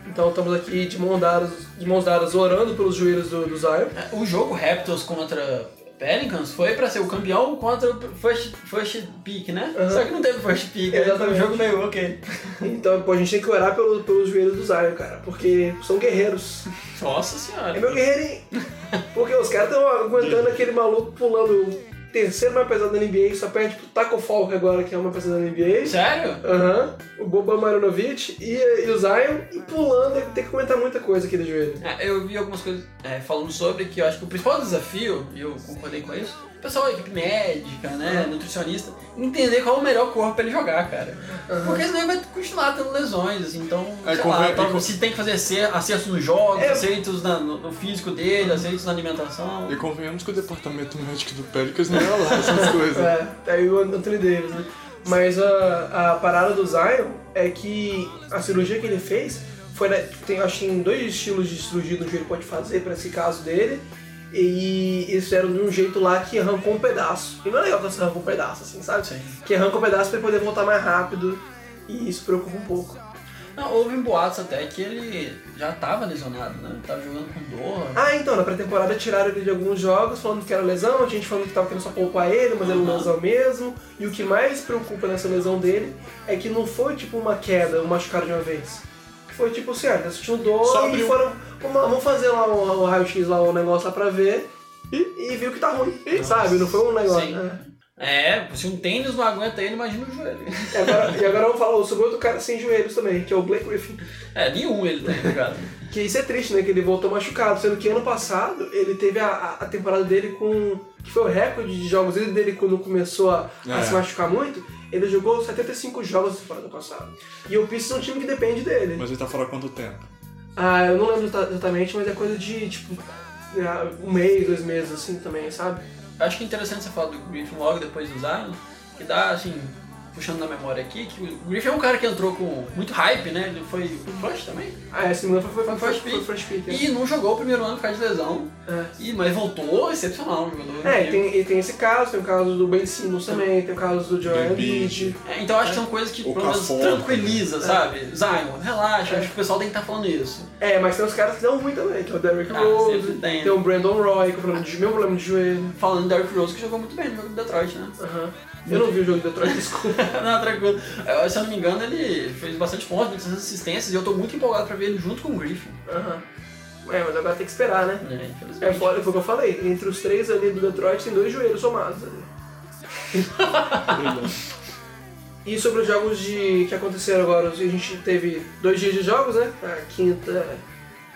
Speaker 1: Então estamos aqui de mãos dadas, de mãos dadas orando pelos joelhos do, do Zion.
Speaker 2: O jogo Raptors contra Pelicans foi pra ser o campeão contra o first, first pick, né?
Speaker 1: Aham.
Speaker 2: Só que não teve first pick. aí
Speaker 1: Exatamente.
Speaker 2: foi um jogo meio ok.
Speaker 1: Então pô, a gente tem que orar pelo, pelos joelhos do Zion, cara, porque são guerreiros.
Speaker 2: Nossa senhora.
Speaker 1: É meu guerreirinho! Porque os caras estão aguentando aquele maluco pulando o terceiro mais pesado da NBA, só perde pro Taco Falk agora, que é o mais pesado da NBA.
Speaker 2: Sério?
Speaker 1: Aham, o Boba Marinovic e, e o Zion, e pulando, tem que comentar muita coisa aqui do joelho.
Speaker 2: É, eu vi algumas coisas é, falando sobre que eu acho que o principal desafio, e eu concordei com isso, o pessoal, equipe médica, né, nutricionista, entender qual é o melhor corpo pra ele jogar, cara. Porque senão ele vai continuar tendo lesões, assim, então,
Speaker 5: É,
Speaker 2: sei
Speaker 5: convém-
Speaker 2: lá,
Speaker 5: e
Speaker 2: pra-
Speaker 5: con-
Speaker 2: se tem que fazer acer- acertos nos jogos,
Speaker 1: É.
Speaker 2: acertos na- no, no físico dele, acertos na alimentação.
Speaker 5: (laughs) E convenhamos que o departamento médico do Pelicans não é lá essas (laughs) coisas.
Speaker 1: É, aí o Anthony Davis, né? Mas a, a parada do Zion é que a cirurgia que ele fez foi, né, tem, acho que tem dois estilos de cirurgia do joelho que pode fazer pra esse caso dele. E eles fizeram de um jeito lá que arrancou um pedaço. E não é legal que você arrancou um pedaço, assim, sabe?
Speaker 2: Sim.
Speaker 1: Que arranca um pedaço pra ele poder voltar mais rápido. E isso preocupa um pouco.
Speaker 2: Não, houve um boatos até que ele já tava lesionado, né, tava jogando com dor.
Speaker 1: Ah, então, na pré-temporada tiraram ele de alguns jogos, falando que era lesão, a gente falando que tava querendo só poupar ele, mas era uma
Speaker 2: Aham.
Speaker 1: lesão mesmo. E o que mais preocupa nessa lesão dele é que não foi tipo uma queda, um machucado de uma vez. Foi tipo assim, ah, eles tinham dor
Speaker 5: Só
Speaker 1: e
Speaker 5: abriu.
Speaker 1: foram. "Vamos- vamos fazer lá o um, raio-x lá, o negócio lá pra ver. E, e viu que tá ruim, sabe? Não foi um negócio.
Speaker 2: Sim.
Speaker 1: né?
Speaker 2: É, se um tênis não aguenta ele, imagina o joelho.
Speaker 1: E agora, e
Speaker 2: (laughs)
Speaker 1: agora eu vou falar sobre outro cara sem joelhos também, que é o Blake Griffin.
Speaker 2: É, nenhum ele tem, cara.
Speaker 1: Que isso é triste, né? Que ele voltou machucado. Sendo que ano passado ele teve a, a- a temporada dele com. que foi o recorde de jogos dele, dele quando começou a, a
Speaker 5: É.
Speaker 1: se machucar muito. Ele jogou 75 jogos na temporada passada. E o Pistons é um time que depende dele.
Speaker 5: Mas ele tá fora há quanto tempo?
Speaker 1: Ah, eu não lembro exata- exatamente, mas é coisa de tipo. ah, Um mês, dois meses assim também, sabe?
Speaker 2: Eu acho que é interessante você falar do Griffin logo depois do Zion, que dá, assim, puxando na memória aqui, que o Griffin é um cara que entrou com muito hype, né? Ele foi pro Flash também.
Speaker 1: Ah, é, se não me engano, foi, foi,
Speaker 2: Foi
Speaker 1: foi,
Speaker 2: first
Speaker 1: foi,
Speaker 2: pick.
Speaker 1: foi first pick. é.
Speaker 2: E não jogou o primeiro ano por causa de lesão.
Speaker 1: É.
Speaker 2: E, mas voltou, excepcional, um jogador.
Speaker 1: É, e
Speaker 2: incrível.
Speaker 1: tem, e tem esse caso, tem o caso do Ben Simmons também, tem o caso do Joel
Speaker 5: Do Embiid.
Speaker 1: Embiid.
Speaker 2: É, então eu acho que são coisas que
Speaker 5: O
Speaker 2: pelo menos
Speaker 5: Cafona.
Speaker 2: tranquiliza, sabe? Zion, relaxa, acho que o pessoal tem que estar falando isso.
Speaker 1: É, mas tem os caras que dão ruim também, tem o Derrick
Speaker 2: Ah,
Speaker 1: Rose,
Speaker 2: sempre tem.
Speaker 1: tem o Brandon Roy, com problema de, meu problema de joelho.
Speaker 2: Falando do Derrick Rose que jogou muito bem no jogo do
Speaker 1: (laughs)
Speaker 2: Detroit, né?
Speaker 1: Aham. Eu não vi o jogo de Detroit, desculpa.
Speaker 2: não, tranquilo. Eu, se eu não me engano, ele fez bastante pontos, muitas assistências, e eu tô muito empolgado pra ver ele junto com o Griffin.
Speaker 1: Aham. É, mas agora tem que esperar, né?
Speaker 2: Né?
Speaker 1: É
Speaker 2: Infelizmente.
Speaker 1: fora, foi o que eu falei, entre os três ali do Detroit tem dois joelhos somados ali. E sobre os jogos de que aconteceram agora, a gente teve dois dias de jogos, né? A quinta,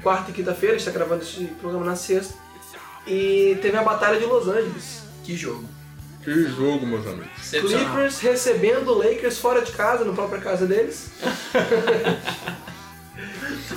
Speaker 1: quarta e quinta-feira, a gente tá gravando esse programa na sexta. E teve a Batalha de Los Angeles.
Speaker 2: Que jogo.
Speaker 5: Que jogo, meus amigos.
Speaker 2: Excepcional.
Speaker 1: Clippers recebendo o Lakers fora de casa, na própria casa deles.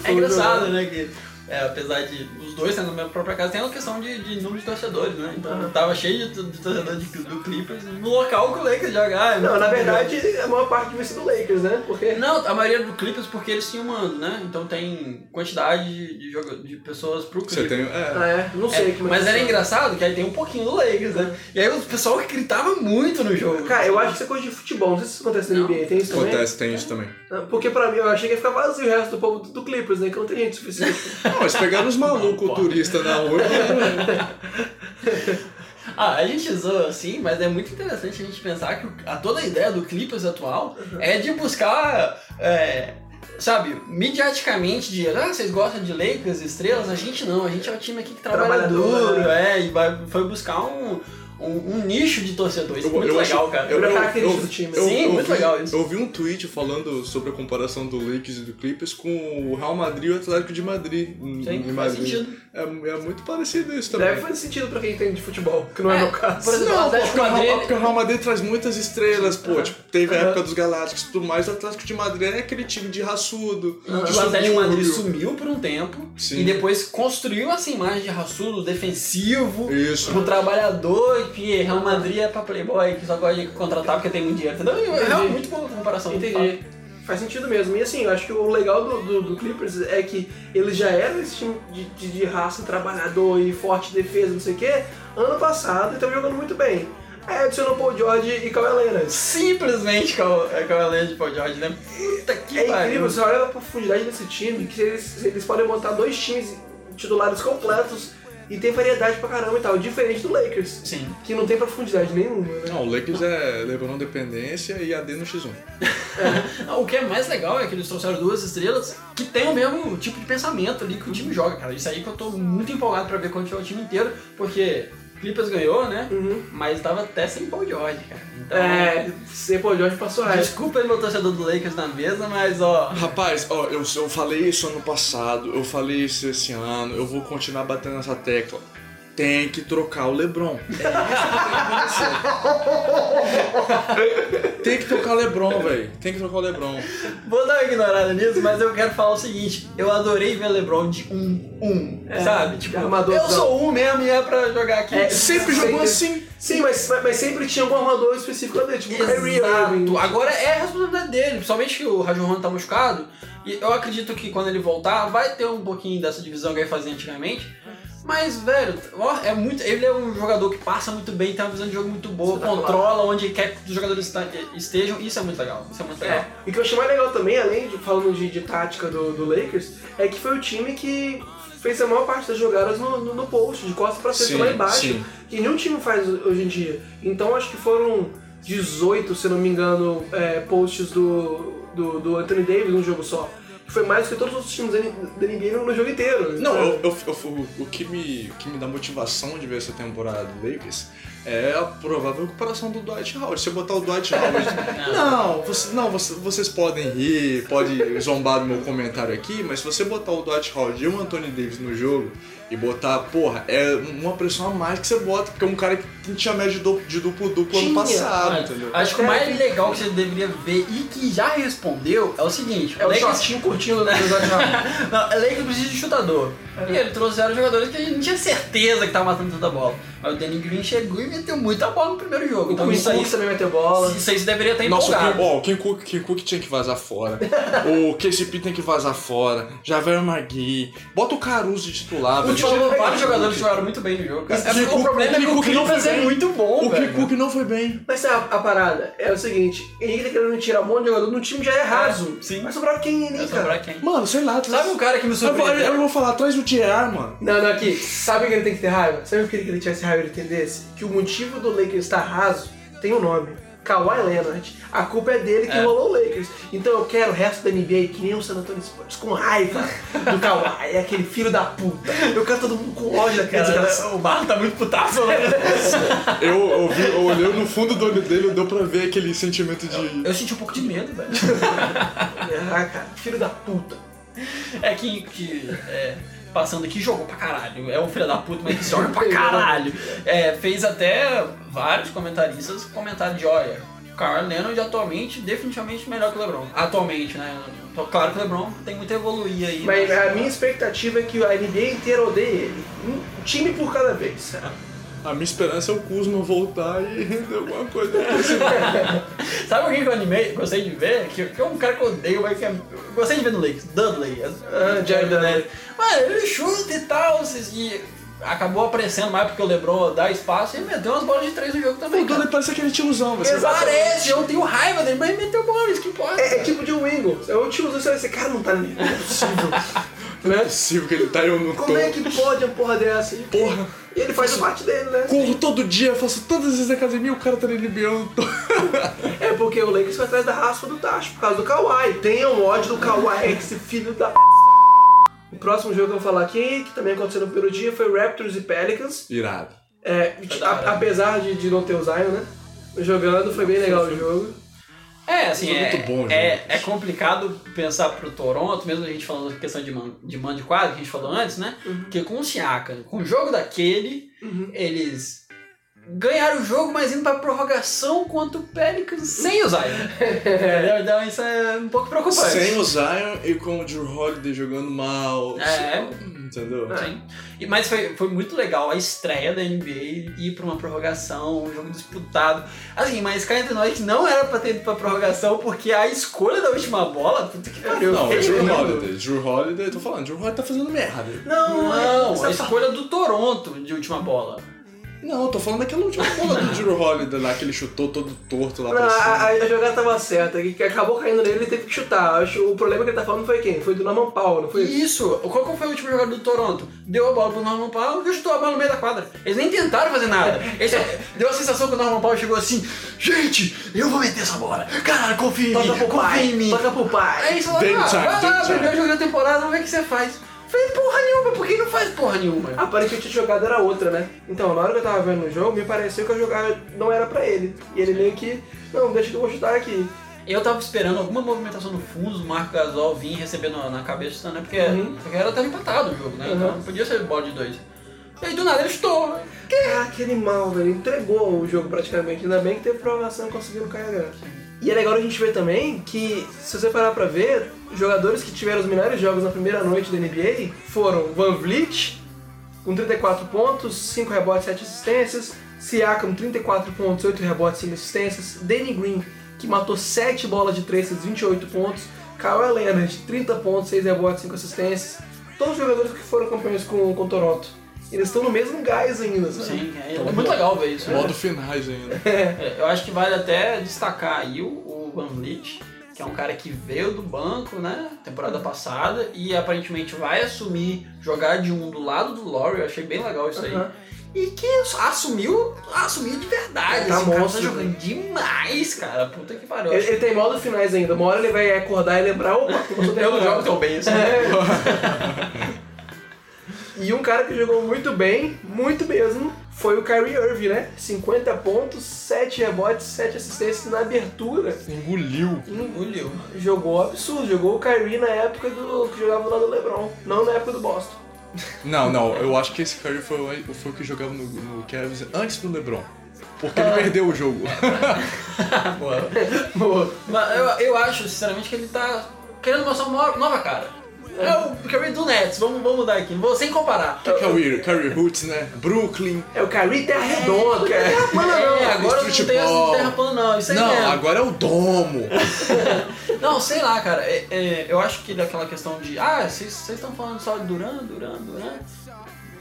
Speaker 2: É engraçado, né? Que, é, apesar de os dois sendo na minha própria casa, tem uma questão de, de número de torcedores, né? Então tava cheio de, de torcedores de- do Clippers no local que o Lakers joga. Ah, é
Speaker 1: Não,
Speaker 2: muito
Speaker 1: na
Speaker 2: legal.
Speaker 1: verdade, a maior parte devia ser do Lakers, né? Porque
Speaker 2: Não, a maioria do Clippers porque eles tinham mando, né? Então tem quantidade de, de, joga- de pessoas pro Clippers.
Speaker 5: Você tem. É,
Speaker 1: Ah, é, não sei
Speaker 2: É,
Speaker 1: como é
Speaker 2: mas
Speaker 1: que
Speaker 2: era
Speaker 1: funciona.
Speaker 2: engraçado que aí tem um pouquinho do Lakers, né? E aí o pessoal gritava muito no jogo.
Speaker 1: Cara, eu acho que isso é coisa de futebol, não sei se isso acontece na NBA, tem isso também?
Speaker 5: acontece, tem isso também.
Speaker 1: Não, Porque pra mim, eu achei que ia ficar vazio o resto do povo do, do Clippers, né? Que não tem gente
Speaker 5: (laughs)
Speaker 1: suficiente.
Speaker 5: Não, eles pegaram os malucos turistas na (laughs) rua.
Speaker 2: Ah, a gente zoa assim, mas é muito interessante a gente pensar que o- a, toda a ideia do Clippers atual é de buscar, é, sabe, midiaticamente de, ah, vocês gostam de Lakers, estrelas? A gente não, a gente é o time aqui que trabalha
Speaker 1: Trabalhador,
Speaker 2: duro, é, e vai- foi buscar um, um, um nicho de torcedor. Isso é muito legal,
Speaker 5: acho-
Speaker 2: cara.
Speaker 1: eu- Sobre a característica do time.
Speaker 2: Sim, muito
Speaker 5: vi,
Speaker 2: legal isso.
Speaker 5: Eu vi um tweet falando sobre a comparação do Lakers e do Clippers com o Real Madrid e o Atlético de Madrid. em-
Speaker 2: Sim,
Speaker 5: em
Speaker 2: faz
Speaker 5: Madrid.
Speaker 2: sentido.
Speaker 5: É, é muito parecido isso também.
Speaker 1: Deve fazer sentido pra quem entende de futebol, que não é,
Speaker 2: É,
Speaker 1: meu caso.
Speaker 2: por exemplo, o
Speaker 5: Não,
Speaker 2: Atlético
Speaker 5: porque, o
Speaker 2: Madrid-
Speaker 5: Real, porque o Real Madrid traz muitas estrelas, pô. Tipo, teve a
Speaker 1: Aham.
Speaker 5: época dos Galácticos e tudo mais. O Atlético de Madrid é aquele time de raçudo. de
Speaker 2: O Atlético de Madrid
Speaker 5: subúrbio.
Speaker 2: sumiu por um tempo
Speaker 5: Sim.
Speaker 2: e depois construiu essa imagem de raçudo defensivo,
Speaker 5: Isso.
Speaker 2: Tipo, o trabalhador que Real Madrid é pra playboy, que só gosta de contratar porque tem muito dinheiro, entendeu? É
Speaker 1: Entendi.
Speaker 2: muito boa a comparação.
Speaker 1: Entendi. Faz sentido mesmo. E assim, eu acho que o legal do, do- do Clippers é que ele já era esse time de, de- de raça trabalhador e forte defesa, não sei o quê, ano passado e tava jogando muito bem. Aí adicionou Paul George e Kawhi Leonard.
Speaker 2: Simplesmente é com a- com a lei de Paul George, né? Puta que
Speaker 1: É
Speaker 2: pariu.
Speaker 1: incrível, você olha a profundidade desse time, que eles, eles podem montar dois times titulares completos e tem variedade pra caramba e tal, diferente do Lakers.
Speaker 2: Sim.
Speaker 1: Que não tem profundidade nenhuma, né?
Speaker 5: Não, o Lakers é LeBron dependência e AD no X1.
Speaker 2: O que é mais legal é que eles trouxeram duas estrelas que tem o mesmo tipo de pensamento ali que o time joga, cara. Isso aí que eu tô muito empolgado pra ver quando tiver o time inteiro, porque Clippers ganhou, né?
Speaker 1: Uhum.
Speaker 2: Mas tava até sem Paul George, cara. Então,
Speaker 1: É, você, pô, Jorge passou raiva.
Speaker 2: Desculpa aí meu torcedor do Lakers na mesa, mas ó.
Speaker 5: Rapaz, ó, eu, eu falei isso ano passado, eu falei isso esse ano, eu vou continuar batendo essa tecla. Tem que trocar o Lebron. É isso que tem que acontecer. Tem que trocar o Lebron, velho. Tem que trocar o Lebron.
Speaker 2: Vou dar uma ignorada nisso, mas eu quero falar o seguinte: eu adorei ver LeBron de 1-1, um, um,
Speaker 1: É,
Speaker 2: sabe? Tipo,
Speaker 1: armador
Speaker 2: eu
Speaker 1: do-
Speaker 2: sou um mesmo e é pra jogar aqui.
Speaker 1: É,
Speaker 5: Sempre jogou assim.
Speaker 1: Sim, mas, mas- mas sempre tinha algum armador específico ali, tipo Kyrie Irving.
Speaker 2: Exato. Agora é a responsabilidade dele, principalmente que o Rajon tá machucado. E eu acredito que quando ele voltar, vai ter um pouquinho dessa divisão que ele fazia antigamente. Mas, velho, ó, é muito. Ele é um jogador que passa muito bem, tem uma visão de jogo muito boa,
Speaker 1: Isso tá
Speaker 2: controla onde quer que os jogadores esta- estejam. Isso é muito legal. Isso é muito legal.
Speaker 1: É. E o que eu achei mais legal também, além de falando de, de tática do, do Lakers, é que foi o time que fez a maior parte das jogadas no, no, no post, de costas pra cesta
Speaker 5: Sim,
Speaker 1: lá embaixo,
Speaker 5: sim.
Speaker 1: que nenhum time faz hoje em dia. Então acho que foram 18, se não me engano, é, posts do, do, do Anthony Davis num jogo só. Que Foi mais do que todos os outros times da N- da NBA no, no jogo inteiro. Então,
Speaker 5: Não, eu, eu- eu- o, que me, o que me dá motivação de ver essa temporada do Lakers é a provável recuperação do Dwight Howard. Se eu botar o Dwight Howard. (laughs) não, você- não você- vocês podem rir, pode zombar do meu comentário aqui, mas se você botar o Dwight Howard e o Anthony Davis no jogo e botar, porra, é uma pressão a mais que você bota, porque é um cara que tinha média de duplo- de duplo-duplo ano
Speaker 1: Tinha,
Speaker 5: passado,
Speaker 2: Olha,
Speaker 5: entendeu?
Speaker 2: Acho que o mais legal que você deveria ver e que já respondeu é o um seguinte:
Speaker 1: É o
Speaker 2: Lakers-
Speaker 1: shortinho curtindo, né?
Speaker 2: (laughs) é Não, o Lakers precisa de chutador. E ele trouxeram jogadores que a gente não tinha certeza que tava matando tanta bola. Mas o Danny Green chegou e meteu muita bola no primeiro jogo.
Speaker 1: O
Speaker 2: Então
Speaker 1: Queen
Speaker 2: isso aí,
Speaker 1: Cook também vai ter bola.
Speaker 2: isso aí você deveria estar
Speaker 5: Nossa, o Kim,
Speaker 2: Tá empolgado.
Speaker 5: ó, o Kim Cook, Kim Cook tinha que vazar fora. o KCP tem que vazar fora. Javier Magui. Bota o Caruso de titular.
Speaker 2: O
Speaker 5: velho.
Speaker 2: Thiago,
Speaker 5: Tira
Speaker 2: vários
Speaker 5: Kim
Speaker 2: jogadores
Speaker 5: Cook.
Speaker 2: jogaram muito bem no jogo, cara.
Speaker 5: Esse
Speaker 2: É porque
Speaker 5: Kim
Speaker 2: o
Speaker 5: Cook-
Speaker 2: problema é
Speaker 5: Kim
Speaker 2: que o
Speaker 5: Cook não
Speaker 2: Clippers
Speaker 5: foi
Speaker 2: é
Speaker 5: bem.
Speaker 2: muito bom,
Speaker 5: O Kim
Speaker 2: velho.
Speaker 5: Cook não foi bem.
Speaker 1: Mas sabe, a parada é o seguinte, Henrique tá querendo tirar um monte de jogador, no time já é raso.
Speaker 2: sim.
Speaker 1: Vai sobrar quem ali,
Speaker 2: Vai
Speaker 1: cara?
Speaker 2: sobrar quem?
Speaker 5: Mano, sei lá. traz-
Speaker 2: Sabe um cara que me
Speaker 5: Eu vou-
Speaker 2: surpreendeu?
Speaker 5: Eu vou falar, atrás do Diar, mano.
Speaker 1: é Não, não, aqui. Sabe o que ele tem que ter raiva? Sabe o que ele que ele tivesse raiva ele entendesse? Que o motivo do Lakers estar raso tem um nome. Kawhi Leonard. A culpa é dele que rolou o Lakers. Então eu quero o resto da NBA que nem o San Antonio Spurs, com raiva do Kawhi, é aquele filho da puta. Eu quero todo mundo com ódio daquele desgraçado.
Speaker 2: Cara, o Barro tá muito putaço, né?
Speaker 5: Eu, eu, vi- eu olhei no fundo do olho dele, deu pra ver aquele sentimento de.
Speaker 2: Eu senti um pouco de medo, velho.
Speaker 1: Ah, cara, filho da puta.
Speaker 2: É que, que é, passando aqui, jogou pra caralho. É um filho da puta, mas que joga pra caralho. É, fez até vários comentaristas comentário de, olha, o Kawhi Leonard atualmente, definitivamente melhor que o LeBron. Atualmente, né? Então, Claro que o LeBron tem muito a evoluir aí. né?
Speaker 1: Mas a minha expectativa é que a NBA inteira odeie ele. Um time por cada vez. sabe?
Speaker 5: A minha esperança é o Kuzma voltar e render alguma coisa.
Speaker 2: (laughs)
Speaker 5: Esse-
Speaker 2: Sabe alguém que eu animei, gostei de ver? Que, que é um cara que eu odeio, mas que é, eu gostei de ver no Lakers, Dudley.
Speaker 1: Ah, Jared Dudley.
Speaker 2: Mano, ele chuta e tal, e acabou aparecendo mais porque o LeBron dá espaço e meteu umas bolas de três no jogo também.
Speaker 5: O Dona
Speaker 2: cara.
Speaker 5: parece aquele tiozão, você.
Speaker 2: Parece, É eu tenho raiva dele, mas ele meteu bola, isso que importa.
Speaker 1: É, é tipo de Wingo. Eu te uso esse cara não tá nem. Não é possível.
Speaker 5: Não é possível que ele tá eu no
Speaker 1: Como é
Speaker 5: topo.
Speaker 1: que pode uma porra dessa? E
Speaker 5: Porra.
Speaker 1: ele faz a parte dele, né?
Speaker 5: Corro todo dia, faço todas as vezes academia, o cara tá libiando.
Speaker 1: É porque o Lakers foi atrás da raça do Tacho por causa do Kawhi. Tenham ódio do Kawhi, (laughs) esse filho da. O próximo jogo que eu vou falar aqui, que também aconteceu no primeiro dia, foi Raptors e Pelicans.
Speaker 5: (laughs) Irado.
Speaker 1: É, a- apesar de, de não ter o Zion, né? Jogando, foi bem legal o jogo.
Speaker 2: É, assim,
Speaker 5: Isso é
Speaker 2: é,
Speaker 5: muito bom,
Speaker 2: é,
Speaker 5: gente.
Speaker 2: é complicado pensar pro Toronto, mesmo a gente falando da questão de mão de, mão de quadro, que a gente falou antes, né? Porque com o Siaka, com o jogo daquele, eles ganharam o jogo, mas indo pra prorrogação contra o Pelicans sem (laughs) usar. Entendeu? Então isso é um pouco preocupante.
Speaker 5: Sem o Zion e com o Drew Holiday jogando mal.
Speaker 2: É.
Speaker 5: Entendeu?
Speaker 2: Sim. E- Mas foi, foi muito legal a estreia da NBA ir pra uma prorrogação, um jogo disputado. Assim, mas cá entre nós não era pra ter ido pra prorrogação, porque a escolha da última bola, puta que pariu.
Speaker 5: Não, é
Speaker 2: fiquei
Speaker 5: Drew
Speaker 2: doido.
Speaker 5: Holiday. Drew Holiday, eu tô falando, Drew Holiday tá fazendo merda.
Speaker 2: Não, é não, a
Speaker 1: essa
Speaker 2: escolha do Toronto de última bola.
Speaker 5: Não, eu tô falando daquela última bola do Drew Holiday lá, que ele chutou todo torto lá
Speaker 1: Não,
Speaker 5: pra
Speaker 1: a, a-
Speaker 2: Ah,
Speaker 5: cima.
Speaker 1: a jogada tava certa, que que acabou caindo nele ele teve que chutar. Acho, o problema que ele tá falando foi quem? Foi do Norman Powell, não foi?
Speaker 2: E isso, qual que foi o último jogador do Toronto? Deu a bola pro Norman Powell e chutou a bola no meio da quadra. Eles nem tentaram fazer nada. (laughs) Eles só- deu a sensação que o Norman Powell chegou assim, gente, eu vou meter essa bola. Caralho, confia em
Speaker 1: Toca
Speaker 2: mim,
Speaker 1: pro
Speaker 2: confia em
Speaker 1: pai,
Speaker 2: mim.
Speaker 1: toca pro pai.
Speaker 2: Aí eles falaram,
Speaker 5: Dame
Speaker 2: ah,
Speaker 5: time,
Speaker 2: vai
Speaker 5: dame
Speaker 2: lá,
Speaker 5: time.
Speaker 2: primeiro jogo da temporada, vamos ver o que você faz. Falei, porra nenhuma, por que não faz porra nenhuma?
Speaker 1: Aparentemente a jogada era outra, né? Então, na hora que eu tava vendo o jogo, me pareceu que a jogada não era pra ele. E ele meio que, não, deixa que eu vou chutar aqui.
Speaker 2: Eu tava esperando alguma movimentação no fundo, o Marco Gasol vir recebendo na, na cabeça, né? Porque,
Speaker 1: Uhum.
Speaker 2: porque era tava empatado o jogo, né? Então não podia ser bola de dois. E aí do nada ele chutou. né?
Speaker 1: Ah, aquele mal, velho. Entregou o jogo praticamente. Ainda bem que teve prorrogação e conseguiram carregar. E é legal a gente ver também que, se você parar pra ver, jogadores que tiveram os melhores jogos na primeira noite da NBA foram Van Vliet, com 34 pontos, 5 rebotes, 7 assistências. Siakam, 34 pontos, 8 rebotes, 5 assistências. Danny Green, que matou 7 bolas de 3, fez 28 pontos. Kawhi Leonard, 30 pontos, 6 rebotes, 5 assistências. Todos os jogadores que foram campeões com, com Toronto. Eles estão no mesmo gás ainda, sabe?
Speaker 2: Sim, é, é muito legal ver isso. né?
Speaker 5: Modo finais ainda.
Speaker 2: É, eu acho que vale até destacar aí o, o Van Vliet, que é um cara que veio do banco, né?
Speaker 1: Uhum.
Speaker 2: Temporada passada, e aparentemente vai assumir jogar de um do lado do Laurie, eu achei bem legal isso aí.
Speaker 1: Aham.
Speaker 2: E que assumiu, assumiu de verdade.
Speaker 1: Tá
Speaker 2: assim, o cara tá
Speaker 1: monstro,
Speaker 2: jogando demais, cara. Puta que pariu.
Speaker 1: Ele, ele tem modo finais ainda. Uma hora ele vai acordar e lembrar, opa, eu sou
Speaker 2: (laughs) Eu não
Speaker 1: temporada.
Speaker 2: jogo tão bem assim. (laughs)
Speaker 1: E um cara que jogou muito bem, muito mesmo, foi o Kyrie Irving, né? 50 pontos, 7 rebotes, 7 assistências na abertura.
Speaker 5: Engoliu.
Speaker 2: Um Engoliu.
Speaker 1: Jogou absurdo, jogou o Kyrie na época do que jogava lá do LeBron, não na época do Boston.
Speaker 5: Não, não, eu acho que esse Curry foi, o- foi o que jogava no, no Cavs antes do LeBron. Porque
Speaker 2: Ah.
Speaker 5: ele perdeu
Speaker 2: (laughs)
Speaker 5: o jogo.
Speaker 2: Mas eu, eu acho, sinceramente, que ele tá querendo mostrar uma nova cara. É o Curry do Nets, vamos, vamos mudar aqui, vou, sem comparar.
Speaker 5: Curry, Curry Roots, né? Brooklyn.
Speaker 1: É o Kyrie Terra Redonda, cara. É,
Speaker 2: É, agora não tem
Speaker 5: Street
Speaker 2: essa
Speaker 5: Ball.
Speaker 2: terra plana, não, isso aí
Speaker 5: Não,
Speaker 2: mesmo.
Speaker 5: agora é o domo.
Speaker 2: Não, sei lá, cara. É- é, eu acho que daquela questão de. Ah, vocês vocês estão falando só de Duran, Duran, Duran.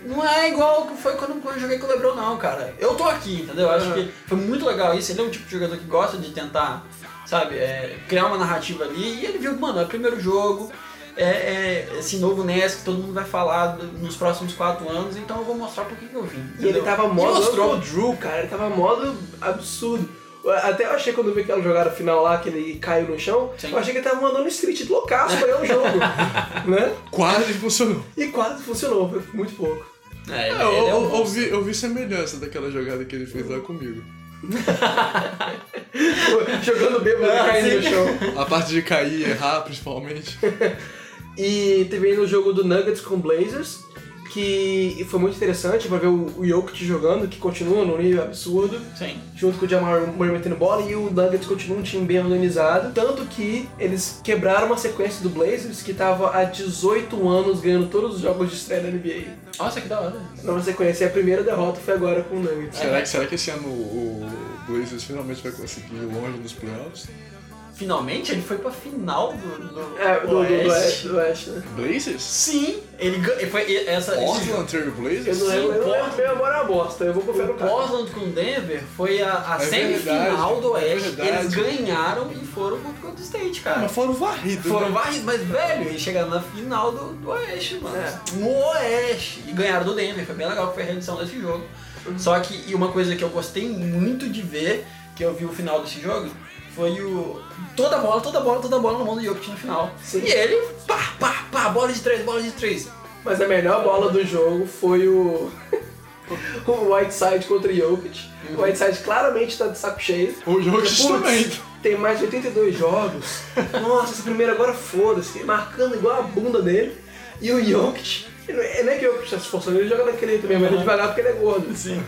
Speaker 2: Não é igual que foi quando eu joguei com o Lebron, não, cara. Eu tô aqui, entendeu? Eu
Speaker 1: Uhum.
Speaker 2: acho que foi muito legal isso. Ele é um tipo de jogador que gosta de tentar, sabe, é, criar uma narrativa ali. E ele viu, mano, é o primeiro jogo. É, é esse novo NES que todo mundo vai falar do- nos próximos quatro anos, então eu vou mostrar por que que eu vim.
Speaker 1: E ele
Speaker 2: entendeu?
Speaker 1: tava
Speaker 2: E
Speaker 1: modo
Speaker 2: mostrou.
Speaker 1: Uncle Drew, cara. Ele tava modo absurdo. Até eu achei quando eu vi aquela jogada final lá, que ele caiu no chão,
Speaker 2: Sim.
Speaker 1: eu achei que ele tava mandando street loucaço pra ganhar o
Speaker 2: (laughs)
Speaker 1: jogo. né?
Speaker 5: Quase funcionou.
Speaker 1: E quase funcionou, foi muito pouco.
Speaker 2: É, ele,
Speaker 5: É, eu,
Speaker 2: ele é um
Speaker 5: eu- eu
Speaker 2: monstro.
Speaker 5: vi, eu vi semelhança daquela jogada que ele fez lá comigo.
Speaker 1: Jogando bêbado e caindo no chão.
Speaker 5: A parte de cair e errar, principalmente.
Speaker 1: E teve ainda o jogo do Nuggets com Blazers, que foi muito interessante pra ver o o Jokic jogando, que continua num nível absurdo.
Speaker 2: Sim.
Speaker 1: junto com o Jamal Murray metendo bola e o Nuggets continua um time bem organizado. Tanto que eles quebraram uma sequência do Blazers que tava há 18 anos ganhando todos os jogos de estreia da NBA.
Speaker 2: Nossa, que da hora.
Speaker 1: Nova sequência, e a primeira derrota foi agora com o Nuggets.
Speaker 5: Será que, será que esse ano o o Blazers finalmente vai conseguir ir longe nos playoffs?
Speaker 2: Finalmente ele foi pra final do, do,
Speaker 1: É, do, do, do
Speaker 2: Oeste.
Speaker 1: Oeste, do Oeste, né?
Speaker 5: Blazers?
Speaker 2: Sim, ele gan- ele foi e- essa esse jogo-
Speaker 5: Portland Trail
Speaker 1: Eu
Speaker 5: Blazers?
Speaker 1: não lembro, eu não lembro
Speaker 2: Portland.
Speaker 1: bem agora é uma bosta, eu vou confiar
Speaker 2: o
Speaker 1: no cara.
Speaker 2: Portland com Denver foi a, a
Speaker 5: É
Speaker 2: semifinal
Speaker 5: verdade,
Speaker 2: do
Speaker 5: é
Speaker 2: Oeste.
Speaker 5: verdade.
Speaker 2: Eles ganharam e foram pro Golden State, cara.
Speaker 5: Ah, Mas foram varridos. né?
Speaker 2: Foram vários, mas velho, e chegaram na final do, do Oeste, mano. No Oeste. E ganharam do Denver, foi bem legal, foi a rendição desse jogo. Só que, e uma coisa que eu gostei muito de ver, que eu vi o final desse jogo, foi o. Toda bola, toda bola, toda bola no mundo do Jokic no final.
Speaker 1: Sim.
Speaker 2: E ele, pá, pá, pá, bola de três, bola de três.
Speaker 1: Mas a melhor bola do jogo foi o. (laughs) o Whiteside contra o Jokic. O Whiteside claramente tá de saco cheio.
Speaker 5: O Jokic
Speaker 1: Putz,
Speaker 5: também.
Speaker 1: Tem mais de 82 jogos. Nossa, esse primeiro agora foda-se. Marcando igual a bunda dele. E o Jokic. Não é não é que o Jokic tá se esforçando, ele joga daquele jeito mesmo, ele é devagar porque ele é gordo. Sim.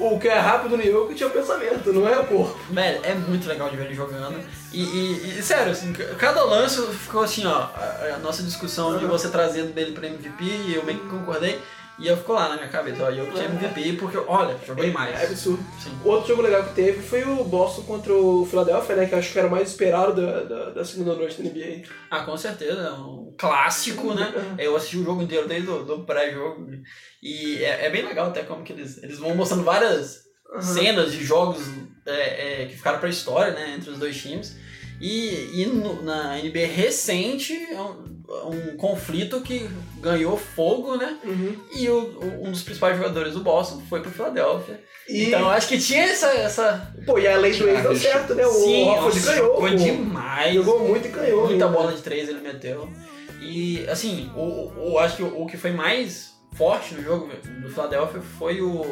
Speaker 1: o, o que (laughs) é rápido no Jokic é o pensamento, não é o corpo.
Speaker 2: Velho, é muito legal de ver ele jogando. E, e- e, sério, assim, c- cada lance ficou assim, ó. A, a nossa discussão de você trazendo dele pra MVP, e eu meio que concordei. E eu ficou lá na minha cabeça, ó, eu tinha MVP porque, olha, joguei
Speaker 1: É
Speaker 2: mais.
Speaker 1: absurdo.
Speaker 2: Sim.
Speaker 1: Outro jogo legal que teve foi o Boston contra o Philadelphia, né? Que eu acho que era o mais esperado da, da, da segunda noite da NBA.
Speaker 2: Ah, com certeza, é um clássico, né?
Speaker 1: É.
Speaker 2: Eu assisti o jogo inteiro desde o do pré-jogo. né? E é, é bem legal até como que eles, eles vão mostrando várias cenas de jogos é, é, que ficaram pra história, né? Entre os dois times. E, e no- na NBA recente é um, um conflito que ganhou fogo, né? E o- o- um dos principais jogadores do Boston foi pro Philadelphia.
Speaker 1: E,
Speaker 2: Então eu acho que tinha essa. essa...
Speaker 1: pô, e a lei do ex deu
Speaker 5: Ah,
Speaker 1: certo, né? O
Speaker 2: nossa,
Speaker 1: Horford ganhou.
Speaker 2: Foi
Speaker 1: pô.
Speaker 2: demais.
Speaker 1: Jogou muito e ganhou. né.
Speaker 2: Muita
Speaker 1: ainda.
Speaker 2: bola de três ele meteu. E, assim, o, o, acho que o, o que foi mais forte no jogo do Philadelphia foi o.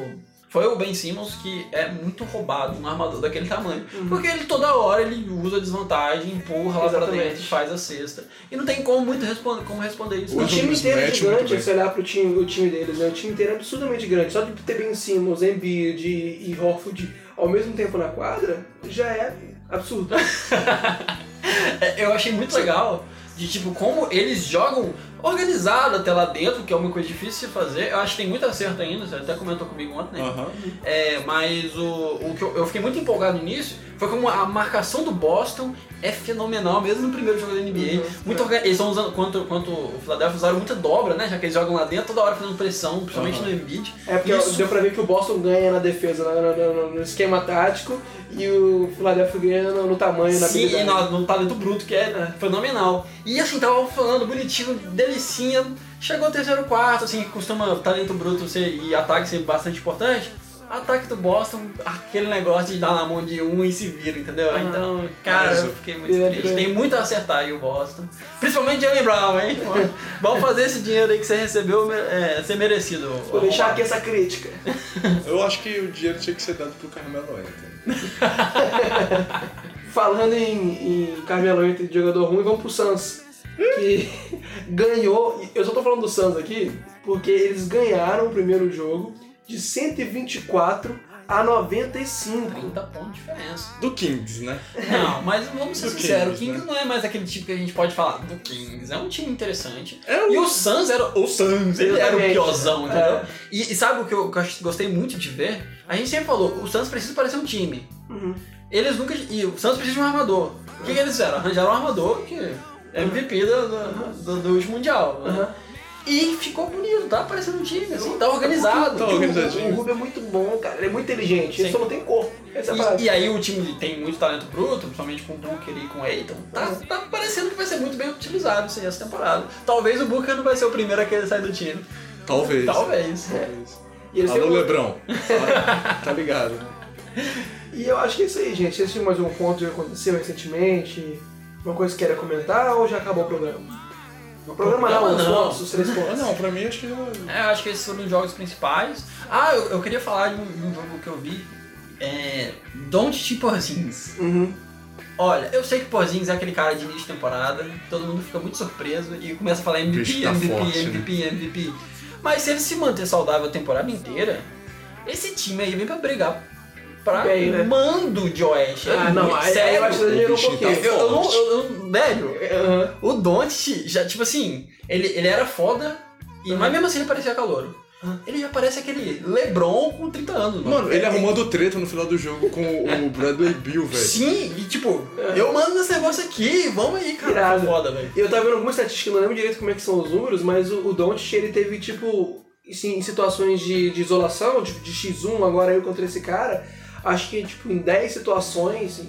Speaker 2: Foi o Ben Simmons que é muito roubado, um armador daquele tamanho. Porque ele toda hora ele usa a desvantagem, empurra lá pra
Speaker 1: Exatamente.
Speaker 2: dentro, faz a cesta. E não tem como muito responder, como responder isso.
Speaker 1: O
Speaker 5: Hoje
Speaker 1: time
Speaker 5: eles
Speaker 1: inteiro é
Speaker 5: metem muito
Speaker 1: gigante,
Speaker 5: bem.
Speaker 1: se olhar pro time, o time deles, né? O time inteiro é absurdamente grande. Só de ter Ben Simmons, Embiid e e Horford ao mesmo tempo na quadra, já é
Speaker 2: (laughs)
Speaker 1: absurdo.
Speaker 2: É, (laughs) Eu achei muito legal de tipo como eles jogam organizado até lá dentro, que é uma coisa difícil de fazer. Eu acho que tem muito acerto ainda, você até comentou comigo ontem, né?
Speaker 5: Aham.
Speaker 2: É, mas o, o que eu, eu fiquei muito empolgado nisso foi como a marcação do Boston é fenomenal, mesmo no primeiro jogo da
Speaker 1: Uhum.
Speaker 2: NBA. muito orga- Eles estão usando, quanto, quanto o Philadelphia, usaram muita dobra, né? Já que eles jogam lá dentro toda hora fazendo pressão, principalmente no Embiid.
Speaker 1: É porque
Speaker 2: Isso
Speaker 1: deu pra ver que o Boston ganha na defesa, na- na- na- no, esquema tático, e o Philadelphia ganha no, no tamanho, na
Speaker 2: Sim, e
Speaker 1: habilidade.
Speaker 2: no, no talento bruto, que é né, fenomenal. E assim, tava falando bonitinho, delicinha. Chegou o terceiro quarto, assim, que costuma talento bruto ser, e ataque ser bastante importante. Ataque do Boston, aquele negócio de dar na mão de um e se vira, entendeu? então, cara, eu fiquei muito
Speaker 1: é,
Speaker 2: triste.
Speaker 1: é.
Speaker 2: Tem muito a acertar aí o Boston. Principalmente Jalen Brown, hein? Mano, Vamos fazer esse dinheiro aí que você recebeu é, ser merecido.
Speaker 1: Vou deixar aqui essa crítica.
Speaker 5: Eu acho que o dinheiro tinha que ser dado pro Carmelo Anthony.
Speaker 1: Falando em, em Carmelo Anthony de jogador ruim, vamos pro Suns. Que (laughs) ganhou. Eu só tô falando do Suns aqui porque eles ganharam o primeiro jogo de 124 a 95.
Speaker 2: 30 pontos de diferença.
Speaker 5: Do Kings, né?
Speaker 2: Não, mas vamos ser
Speaker 5: Do
Speaker 2: sinceros, o
Speaker 5: Kings, né?
Speaker 2: Kings não é mais aquele tipo que a gente pode falar do Kings. É um time interessante.
Speaker 5: É um-
Speaker 2: E o Suns era o Suns, ele era o
Speaker 1: Exatamente.
Speaker 2: piorzão, entendeu?
Speaker 1: É.
Speaker 2: E, e sabe o que eu, que eu acho- gostei muito de ver? A gente sempre falou, o Suns precisa parecer um time.
Speaker 1: Uhum.
Speaker 2: Eles nunca. E o Suns precisa de um armador. O que, que eles fizeram? Arranjaram um armador que é MVP do, do, do- do último Mundial. né?
Speaker 1: Uhum.
Speaker 2: E ficou bonito, tá parecendo um time, assim, tá organizado.
Speaker 5: Tá
Speaker 1: O,
Speaker 5: organizadinho.
Speaker 1: o Rubio é muito bom, cara. Ele é muito inteligente.
Speaker 2: Sim.
Speaker 1: Ele só não tem corpo. Essa é a
Speaker 2: E,
Speaker 1: parada.
Speaker 2: e aí o time tem muito talento bruto, principalmente com o Booker e com o Aiton. Tá, tá parecendo que vai ser muito bem utilizado sim, essa temporada. Talvez o Booker não vai ser o primeiro a querer sair do time.
Speaker 5: Talvez.
Speaker 2: Talvez. é.
Speaker 5: Talvez.
Speaker 1: E eles têm
Speaker 5: Alô,
Speaker 1: um-
Speaker 2: (laughs)
Speaker 5: Lebrão. Tá- tá ligado, né?
Speaker 1: E eu acho que é isso aí, gente. Vocês tinham mais um ponto que aconteceu recentemente? Uma coisa que querem comentar ou já acabou o programa? O programa não,
Speaker 2: Programa
Speaker 1: os
Speaker 2: não.
Speaker 1: pontos, os três
Speaker 5: Ah,
Speaker 1: pontos.
Speaker 5: não, pra mim acho que já...
Speaker 2: É, eu acho que esses foram os jogos principais. Ah, eu, eu queria falar de um, de um jogo que eu vi. É. Don't Chip Porzins.
Speaker 1: Uhum.
Speaker 2: Olha, eu sei que Porzins é aquele cara de início de temporada, todo mundo fica muito surpreso e começa a falar MVP,
Speaker 5: Bicho tá
Speaker 2: MVP,
Speaker 5: forte,
Speaker 2: MVP, MVP. Mas se ele se manter saudável a temporada inteira, esse time aí vem pra brigar pra
Speaker 1: Bem, né?
Speaker 2: mando de Oeste. É
Speaker 1: Ah, não,
Speaker 2: muito-
Speaker 1: aí- aí
Speaker 2: sério.
Speaker 1: eu acho que exagerou um
Speaker 5: O bicho tá
Speaker 1: pouquinho.
Speaker 2: Eu, eu não,
Speaker 5: forte.
Speaker 2: eu- eu- velho,
Speaker 1: Aham.
Speaker 2: o Don't já, tipo assim, ele, ele era foda, e, mas mesmo assim ele parecia calouro. Ele já parece aquele Lebron com 30 anos.
Speaker 5: Mano, ele é arrumando treta no final do jogo com o Bradley Bill, velho.
Speaker 2: Sim, e tipo, eu mando esse negócio aqui, vamos aí, cara.
Speaker 1: Irado.
Speaker 2: Foda, velho.
Speaker 1: E Eu tava vendo algumas estatísticas, não lembro direito como é que são os números, mas o, o Doncic, ele teve, tipo, assim, em situações de, de isolação, tipo, de X1 agora eu contra esse cara, acho que, tipo, em 10 situações,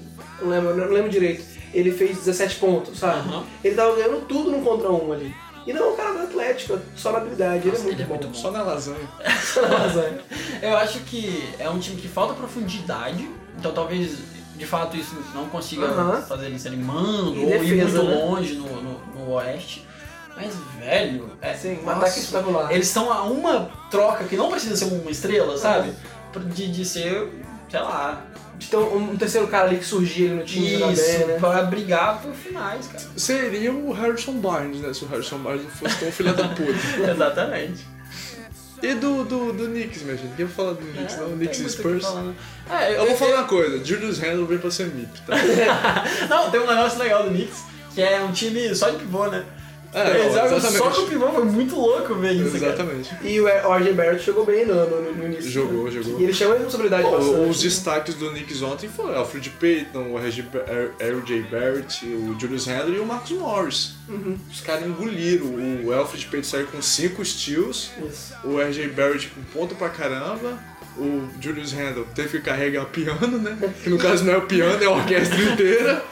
Speaker 1: não lembro, não lembro direito, ele fez 17 pontos, sabe?
Speaker 2: Aham.
Speaker 1: Ele tava ganhando tudo no contra um ali. E não é um cara do Atlético, só na habilidade, ele é muito (laughs) bom. é.
Speaker 5: Só na lasanha.
Speaker 2: Eu acho que é um time que falta profundidade, então talvez de fato isso não consiga
Speaker 1: Aham.
Speaker 2: fazer eles serem mando
Speaker 1: E
Speaker 2: ou ir
Speaker 1: defesa,
Speaker 2: muito
Speaker 1: né?
Speaker 2: longe no, no, no oeste. Mas, velho, é,
Speaker 1: Sim, um
Speaker 2: nossa,
Speaker 1: ataque espetacular.
Speaker 2: Eles estão a uma troca que não precisa ser uma estrela, sabe? De, de ser, sei lá,
Speaker 1: Então, um terceiro cara ali que surgia ali no time jogar bem,
Speaker 2: isso,
Speaker 1: né?
Speaker 2: pra brigar por finais, cara.
Speaker 5: Seria o Harrison Barnes, né? Se o Harrison Barnes não fosse tão filha da puta.
Speaker 2: Exatamente.
Speaker 5: E do, do, do Knicks, minha gente? Quem falar do Knicks, não?
Speaker 2: É, Não tem
Speaker 5: Knicks e
Speaker 2: muito o que
Speaker 5: Spurs.
Speaker 2: falar, né? É,
Speaker 5: Eu vou falar uma coisa, Julius Randle vem pra ser MIP, tá?
Speaker 2: Não, tem um negócio legal do Knicks, que é um time só de pivô, né?
Speaker 5: É,
Speaker 2: Eles
Speaker 5: não,
Speaker 2: jogam
Speaker 5: exatamente.
Speaker 2: Só com o pivô foi muito louco ver isso. cara.
Speaker 5: Exatamente.
Speaker 1: E o RJ Barrett jogou bem no, no, no início.
Speaker 5: Jogou, jogou.
Speaker 1: E ele chama a responsabilidade
Speaker 5: Pô,
Speaker 1: bastante.
Speaker 5: os destaques do Knicks ontem foram Alfred Payton, o RG Ba- R- RJ Barrett, o Julius Randle e o Marcus Morris.
Speaker 2: Uhum.
Speaker 5: Os caras engoliram. O Alfred Payton saiu com 5 steals,
Speaker 1: Isso.
Speaker 5: o RJ Barrett com ponto pra caramba, o Julius Randle teve que carregar piano, né? Que no caso não é o piano, é a orquestra inteira.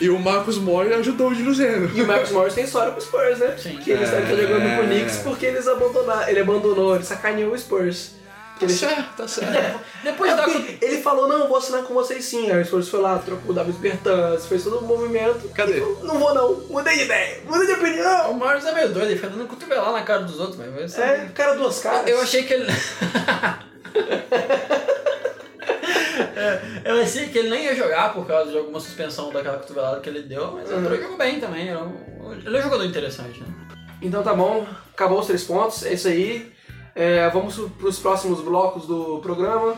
Speaker 5: E o Marcus Morris ajudou o Julius
Speaker 1: E
Speaker 5: Randle.
Speaker 1: o Marcus Morris tem história com o Spurs, né?
Speaker 2: Sim.
Speaker 1: Que ele está jogando com o
Speaker 5: É.
Speaker 1: Knicks porque eles abandonaram, ele abandonou, ele sacaneou o Spurs. Que
Speaker 5: Tá
Speaker 1: ele-
Speaker 5: certo,
Speaker 1: (laughs)
Speaker 5: tá certo.
Speaker 2: Depois
Speaker 1: É
Speaker 2: da.
Speaker 1: porque ele falou, não, eu vou assinar com vocês sim. Aí o Spurs foi lá, trocou o Davis Bertans, fez todo o movimento.
Speaker 5: Cadê? Tá
Speaker 1: E falou, Não vou não, mudei de ideia, mudei de
Speaker 2: O
Speaker 1: opinião.
Speaker 2: Morris é meio doido, ele fica dando cotovelada na cara dos outros, mas vai ser-
Speaker 1: É, cara duas caras.
Speaker 2: Eu achei que ele. É, Eu achei que ele nem ia jogar por causa de alguma suspensão daquela cotovelada que ele deu, mas entrou e jogou bem também. era um- Ele é um jogador interessante, né?
Speaker 1: Então tá bom, acabou os três pontos, é isso aí. É, vamos para os próximos blocos do programa.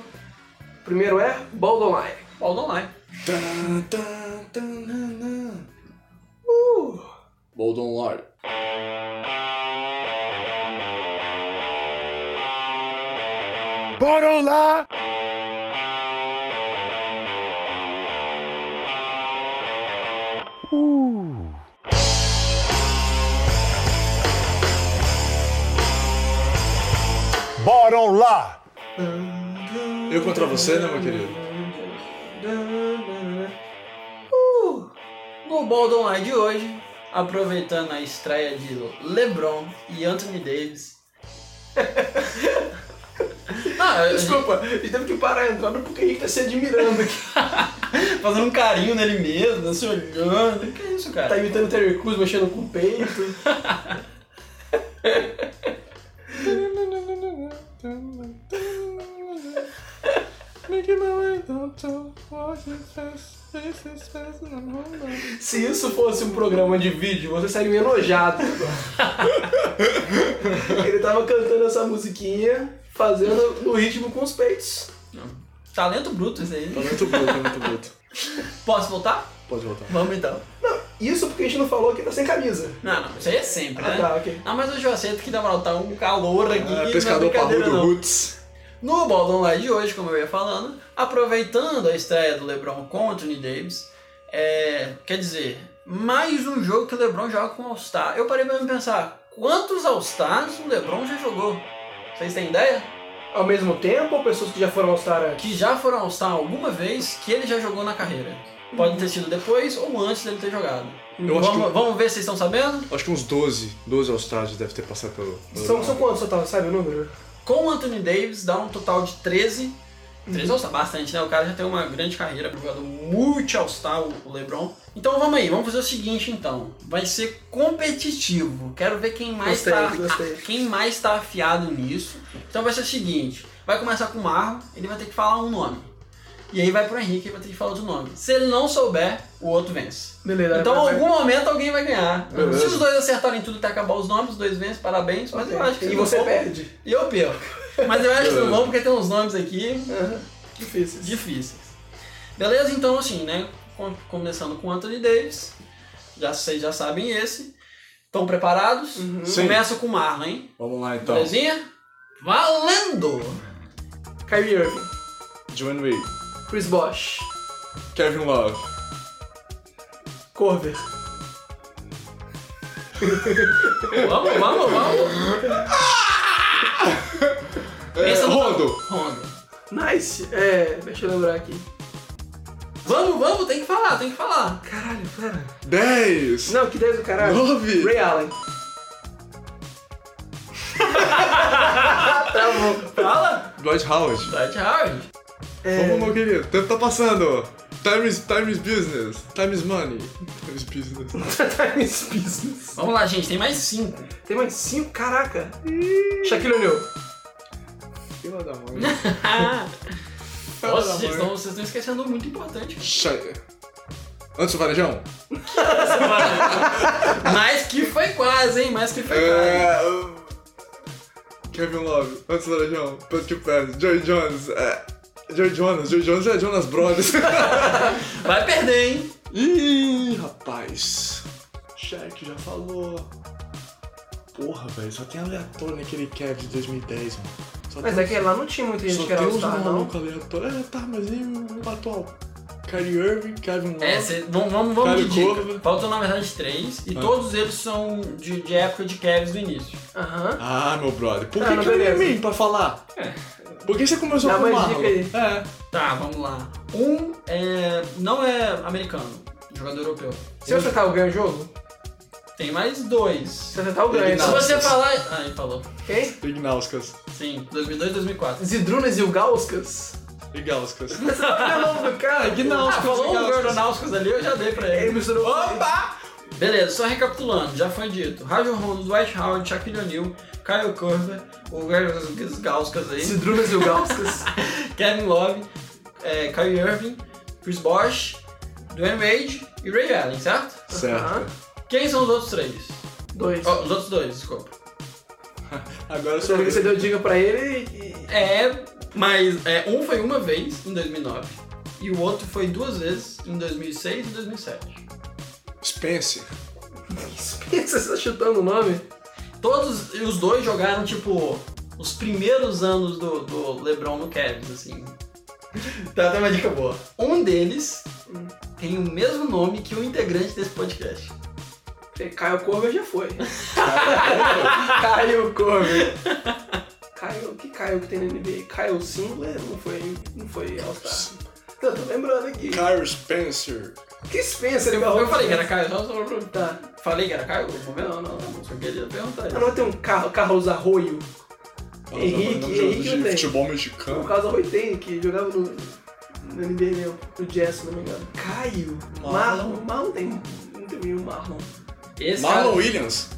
Speaker 1: Primeiro é Bold Online.
Speaker 2: Paulo online.
Speaker 5: Tan, tan, tan, nan, nan. Uh! Boldon Lord. Eu contra você, né, meu querido?
Speaker 2: No Bold Online de hoje, aproveitando a estreia de LeBron e Anthony Davis. Ah, eu-
Speaker 1: Desculpa, a gente teve que parar entrando porque a gente tá se admirando aqui. (laughs)
Speaker 2: fazendo um carinho nele mesmo, né, se olhando. Que isso, cara?
Speaker 1: Tá imitando o Terry Crews, mexendo com o peito. (laughs) Se isso fosse um programa de vídeo, você sairia enojado. Ele tava cantando essa musiquinha, fazendo no ritmo com os peitos.
Speaker 2: Talento bruto isso aí.
Speaker 5: Tá muito bruto, tá muito bruto.
Speaker 2: Posso voltar?
Speaker 5: Pode voltar.
Speaker 2: Vamos então.
Speaker 1: Não, isso porque a gente não falou que tá sem camisa.
Speaker 2: Não, não, isso aí é sempre,
Speaker 1: Ah,
Speaker 2: né?
Speaker 1: tá, ok.
Speaker 2: Não, mas hoje eu aceito que na moral tá um calor aqui. que não
Speaker 5: Ah,
Speaker 2: é
Speaker 5: pescador
Speaker 2: brincadeira,
Speaker 5: parrudo
Speaker 2: não.
Speaker 5: Roots.
Speaker 2: No Ball Online de hoje, como eu ia falando, aproveitando a estreia do LeBron contra o Anthony Davis, é, quer dizer, mais um jogo que o LeBron joga com All-Star. Eu parei pra me pensar, quantos All-Stars o LeBron já jogou? Vocês têm ideia?
Speaker 1: Ao mesmo tempo, ou pessoas que já foram ao Star antes?
Speaker 2: Que já foram All-Star alguma vez que ele já jogou na carreira. Pode ter sido depois ou antes dele ter jogado.
Speaker 5: Eu
Speaker 2: vamos,
Speaker 5: acho que-
Speaker 2: vamos ver se vocês estão sabendo?
Speaker 5: Acho que uns 12, 12 All-Stars deve ter passado pelo. pelo-
Speaker 1: São, são quantos, Otávio? Sabe o número?
Speaker 2: Com o Anthony Davis dá um total de 13. 13
Speaker 1: Uhum.
Speaker 2: All-Star, bastante, né? O cara já tem uma grande carreira, é um jogador multi-All-Star, o LeBron. Então vamos aí, vamos fazer o seguinte então. Vai ser competitivo. Quero ver quem mais,
Speaker 1: Gostei,
Speaker 2: tá,
Speaker 1: gostei.
Speaker 2: quem mais tá afiado nisso. Então vai ser o seguinte, vai começar com o Marro, ele vai ter que falar um nome. E aí vai pro Henrique, ele vai ter que falar outro nome. Se ele não souber, o outro vence.
Speaker 1: Beleza.
Speaker 2: Então, em
Speaker 1: vai-
Speaker 2: algum momento alguém vai ganhar.
Speaker 5: Beleza.
Speaker 2: Se os dois acertarem tudo até acabar os nomes, os dois vencem, parabéns. Mas eu acho que
Speaker 1: E
Speaker 2: se não
Speaker 1: você
Speaker 2: for-
Speaker 1: perde.
Speaker 2: e eu perco. Mas eu acho que não porque tem uns nomes aqui
Speaker 1: Difícil.
Speaker 2: difíceis. Beleza? Então, assim, né? com- Começando com o Anthony Davis. Já, vocês já sabem esse. Estão preparados?
Speaker 5: Sim.
Speaker 2: Começa com o Marlon, hein?
Speaker 5: Vamos lá então.
Speaker 2: Belezinha? Valendo!
Speaker 1: Kyrie Irving,
Speaker 5: Joan Wade,
Speaker 1: Chris Bosh,
Speaker 5: Kevin Love,
Speaker 1: Corver,
Speaker 2: Vamos, vamos, vamos!
Speaker 5: é,
Speaker 2: Pensa no-
Speaker 5: Rondo,
Speaker 2: Rondo.
Speaker 1: Nice. É, deixa eu lembrar aqui.
Speaker 2: Vamos, vamos, tem que falar, tem que falar.
Speaker 1: Caralho, pera.
Speaker 5: 10,
Speaker 1: Não, que 10 do caralho. (laughs)
Speaker 5: 9,
Speaker 1: Ray Allen.
Speaker 2: Fala!
Speaker 5: Dwight Howard.
Speaker 2: Dwight Howard.
Speaker 1: É.
Speaker 5: Vamos, meu querido, o tempo tá passando. Time is, time is business, time is money. Time is business.
Speaker 1: (laughs) Times Business.
Speaker 2: Vamos lá, gente, tem mais cinco.
Speaker 1: Tem mais 5? Caraca. Shaquille O'Neal.
Speaker 5: Fila da
Speaker 2: (laughs)
Speaker 5: mãe. Fila
Speaker 2: Nossa,
Speaker 5: da
Speaker 2: vocês
Speaker 5: mãe.
Speaker 2: estão vocês estão esquecendo um muito importante.
Speaker 5: Chai- Antes do varejão?
Speaker 2: Mas que foi quase, hein? Mas que foi quase.
Speaker 5: É, uh, Kevin Love, antes do varejão, Patrick Perez, Joey Jones, é, Joey Jonas, Joey Jones é Jonas Brothers.
Speaker 2: Vai perder, hein?
Speaker 5: Ih, rapaz. Shaq já falou. Porra, velho, só tem aleatório naquele Kev de 2010, mano. Só
Speaker 1: Mas
Speaker 5: tem,
Speaker 1: é que lá não tinha muita gente
Speaker 5: só
Speaker 1: que era
Speaker 5: tem uns
Speaker 1: All-Star, não.
Speaker 5: malucos aleatórios. É, tá, mas e o atual? Kyrie Irving, Kevin Love.
Speaker 2: É, cê, vamos, vamos, vamos de
Speaker 5: Cara,
Speaker 2: dica.
Speaker 5: corvo.
Speaker 2: Faltam, na verdade, três. E
Speaker 5: Ah.
Speaker 2: todos eles são de, de época de Cavs do início.
Speaker 1: Aham.
Speaker 5: Ah, meu brother, por
Speaker 1: Ah,
Speaker 5: que,
Speaker 1: não,
Speaker 5: que eu ia
Speaker 1: beleza. É.
Speaker 5: mim pra falar? Por que você começou
Speaker 1: Dá
Speaker 5: com o
Speaker 1: mais
Speaker 5: Marlon?
Speaker 1: dica aí.
Speaker 5: É.
Speaker 2: Tá, vamos lá. Um é, não é americano, jogador europeu.
Speaker 1: Se eu acertar o ganho o jogo,
Speaker 2: Tem mais dois.
Speaker 1: se eu acertar o ganho. né?
Speaker 2: Se
Speaker 5: Não.
Speaker 2: você falar... Ah, ele falou.
Speaker 1: Ok?
Speaker 5: É. Ignauskas.
Speaker 2: Sim, 2002, 2004.
Speaker 1: Zidrunas e o Gauskas.
Speaker 5: Ignauskas.
Speaker 1: Olha o nome do
Speaker 5: é
Speaker 1: cara.
Speaker 2: Ah,
Speaker 5: Ignauskas.
Speaker 2: falou um Verdonáusticos ali, eu já dei pra ele.
Speaker 1: Ele misturou. Opa!
Speaker 2: Beleza, só recapitulando, já foi dito. Rajon Rondo, Dwight Howard, Shaquille O'Neal, Kyle Korver, o Gary Gauskas aí,
Speaker 1: Zidrunas e o (laughs) Gauskas.
Speaker 2: (laughs) Kevin Love, é, Kyrie Irving, Chris Bosh, Dwayne Wade e Ray Allen, certo?
Speaker 5: Certo.
Speaker 2: Quem são os outros três?
Speaker 1: Dois.
Speaker 2: Ó, os outros dois, desculpa.
Speaker 5: Agora sou eu.
Speaker 1: Você deu dica pra ele e.
Speaker 2: É, mas é, um foi uma vez, em 2009, e o outro foi duas vezes, em 2006 e 2007.
Speaker 5: Spencer.
Speaker 1: (laughs) Pensa, você tá chutando o nome?
Speaker 2: Todos os dois jogaram, tipo, os primeiros anos do, do LeBron no Cavs, assim. Tá, tem uma dica boa. Um deles tem o mesmo nome que o integrante desse podcast.
Speaker 1: Caio Corver já foi. (laughs) Caio Corver. Caio, que Caio que tem na NBA? Caio Singler não foi, não foi All-Star. Eu tô lembrando aqui.
Speaker 5: Kyle Spencer.
Speaker 1: Que Spencer, ele
Speaker 2: Eu falei que era Caio, só, só
Speaker 1: Tá.
Speaker 2: falei que era Caio no momento?
Speaker 1: Não, não, não.
Speaker 2: Só queria perguntar
Speaker 1: Ah,
Speaker 2: isso.
Speaker 1: não tem um carro, Carlos Arroio. Henrique,
Speaker 5: Nome de jogador
Speaker 1: Henrique eu
Speaker 5: de
Speaker 1: tenho.
Speaker 5: futebol
Speaker 1: O
Speaker 5: mexicano.
Speaker 1: Carlos Arroio tem, que jogava no, no NBA mesmo, no Jazz, né? se não me engano. Caio. Marlon. Marlon tem. Não tem nenhum Marlon.
Speaker 2: Esse
Speaker 5: Marlon
Speaker 2: cara,
Speaker 5: Williams.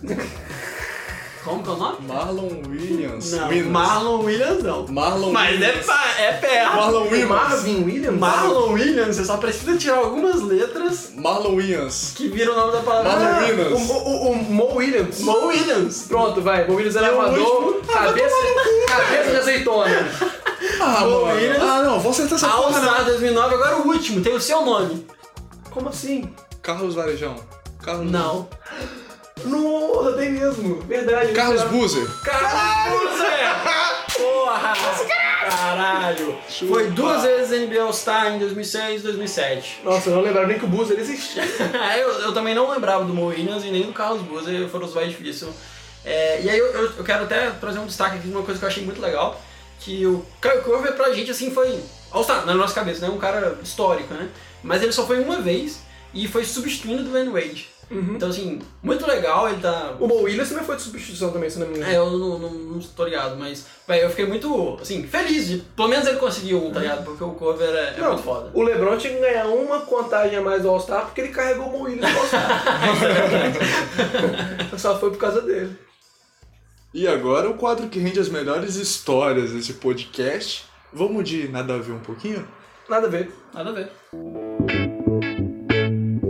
Speaker 2: como que é o nome?
Speaker 5: Marlon Williams.
Speaker 2: Não,
Speaker 5: Williams.
Speaker 2: Marlon Williams não.
Speaker 5: Marlon
Speaker 2: Mas é,
Speaker 5: Williams.
Speaker 2: pa- é perto.
Speaker 5: Marlon Williams.
Speaker 1: Marvin Williams?
Speaker 2: Marlon Williams, você só precisa tirar algumas letras
Speaker 5: Marlon Williams.
Speaker 2: que viram o nome da palavra.
Speaker 5: Marlon
Speaker 1: Ah,
Speaker 5: Williams.
Speaker 1: O, o, o Mo Williams.
Speaker 2: Mo Williams.
Speaker 1: Pronto, vai. Mo Williams era
Speaker 5: E o
Speaker 1: amador,
Speaker 5: último?
Speaker 1: cabeça, cabeça de azeitona.
Speaker 5: Ah,
Speaker 2: Joe
Speaker 5: mano.
Speaker 2: Williams,
Speaker 5: Ah, não, vou acertar essa
Speaker 2: All
Speaker 5: porra, não.
Speaker 2: Star 2009, agora o último, tem o seu nome.
Speaker 1: Como assim?
Speaker 5: Carlos Varejão. Carlos...
Speaker 2: Não.
Speaker 1: Nossa, tem mesmo. Verdade.
Speaker 5: Carlos
Speaker 1: Carlos
Speaker 5: Buzer.
Speaker 2: Caralho, Zé! Porra! Caralho! Foi duas vezes NBA All-Star em 2006 e 2007.
Speaker 1: Nossa, eu não lembrava nem que o Boozer existia.
Speaker 2: (laughs) Ah, eu, eu também não lembrava do Mo Williams e nem do Carlos Buzer, foram os mais difíceis. É, e aí eu, eu- eu quero até trazer um destaque aqui de uma coisa que eu achei muito legal, que o Kyle Korver pra gente assim foi, all na nossa cabeça, né? Um cara histórico, né? Mas ele só foi uma vez e foi substituindo do Dwayne Wade. Então assim, muito legal, ele tá...
Speaker 1: O Mo Williams também foi de substituição também, se não me engano.
Speaker 2: É, eu não, não, não tô ligado, mas véi, eu fiquei muito, assim, feliz de. Pelo menos ele conseguiu um, tá ligado? Porque o cover é, é
Speaker 1: Não,
Speaker 2: muito foda.
Speaker 1: o LeBron tinha que ganhar uma contagem a mais do All-Star porque ele carregou o Mo Williams no All-Star. Só foi por causa dele.
Speaker 5: E agora o quadro que rende as melhores histórias desse podcast. Vamos de nada a ver um pouquinho?
Speaker 1: Nada a ver.
Speaker 2: Nada a ver.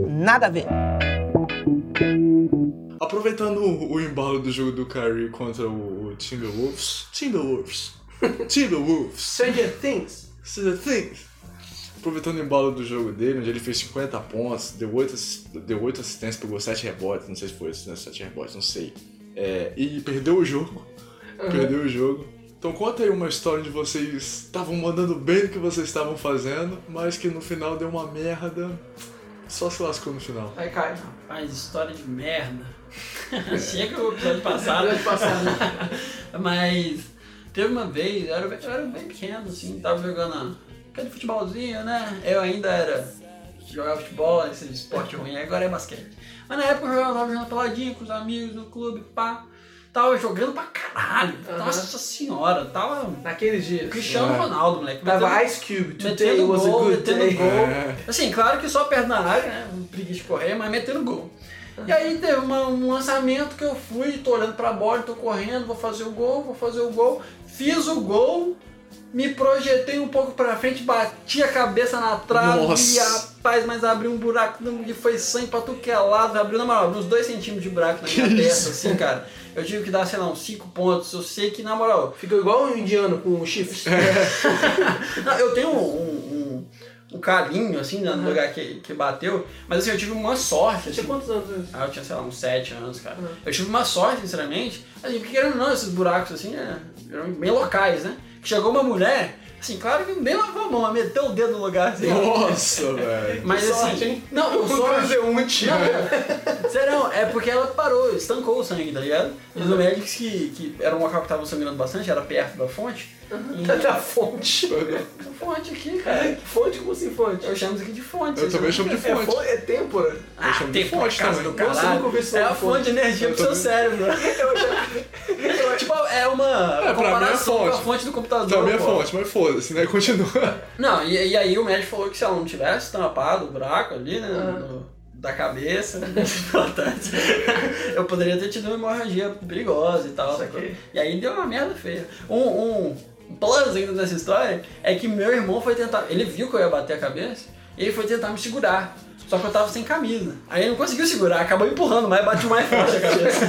Speaker 6: Nada a ver.
Speaker 5: Aproveitando o, o embalo do jogo do Kyrie contra o, o Timberwolves. Timberwolves. (laughs) Timberwolves.
Speaker 1: Stranger Things.
Speaker 5: Stranger Things. Aproveitando o embalo do jogo dele, onde ele fez 50 pontos, deu 8, deu 8 assistências, pegou 7 rebotes, não sei se foi isso, né? 7 rebotes, não sei. É, e perdeu o jogo. Perdeu o jogo. Então conta aí uma história onde vocês estavam mandando bem no que vocês estavam fazendo, mas que no final deu uma merda. Só se lascou no final.
Speaker 1: Aí cai.
Speaker 2: Rapaz, história de
Speaker 1: (laughs)
Speaker 2: merda. Chega o episódio passado.
Speaker 1: É. Episódio passado. né?
Speaker 2: (laughs) Mas teve uma vez, eu era, bem- eu era bem pequeno, assim, tava jogando aquele futebolzinho, né? Eu ainda era. Jogava futebol, esse esporte ruim, agora é basquete. Mas na época eu jogava, tava jogando peladinha com os amigos no clube, pá. Tava jogando pra caralho. Nossa senhora, tava.
Speaker 1: Naqueles dias.
Speaker 2: Cristiano Ronaldo, moleque.
Speaker 1: é. Tava
Speaker 2: Metendo-
Speaker 1: Ice Cube. Today
Speaker 2: metendo
Speaker 1: was a
Speaker 2: gol,
Speaker 1: good
Speaker 2: metendo
Speaker 1: day.
Speaker 2: gol. Assim, claro que só perto da área, né? Um preguiça de correr, mas metendo gol. E aí teve uma- um lançamento que eu fui, tô olhando pra bola, tô correndo, vou fazer o gol, vou fazer o gol. Fiz o gol, me projetei um pouco pra frente, bati a cabeça na trave, e,
Speaker 5: Nossa.
Speaker 2: rapaz, mas abriu um buraco que foi sangue pra tu que é lado, abriu na moral, uns dois centímetros de buraco na minha testa, assim, cara. Eu tive que dar, sei lá, uns cinco pontos. Eu sei que, na moral,
Speaker 1: Ficou igual um indiano com chifres.
Speaker 2: Não, eu tenho um, um, um- um carinho, assim, né, no lugar que, que bateu, mas assim, eu tive uma sorte.
Speaker 1: Tinha
Speaker 2: Assim.
Speaker 1: quantos anos?
Speaker 2: Ah, eu tinha, sei lá, uns 7 anos, cara. Eu tive uma sorte, sinceramente, assim, porque querendo ou não, esses buracos, assim, é, eram bem locais, né? Que chegou uma mulher, assim, claro que nem lavou a mão, ela meteu o dedo no lugar, assim.
Speaker 5: Nossa, velho.
Speaker 2: Mas
Speaker 1: Que sorte,
Speaker 2: assim,
Speaker 1: hein?
Speaker 2: não, o
Speaker 1: Um
Speaker 2: sorte,
Speaker 1: transeunte.
Speaker 2: não, (laughs) é. Serão, é porque ela parou, estancou o sangue, tá ligado? E os médicos que, que era um local que tava sangrando bastante, era perto da fonte.
Speaker 1: Tá da fonte.
Speaker 2: E fonte aqui, cara.
Speaker 1: Fonte como assim fonte?
Speaker 2: Eu chamo isso aqui de fonte.
Speaker 5: Eu também chamo de
Speaker 1: É,
Speaker 5: fonte.
Speaker 1: fo- é têmpora.
Speaker 2: Ah,
Speaker 5: chamo de
Speaker 2: tem
Speaker 5: fonte
Speaker 2: fonte casa do
Speaker 5: também.
Speaker 1: Nossa, eu nunca
Speaker 2: caralho.
Speaker 1: ouvi isso
Speaker 2: É a
Speaker 1: de
Speaker 2: fonte de energia pro seu
Speaker 5: também.
Speaker 2: cérebro. tipo, é uma
Speaker 5: pra mim é
Speaker 2: comparação com a
Speaker 5: fonte.
Speaker 2: fonte do computador.
Speaker 5: Também é
Speaker 2: pô.
Speaker 5: fonte, mas foda-se, né? Continua.
Speaker 2: Não, e, e aí o médico falou que se ela não tivesse tampado o buraco ali, né,
Speaker 1: Ah.
Speaker 2: do- da cabeça, (laughs) das plantas, eu poderia ter tido uma hemorragia perigosa e tal.
Speaker 1: Isso aqui.
Speaker 2: E aí deu uma merda feia. Um, um plus ainda nessa história é que meu irmão foi tentar, ele viu que eu ia bater a cabeça e ele foi tentar me segurar. Só que eu tava sem camisa. Aí ele não conseguiu segurar, acabou empurrando, mas bateu mais forte a cabeça.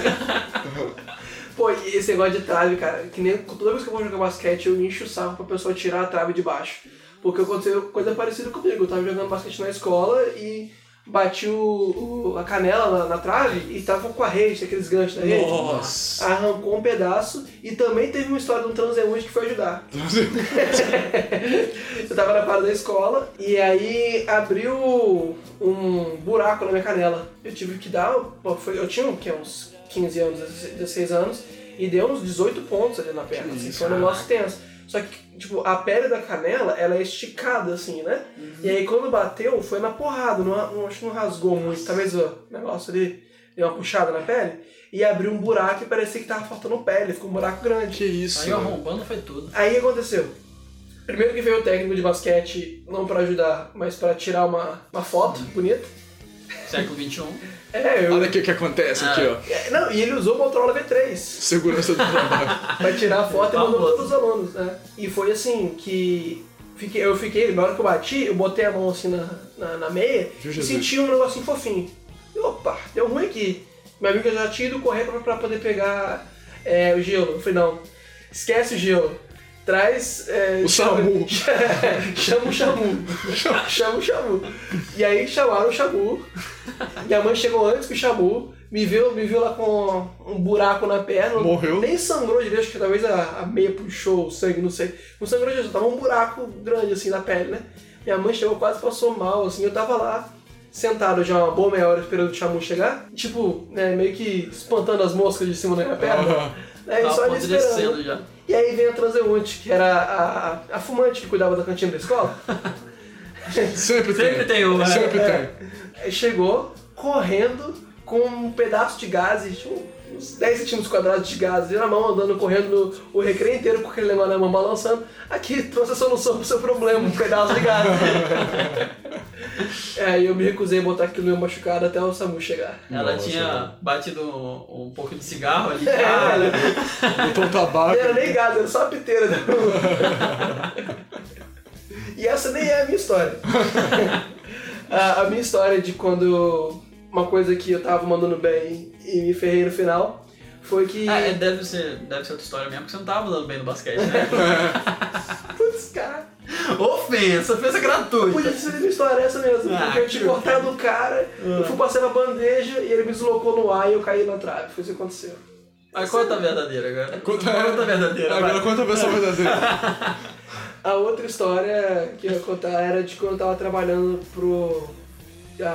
Speaker 1: Pô, e esse negócio de trave, cara, que nem toda vez que eu vou jogar basquete, eu encho o saco pra pessoa tirar a trave de baixo. Porque aconteceu coisa parecida comigo. Eu tava jogando basquete na escola e bati o, o- a canela na, na trave e tava com a rede, aqueles ganchos da rede.
Speaker 5: Nossa.
Speaker 1: Arrancou um pedaço e também teve uma história de um transeunte que foi ajudar. (laughs) eu tava na parada da escola e aí abriu um buraco na minha canela. Eu tive que dar, bom, foi- eu tinha o quê, uns 15 anos, 16 anos, e deu uns 18 pontos ali na perna. Assim, foi um negócio tenso. Só que, tipo, a pele da canela, ela é esticada, assim, né? E aí quando bateu, foi na porrada, não, não- acho que não rasgou muito, talvez o negócio ali deu uma puxada na pele, e abriu um buraco e parecia que tava faltando pele, ficou um buraco grande.
Speaker 5: Que isso,
Speaker 2: Aí eu
Speaker 5: velho.
Speaker 2: arrombando foi tudo.
Speaker 1: Aí o que aconteceu? Primeiro que veio o técnico de basquete, não pra ajudar, mas pra tirar uma, uma foto bonita.
Speaker 2: Século um, XXI.
Speaker 1: É, eu.
Speaker 5: Olha aqui o que acontece aqui,
Speaker 2: Ah.
Speaker 5: ó.
Speaker 1: é, Não, e ele usou o Motorola V3
Speaker 5: Segurança
Speaker 2: (laughs)
Speaker 5: do trabalho.
Speaker 1: pra tirar a foto e mandou
Speaker 2: Famoso.
Speaker 1: pra todos os alunos, né? E foi assim que. Fiquei, eu fiquei, na hora que eu bati, eu botei a mão assim na, na, na meia
Speaker 5: Viu,
Speaker 1: e
Speaker 5: Jesus?
Speaker 1: senti um negocinho fofinho. E, opa, deu ruim aqui. Meu amigo já tinha ido correr pra, pra poder pegar é, o gelo. Eu falei, não, esquece o gelo. traz. é,
Speaker 5: O
Speaker 1: chama-
Speaker 5: Samu.
Speaker 1: chama o Xamu. chama o Xamu. E aí chamaram o Xamu. Minha mãe chegou antes que o Xamu. Me viu, me viu lá com um buraco na perna.
Speaker 5: Morreu?
Speaker 1: Nem sangrou direito, acho que talvez a, a meia puxou o sangue, não sei. Não sangrou direito, tava um buraco grande assim na pele, né? Minha mãe chegou, quase passou mal, assim. Eu tava lá, sentado já uma boa meia hora esperando o Xamu chegar. Tipo, né, meio que espantando as moscas de cima da minha perna.
Speaker 5: Aham.
Speaker 1: Aí
Speaker 2: Tava
Speaker 1: só ali
Speaker 2: apodrecendo
Speaker 1: esperando.
Speaker 2: já.
Speaker 1: E aí vem a transeunte, que era a, a, a fumante que cuidava da cantina da escola.
Speaker 5: Sempre tem.
Speaker 2: Sempre tem um, né? uma.
Speaker 5: Sempre
Speaker 1: É.
Speaker 5: tem.
Speaker 1: Aí Chegou correndo com um pedaço de gases, tipo, uns 10 centímetros quadrados de gases na mão, andando, correndo no, o recreio inteiro com aquele negócio na mão balançando. Aqui, trouxe a solução pro seu problema, um pedaço de gases. é, e eu me recusei a botar aquilo no meu machucado até o Samu chegar.
Speaker 2: Ela
Speaker 5: Nossa,
Speaker 2: tinha
Speaker 5: velho.
Speaker 2: batido um, um pouco de cigarro ali.
Speaker 1: (laughs) É,
Speaker 2: Ah,
Speaker 1: olha,
Speaker 5: Botou
Speaker 1: não
Speaker 5: tabaco.
Speaker 1: era nem gás, era só a piteira da E essa nem é a minha história. a, a minha história de quando uma coisa que eu tava mandando bem e me ferrei no final foi que.
Speaker 2: Ah, é, deve, ser, deve ser outra história mesmo, porque você não tava dando bem no basquete, né?
Speaker 1: Putz, cara.
Speaker 2: ofensa, ofensa
Speaker 1: Podia
Speaker 2: gratuita.
Speaker 1: ser minha história é essa mesmo.
Speaker 2: Ah,
Speaker 1: porque eu tinha
Speaker 2: que-
Speaker 1: cortado o cara, eu fui passando a bandeja e ele me deslocou no ar e eu caí na trave. Foi isso que aconteceu.
Speaker 2: Mas conta a verdadeira agora. é
Speaker 5: Conta-
Speaker 2: a
Speaker 1: É.
Speaker 2: verdadeira.
Speaker 5: Agora
Speaker 2: vai.
Speaker 5: conta a versão verdadeira.
Speaker 1: A outra história que eu ia contar era de quando eu tava trabalhando pro.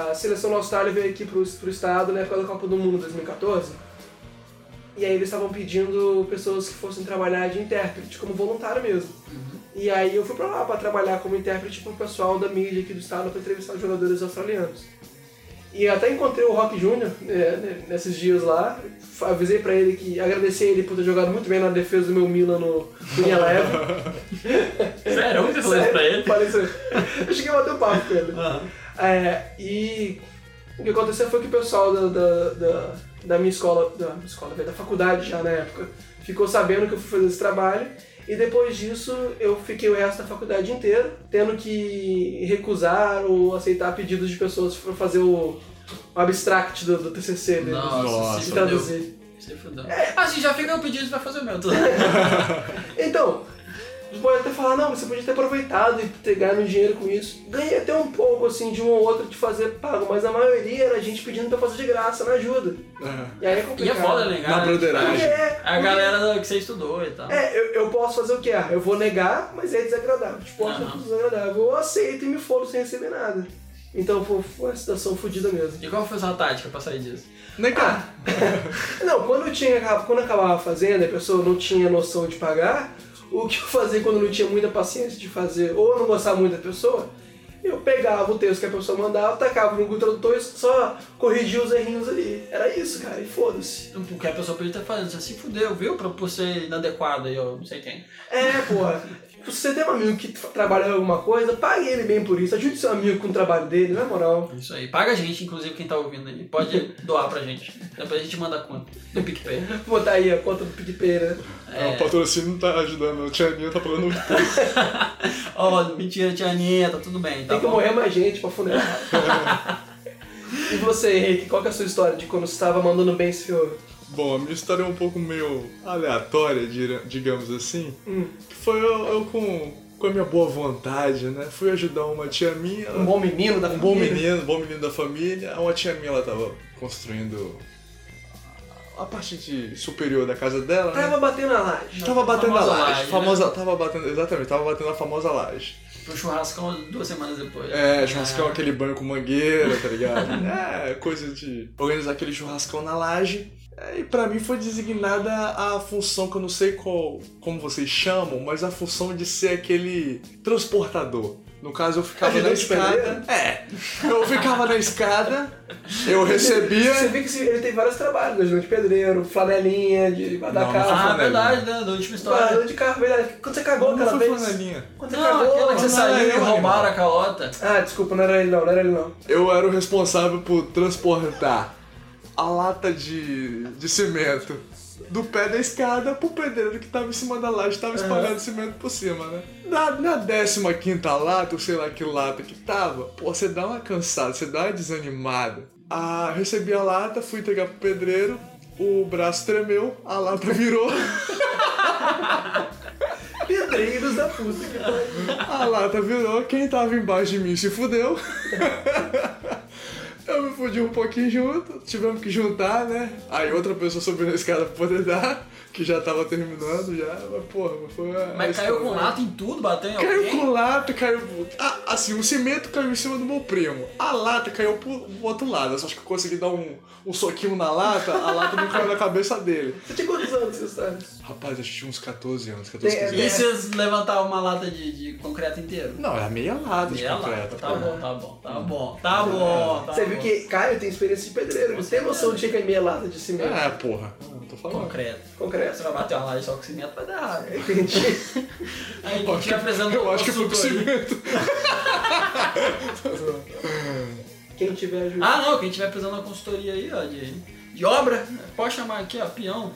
Speaker 1: A seleção da Austrália veio aqui pro, pro estado na época da Copa do Mundo 2014. E aí eles estavam pedindo pessoas que fossem trabalhar de intérprete, como voluntário mesmo. E aí eu fui pra lá pra trabalhar como intérprete pro pessoal da mídia aqui do estado pra entrevistar os jogadores australianos. E eu até encontrei o Rock Jr. né, né, nesses dias lá. F- Avisei pra ele que agradeci a ele por ter jogado muito bem na defesa do meu Milan no, no Minha Leva.
Speaker 2: Sério, onde você falou isso pra ele? Ah.
Speaker 1: Falei isso. Eu cheguei a bater um papo com ele. É, e o que aconteceu foi que o pessoal da, da, da, da minha escola, da minha escola, da faculdade já na época, ficou sabendo que eu fui fazer esse trabalho. E depois disso, eu fiquei o resto da faculdade inteira, tendo que recusar ou aceitar pedidos de pessoas pra fazer o, o abstract do, do TCC deles.
Speaker 2: Nossa,
Speaker 5: Nossa,
Speaker 2: se
Speaker 1: de
Speaker 2: fudeu.
Speaker 1: traduzir.
Speaker 2: Se fudeu. Ah, sim, já fica o pedido pra fazer o meu. tudo.
Speaker 1: Então, você pode até falar, não, você podia ter aproveitado e ter ganho dinheiro com isso. Ganhei até um pouco, assim, de um ou outro de fazer pago, mas a maioria era gente pedindo pra fazer de graça, na ajuda.
Speaker 5: É.
Speaker 1: E aí é
Speaker 2: E é
Speaker 1: complicado.
Speaker 2: foda, né,
Speaker 5: Na
Speaker 2: cara?
Speaker 1: Porque
Speaker 5: broderagem.
Speaker 1: é,
Speaker 2: A galera que você estudou e tal.
Speaker 1: é, eu, eu posso fazer o que? Ah, eu vou negar, mas é desagradável. Tipo,
Speaker 2: Aham.
Speaker 1: é desagradável. Eu aceito e me fodo sem receber nada. Então, pô, foi uma situação fodida mesmo.
Speaker 2: E qual foi a sua tática pra sair disso?
Speaker 5: Nem cá.
Speaker 1: (laughs) Não, quando eu tinha, quando eu acabava fazendo, a pessoa não tinha noção de pagar, o que eu fazia quando eu não tinha muita paciência de fazer, ou eu não gostava muito da pessoa, eu pegava o texto que a pessoa mandava, tacava no Google Tradutor e só corrigia os errinhos ali. Era isso, cara, e foda-se.
Speaker 2: Porque a pessoa podia estar falando, você se fudeu, viu? Pra, por ser inadequado aí, ó, não sei quem.
Speaker 1: É, porra. Se você tem um amigo que tra- trabalha em alguma coisa, pague ele bem por isso. Ajude seu amigo com o trabalho dele, na moral.
Speaker 2: Isso aí. Paga a gente, inclusive quem tá ouvindo aí. Pode doar pra gente. Depois a gente manda a conta do PicPay.
Speaker 1: Vou botar aí a conta do PicPay, né?
Speaker 5: O patrocínio não tá ajudando. O Tianinho tá falando muito pouco.
Speaker 2: Ó, mentira, tia Aninha, tá tudo bem. Tá
Speaker 1: Tem que
Speaker 2: bom.
Speaker 1: morrer mais gente pra
Speaker 5: (laughs)
Speaker 1: funerar. e você, Henrique, qual que é a sua história de quando você estava mandando bem esse filme?
Speaker 5: Bom, a minha história é um pouco meio aleatória, dira- digamos assim.
Speaker 1: Hum.
Speaker 5: Que foi eu, eu com, com a minha boa vontade, né? Fui ajudar uma tia minha. ela-
Speaker 1: Um bom menino da
Speaker 5: um bom
Speaker 1: família?
Speaker 5: menino, um bom menino da família. Uma tia minha, ela tava construindo a parte de superior da casa dela, né?
Speaker 1: Tava batendo a laje.
Speaker 5: Tava batendo a
Speaker 2: famosa
Speaker 5: laje.
Speaker 2: laje, né?
Speaker 5: famosa, Tava batendo, exatamente, tava batendo a famosa laje.
Speaker 2: Pro churrascão duas semanas depois.
Speaker 5: É, churrascão é aquele banho com mangueira, tá ligado?
Speaker 1: (laughs)
Speaker 5: é, coisa de organizar aquele churrascão na laje. É, E pra mim foi designada a função que eu não sei qual, como vocês chamam, mas a função de ser aquele transportador. No caso, eu ficava na
Speaker 1: Ajudante de
Speaker 5: escada.
Speaker 1: pedreiro?
Speaker 5: É, eu ficava na escada, eu
Speaker 1: Você
Speaker 5: recebia.
Speaker 1: vê que esse- ele tem vários trabalhos, né? Ajuda de pedreiro, flanelinha, de guardar
Speaker 5: Não,
Speaker 2: Ah,
Speaker 1: carro.
Speaker 5: não foi
Speaker 2: verdade, né? Da última história.
Speaker 1: Guardador de carro, verdade. Quando você cagou
Speaker 5: Não
Speaker 1: aquela
Speaker 5: foi
Speaker 1: vez?
Speaker 5: flanelinha.
Speaker 1: Quando você
Speaker 2: Não,
Speaker 1: cagou,
Speaker 2: aquela que você
Speaker 1: quando-
Speaker 5: não era
Speaker 2: saiu e
Speaker 5: eu,
Speaker 2: roubaram
Speaker 5: irmão.
Speaker 2: a calota.
Speaker 1: Ah, desculpa, não era ele não, não era ele não.
Speaker 5: Eu era o responsável por transportar a lata de, de cimento do pé da escada pro pedreiro que tava em cima da laje, tava espalhando cimento por cima, né? Na, na 15 quinta lata, ou sei lá que lata que tava, pô, você dá uma cansada, você dá uma desanimada. Ah, recebi a lata, fui entregar pro pedreiro, (laughs) o braço tremeu, a lata virou.
Speaker 1: Pedreiro pedreiros da puta que pariu.
Speaker 5: A lata virou, quem tava embaixo de mim se fudeu. Eu me fudi um pouquinho junto, tivemos que juntar, né? Aí outra pessoa subiu na escada pra poder dar, que já tava terminando já, mas porra, mas foi uma-
Speaker 2: Mas
Speaker 5: uma
Speaker 2: caiu com
Speaker 5: história.
Speaker 2: lata em tudo, bateu em
Speaker 5: Caiu
Speaker 2: alguém.
Speaker 5: com lata, caiu. Ah, assim, o cimento caiu em cima do meu primo. A lata caiu pro, pro outro lado. Eu só acho que eu consegui dar um, um soquinho na lata, a lata não caiu na cabeça dele.
Speaker 1: Você tinha quantos anos, você sabe?
Speaker 5: Rapaz, acho que tinha uns 14 anos, 14, 15
Speaker 2: E
Speaker 5: anos.
Speaker 2: se eles levantar uma lata de, de concreto inteiro?
Speaker 5: Não, era meia lata de
Speaker 2: Meia
Speaker 5: concreto. é.
Speaker 2: lata. Tá bom, tá bom, tá bom, tá bom. tá
Speaker 1: Você viu
Speaker 2: bom.
Speaker 1: que Caio tem experiência de pedreiro. Você tem noção de que é meia lata de cimento?
Speaker 5: É, porra. Não tô falando.
Speaker 2: Concreto. Você
Speaker 1: Concreto.
Speaker 2: vai bater uma laje só com cimento, vai dar errado.
Speaker 1: Entendi.
Speaker 2: Aí a gente vai precisando
Speaker 5: Eu acho que foi possível.
Speaker 1: Quem tiver ajuda.
Speaker 2: Ah, não, quem tiver precisando de uma consultoria aí, ó, de, de obra, pode chamar aqui, ó, peão.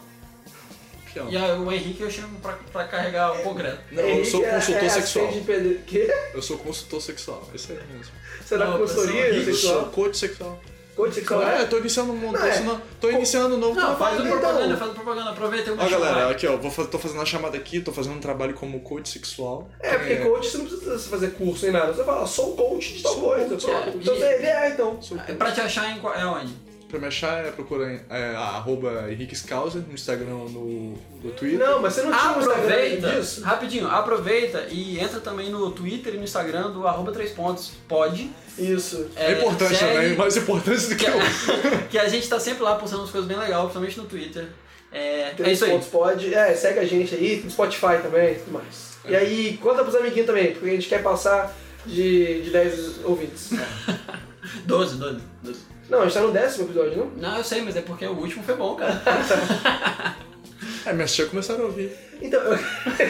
Speaker 5: Peão.
Speaker 2: E aí, o Henrique eu chamo pra, pra carregar o concreto.
Speaker 5: Não, eu sou
Speaker 1: Henrique é-
Speaker 5: consultor
Speaker 1: é
Speaker 5: sexual.
Speaker 1: assistente de pedreiro. Quê?
Speaker 5: Eu sou consultor sexual. é Isso aí mesmo.
Speaker 1: Será
Speaker 2: Não,
Speaker 1: que
Speaker 2: pessoa
Speaker 1: consultoria
Speaker 5: Eu sou
Speaker 1: sexual?
Speaker 5: coach sexual.
Speaker 1: Coach sexual?
Speaker 5: É, eu tô iniciando um novo.
Speaker 1: Não, é.
Speaker 5: Tô iniciando um novo
Speaker 2: Não, faz o
Speaker 1: então.
Speaker 2: propaganda, faz o propaganda, aproveita
Speaker 1: um
Speaker 2: o
Speaker 5: Ó, galera, aqui, ó, vou, fa- tô fazendo a chamada aqui, tô fazendo um trabalho como coach sexual.
Speaker 1: É, porque coach você não precisa fazer curso nem nada. Você fala, "Ah, sou um coach de tal coisa. Pronto. Então você é DA, então.
Speaker 2: Pra te achar em qual- é onde?
Speaker 5: Pra me achar, é, procura em- é, arroba Henrique Scalzer no Instagram no, no Twitter.
Speaker 1: Não, mas você não tinha um Instagram
Speaker 2: Aproveita,
Speaker 1: disso?
Speaker 2: rapidinho, aproveita e entra também no Twitter e no Instagram do arroba 3 pontos, pode.
Speaker 1: Isso.
Speaker 5: É, importante
Speaker 2: segue-
Speaker 5: também, mais importante do que
Speaker 2: que, é
Speaker 5: eu.
Speaker 2: (laughs) que a gente tá sempre lá postando umas coisas bem legais, principalmente no Twitter. É, é
Speaker 1: Três
Speaker 2: isso aí.
Speaker 1: pontos pode. É, segue a gente aí, no Spotify também e tudo mais.
Speaker 2: É.
Speaker 1: E aí, conta pros amiguinhos também, porque a gente quer passar de, de 10 ouvintes.
Speaker 2: É. 12, 12, 12.
Speaker 1: Não, a gente tá no décimo episódio, não?
Speaker 2: Não, eu sei, mas é porque o último foi bom, cara.
Speaker 5: É, minhas tias começaram a ouvir.
Speaker 1: Então, (laughs) eu,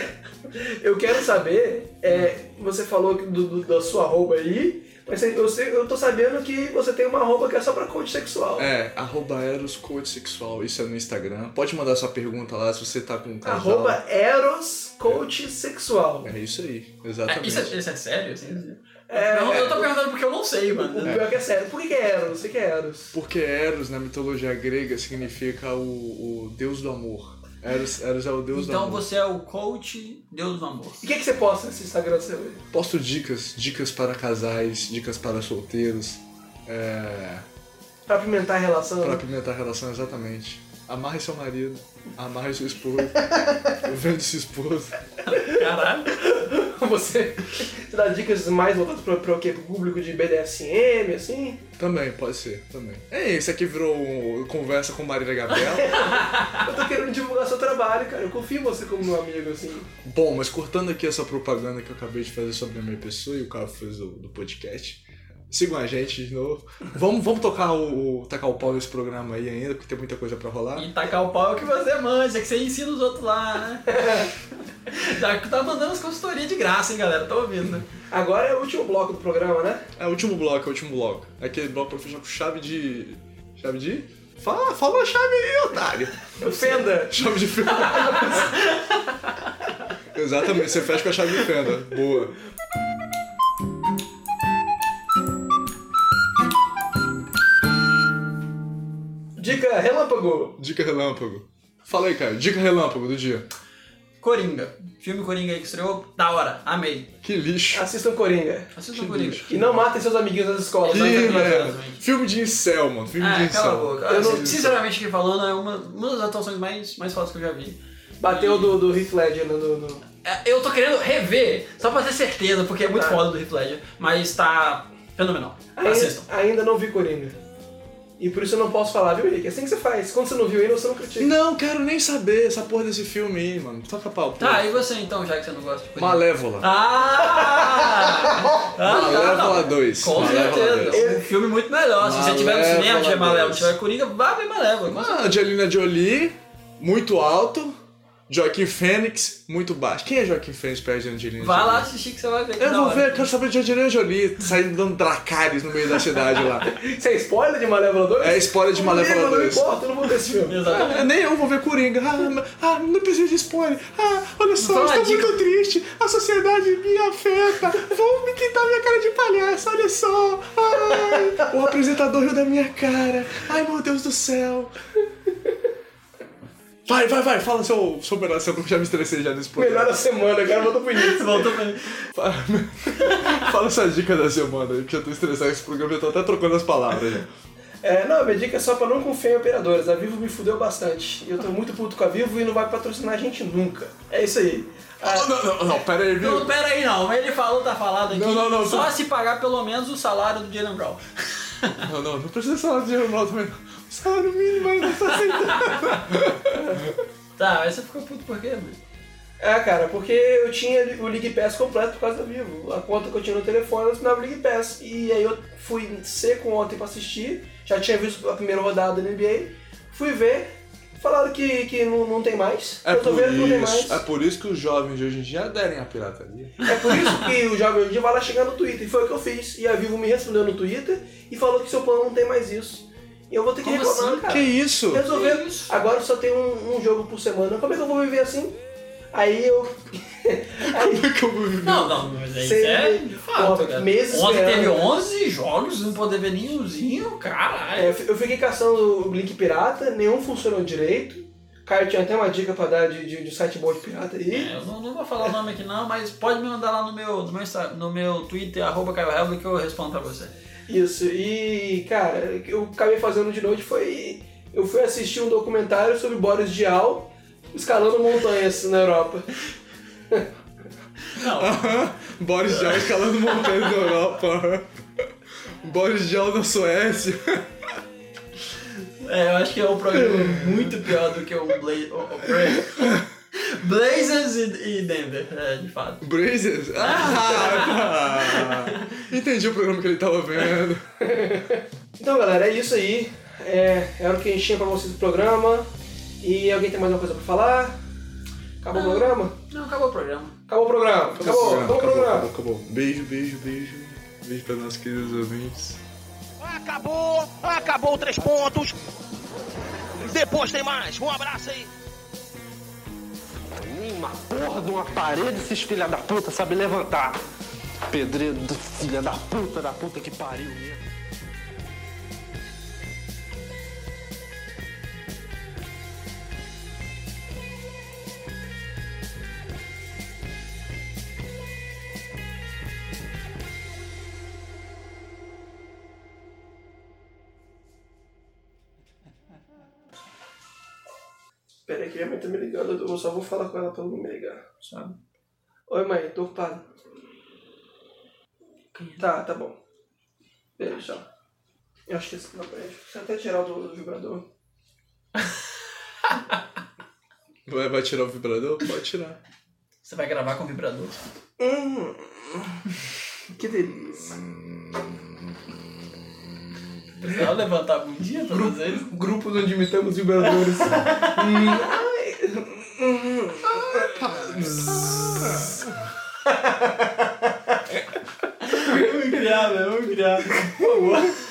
Speaker 1: eu quero saber, é, você falou que do, do- da sua roupa aí, mas você- eu, sei- eu tô sabendo que você tem uma roupa que é só pra coach sexual.
Speaker 5: É, arroba Eros Coach Sexual, isso é no Instagram. Pode mandar sua pergunta lá se você tá com um casal.
Speaker 1: Arroba Eros Coach Sexual.
Speaker 5: É isso aí,
Speaker 2: É,
Speaker 5: exatamente.
Speaker 2: isso, é, isso é sério? assim? não, eu tô perguntando porque eu não sei,
Speaker 1: O
Speaker 2: mano.
Speaker 1: pior que é sério. Por que que é Eros? O que que é Eros?
Speaker 5: Porque Eros na mitologia grega significa o, o deus do amor. Eros, Eros é o deus do
Speaker 2: Então
Speaker 5: amor.
Speaker 2: você é o coach Deus do Amor.
Speaker 1: E o que, que você posta nesse Instagram seu?
Speaker 5: Posto dicas, dicas para casais, dicas para solteiros, é,
Speaker 1: Pra apimentar a relação?
Speaker 5: para apimentar a relação exatamente. Amarre seu marido, amarre sua esposa, (laughs) vende sua esposa.
Speaker 2: Caralho.
Speaker 1: Você, (laughs) você dá dicas mais voltadas pra, pra o quê? Pro público de BDSM, assim?
Speaker 5: Também, pode ser, também. É, isso aqui virou um- conversa com Marília Gabriela.
Speaker 1: Eu tô querendo divulgar seu trabalho, cara. Eu confio em você como meu amigo, assim.
Speaker 5: Bom, mas cortando aqui essa propaganda que eu acabei de fazer sobre a minha pessoa e o cara fez do, do podcast. Sigam a gente de novo. Vamos, vamos tocar o, o- tacar o pau nesse programa aí ainda, porque tem muita coisa pra rolar.
Speaker 2: E tacar o pau é o que você manja, é que você ensina os outros lá, né?
Speaker 1: (laughs)
Speaker 2: Já que tá mandando as consultorias de graça, hein, galera? Tô ouvindo.
Speaker 1: Agora é o último bloco do programa, né?
Speaker 5: É o último bloco, é o último bloco. É Aquele bloco pra fechar com chave de. Chave de. Fala, fala a chave aí, otário! (laughs)
Speaker 1: Fenda!
Speaker 5: Chave de fenda. (laughs) Exatamente, você fecha com a chave de fenda. Boa.
Speaker 1: Dica relâmpago!
Speaker 5: Dica relâmpago. Fala aí, cara. Dica relâmpago do dia.
Speaker 2: Coringa. Filme Coringa aí que estreou, da hora, amei.
Speaker 5: Que lixo.
Speaker 1: Assistam um Coringa.
Speaker 2: Assista o Coringa.
Speaker 1: E não matem seus amiguinhos nas escolas.
Speaker 5: Que
Speaker 1: né?
Speaker 5: merda.
Speaker 2: exatamente.
Speaker 5: Filme de incel, mano. Filme de
Speaker 2: Ah,
Speaker 5: incel.
Speaker 2: cala a boca.
Speaker 5: Eu não-
Speaker 2: Assim, sinceramente, aqui falando, é uma, uma das atuações mais, mais fodas que eu já vi.
Speaker 1: Bateu do, do Heath Ledger, né? do, do-
Speaker 2: É, Eu tô querendo rever, só pra ter certeza, porque é
Speaker 5: Tá.
Speaker 2: muito foda do Heath Ledger, mas tá fenomenal.
Speaker 5: é-
Speaker 2: Assistam.
Speaker 1: Ainda, ainda não vi Coringa. E por isso eu não posso falar, viu, Henrique? É assim que você faz. Quando você não viu ainda, você não critica.
Speaker 5: Não, quero nem saber essa porra desse filme aí, mano. Toca pau. pô.
Speaker 2: Tá, e você então, já que você não gosta de Coringa?
Speaker 5: Malévola.
Speaker 2: Ah! Ah, tá,
Speaker 5: Malévola
Speaker 2: não.
Speaker 5: 2.
Speaker 2: Com
Speaker 5: Malévola
Speaker 2: certeza. Um filme muito melhor. Se você tiver no cinema,
Speaker 5: Malévola
Speaker 2: tiver Malévola,
Speaker 5: dois.
Speaker 2: tiver Coringa, vá ver Malévola. com certeza.
Speaker 5: Ah, Angelina Jolie, muito alto. Joaquim Fênix, muito baixo. Quem é Joaquim Fênix perto de Angelina
Speaker 2: Vai
Speaker 5: Jolie?
Speaker 2: lá assistir que você vai ver. que é
Speaker 5: Eu
Speaker 2: da
Speaker 5: vou
Speaker 2: hora.
Speaker 5: ver, quero saber de Angelina Jolie saindo dando dracares no meio da cidade lá.
Speaker 1: Isso é spoiler de Malévola 2?
Speaker 5: É spoiler de Malévola
Speaker 1: Não me
Speaker 5: 2.
Speaker 1: importa, eu não vou ver esse
Speaker 5: (laughs)
Speaker 1: filme.
Speaker 2: Exatamente.
Speaker 5: Ah, nem eu vou ver Coringa. Ah, mas- ah, não precisa de spoiler. Ah, olha só,
Speaker 2: Então,
Speaker 5: eu
Speaker 2: a
Speaker 5: estou
Speaker 2: dica-
Speaker 5: muito triste. A sociedade me afeta. Vão me pintar minha cara de palhaço, olha só. Ai, o apresentador riu da minha cara. Ai, meu Deus do céu. Vai, vai, vai, fala seu, sua melhor semana, que eu já me estressei já nesse programa.
Speaker 1: Melhor da semana, o cara mandou bonito.
Speaker 5: (laughs)
Speaker 2: Voltou pra mim.
Speaker 5: Fala, (laughs) fala essa dica da semana aí, porque eu tô estressado com esse programa, eu tô até trocando as palavras já.
Speaker 1: É, não, minha dica é só pra não confiar em operadoras. A Vivo me fudeu bastante. Eu tô muito puto com a Vivo e não vai patrocinar a gente nunca. É isso aí.
Speaker 5: Não,
Speaker 1: Ah,
Speaker 5: Oh, não, não, não, pera aí, viu?
Speaker 2: Não, pera aí não. Ele falou, tá falado aqui.
Speaker 5: Não, não, não,
Speaker 2: Só
Speaker 5: não.
Speaker 2: se pagar pelo menos o salário do Jalen Brown.
Speaker 5: Não, não, não precisa de salário de normal também. não. Salário mínimo ainda tá aceitando.
Speaker 2: Tá, mas você ficou puto por quê, né? mano?
Speaker 1: É, cara, porque eu tinha o League Pass completo por causa da Vivo. A conta que eu tinha no telefone eu assinava o League Pass. E aí eu fui seco ontem pra assistir, já tinha visto a primeira rodada da NBA, fui ver, falaram que, que não, não tem mais.
Speaker 5: É
Speaker 1: eu tô
Speaker 5: por,
Speaker 1: vendo que não tem mais.
Speaker 5: isso, é por isso que os jovens de hoje em dia aderem à pirataria.
Speaker 1: É por isso que o Jovem Nerd vai lá chegar no Twitter. E foi o que eu fiz. E a Vivo me respondeu no Twitter e falou que seu plano não tem mais isso. E eu vou ter que
Speaker 2: Como
Speaker 1: reclamar,
Speaker 2: assim?
Speaker 1: cara.
Speaker 5: Que isso?
Speaker 1: Resolveu.
Speaker 2: Que isso?
Speaker 1: Agora só tem um, um jogo por semana. Como é que eu vou viver assim? Aí eu. (laughs) Aí
Speaker 5: é
Speaker 2: Não, não, mas isso
Speaker 1: Sei,
Speaker 2: é de fato,
Speaker 1: porra,
Speaker 2: cara.
Speaker 1: meses
Speaker 2: Ontem teve
Speaker 1: esperando.
Speaker 2: 11 jogos, não poder ver nenhumzinho,
Speaker 1: É,
Speaker 2: caralho.
Speaker 1: eu fi- eu fiquei caçando o link pirata, nenhum funcionou direito. Caio tinha até uma dica pra dar de, de, de site bom de pirata aí.
Speaker 2: É, eu não, não vou falar o nome aqui não, mas pode me mandar lá no meu, no meu, Insta- no meu Twitter, arroba Caio Helber, que eu respondo pra você.
Speaker 1: Isso, e cara, o que eu acabei fazendo de noite foi. Eu fui assistir um documentário sobre Boris Dial escalando montanhas na Europa.
Speaker 2: Não,
Speaker 5: Boris Dial escalando montanhas na Europa. Boris Dial na Suécia.
Speaker 2: é, eu acho que é um programa muito pior do que o, Bla- o- o (laughs) Bra- Blazers e, e Denver, é, de fato.
Speaker 5: Brazers? Ah, tá. Entendi o programa que ele tava vendo.
Speaker 1: Então galera, é isso aí. É, era o que a gente tinha pra vocês do programa. E alguém tem mais uma coisa pra falar? Acabou o programa?
Speaker 2: Não, acabou o programa.
Speaker 1: Acabou o programa. Acabou, acabou o programa.
Speaker 5: acabou. Beijo, beijo, beijo. Beijo pra nossos queridos ouvintes.
Speaker 9: Acabou, acabou três pontos. Depois tem mais. Um abraço aí.
Speaker 3: Uma porra de uma parede, esses filha da puta, sabe levantar. Tá. Pedreiro do filha da puta, da puta que pariu mesmo.
Speaker 1: Peraí que minha mãe tá me ligando, eu só vou falar com ela pra ela não me ligar.
Speaker 2: Sabe?
Speaker 1: Oi mãe, tô ocupado. Tá, tá bom. Beijo, tchau. Eu acho que esse não peraí, deixa eu até tirar o do, do vibrador.
Speaker 5: Vai, vai tirar o vibrador? Pode tirar.
Speaker 2: Você vai gravar com vibrador.
Speaker 1: Ah, Que delícia.
Speaker 2: Precisava levantar a bundinha todas as vezes?
Speaker 1: Grupo onde imitamos vibradores.
Speaker 2: Vamos criar, né? Vamos criar. Por favor.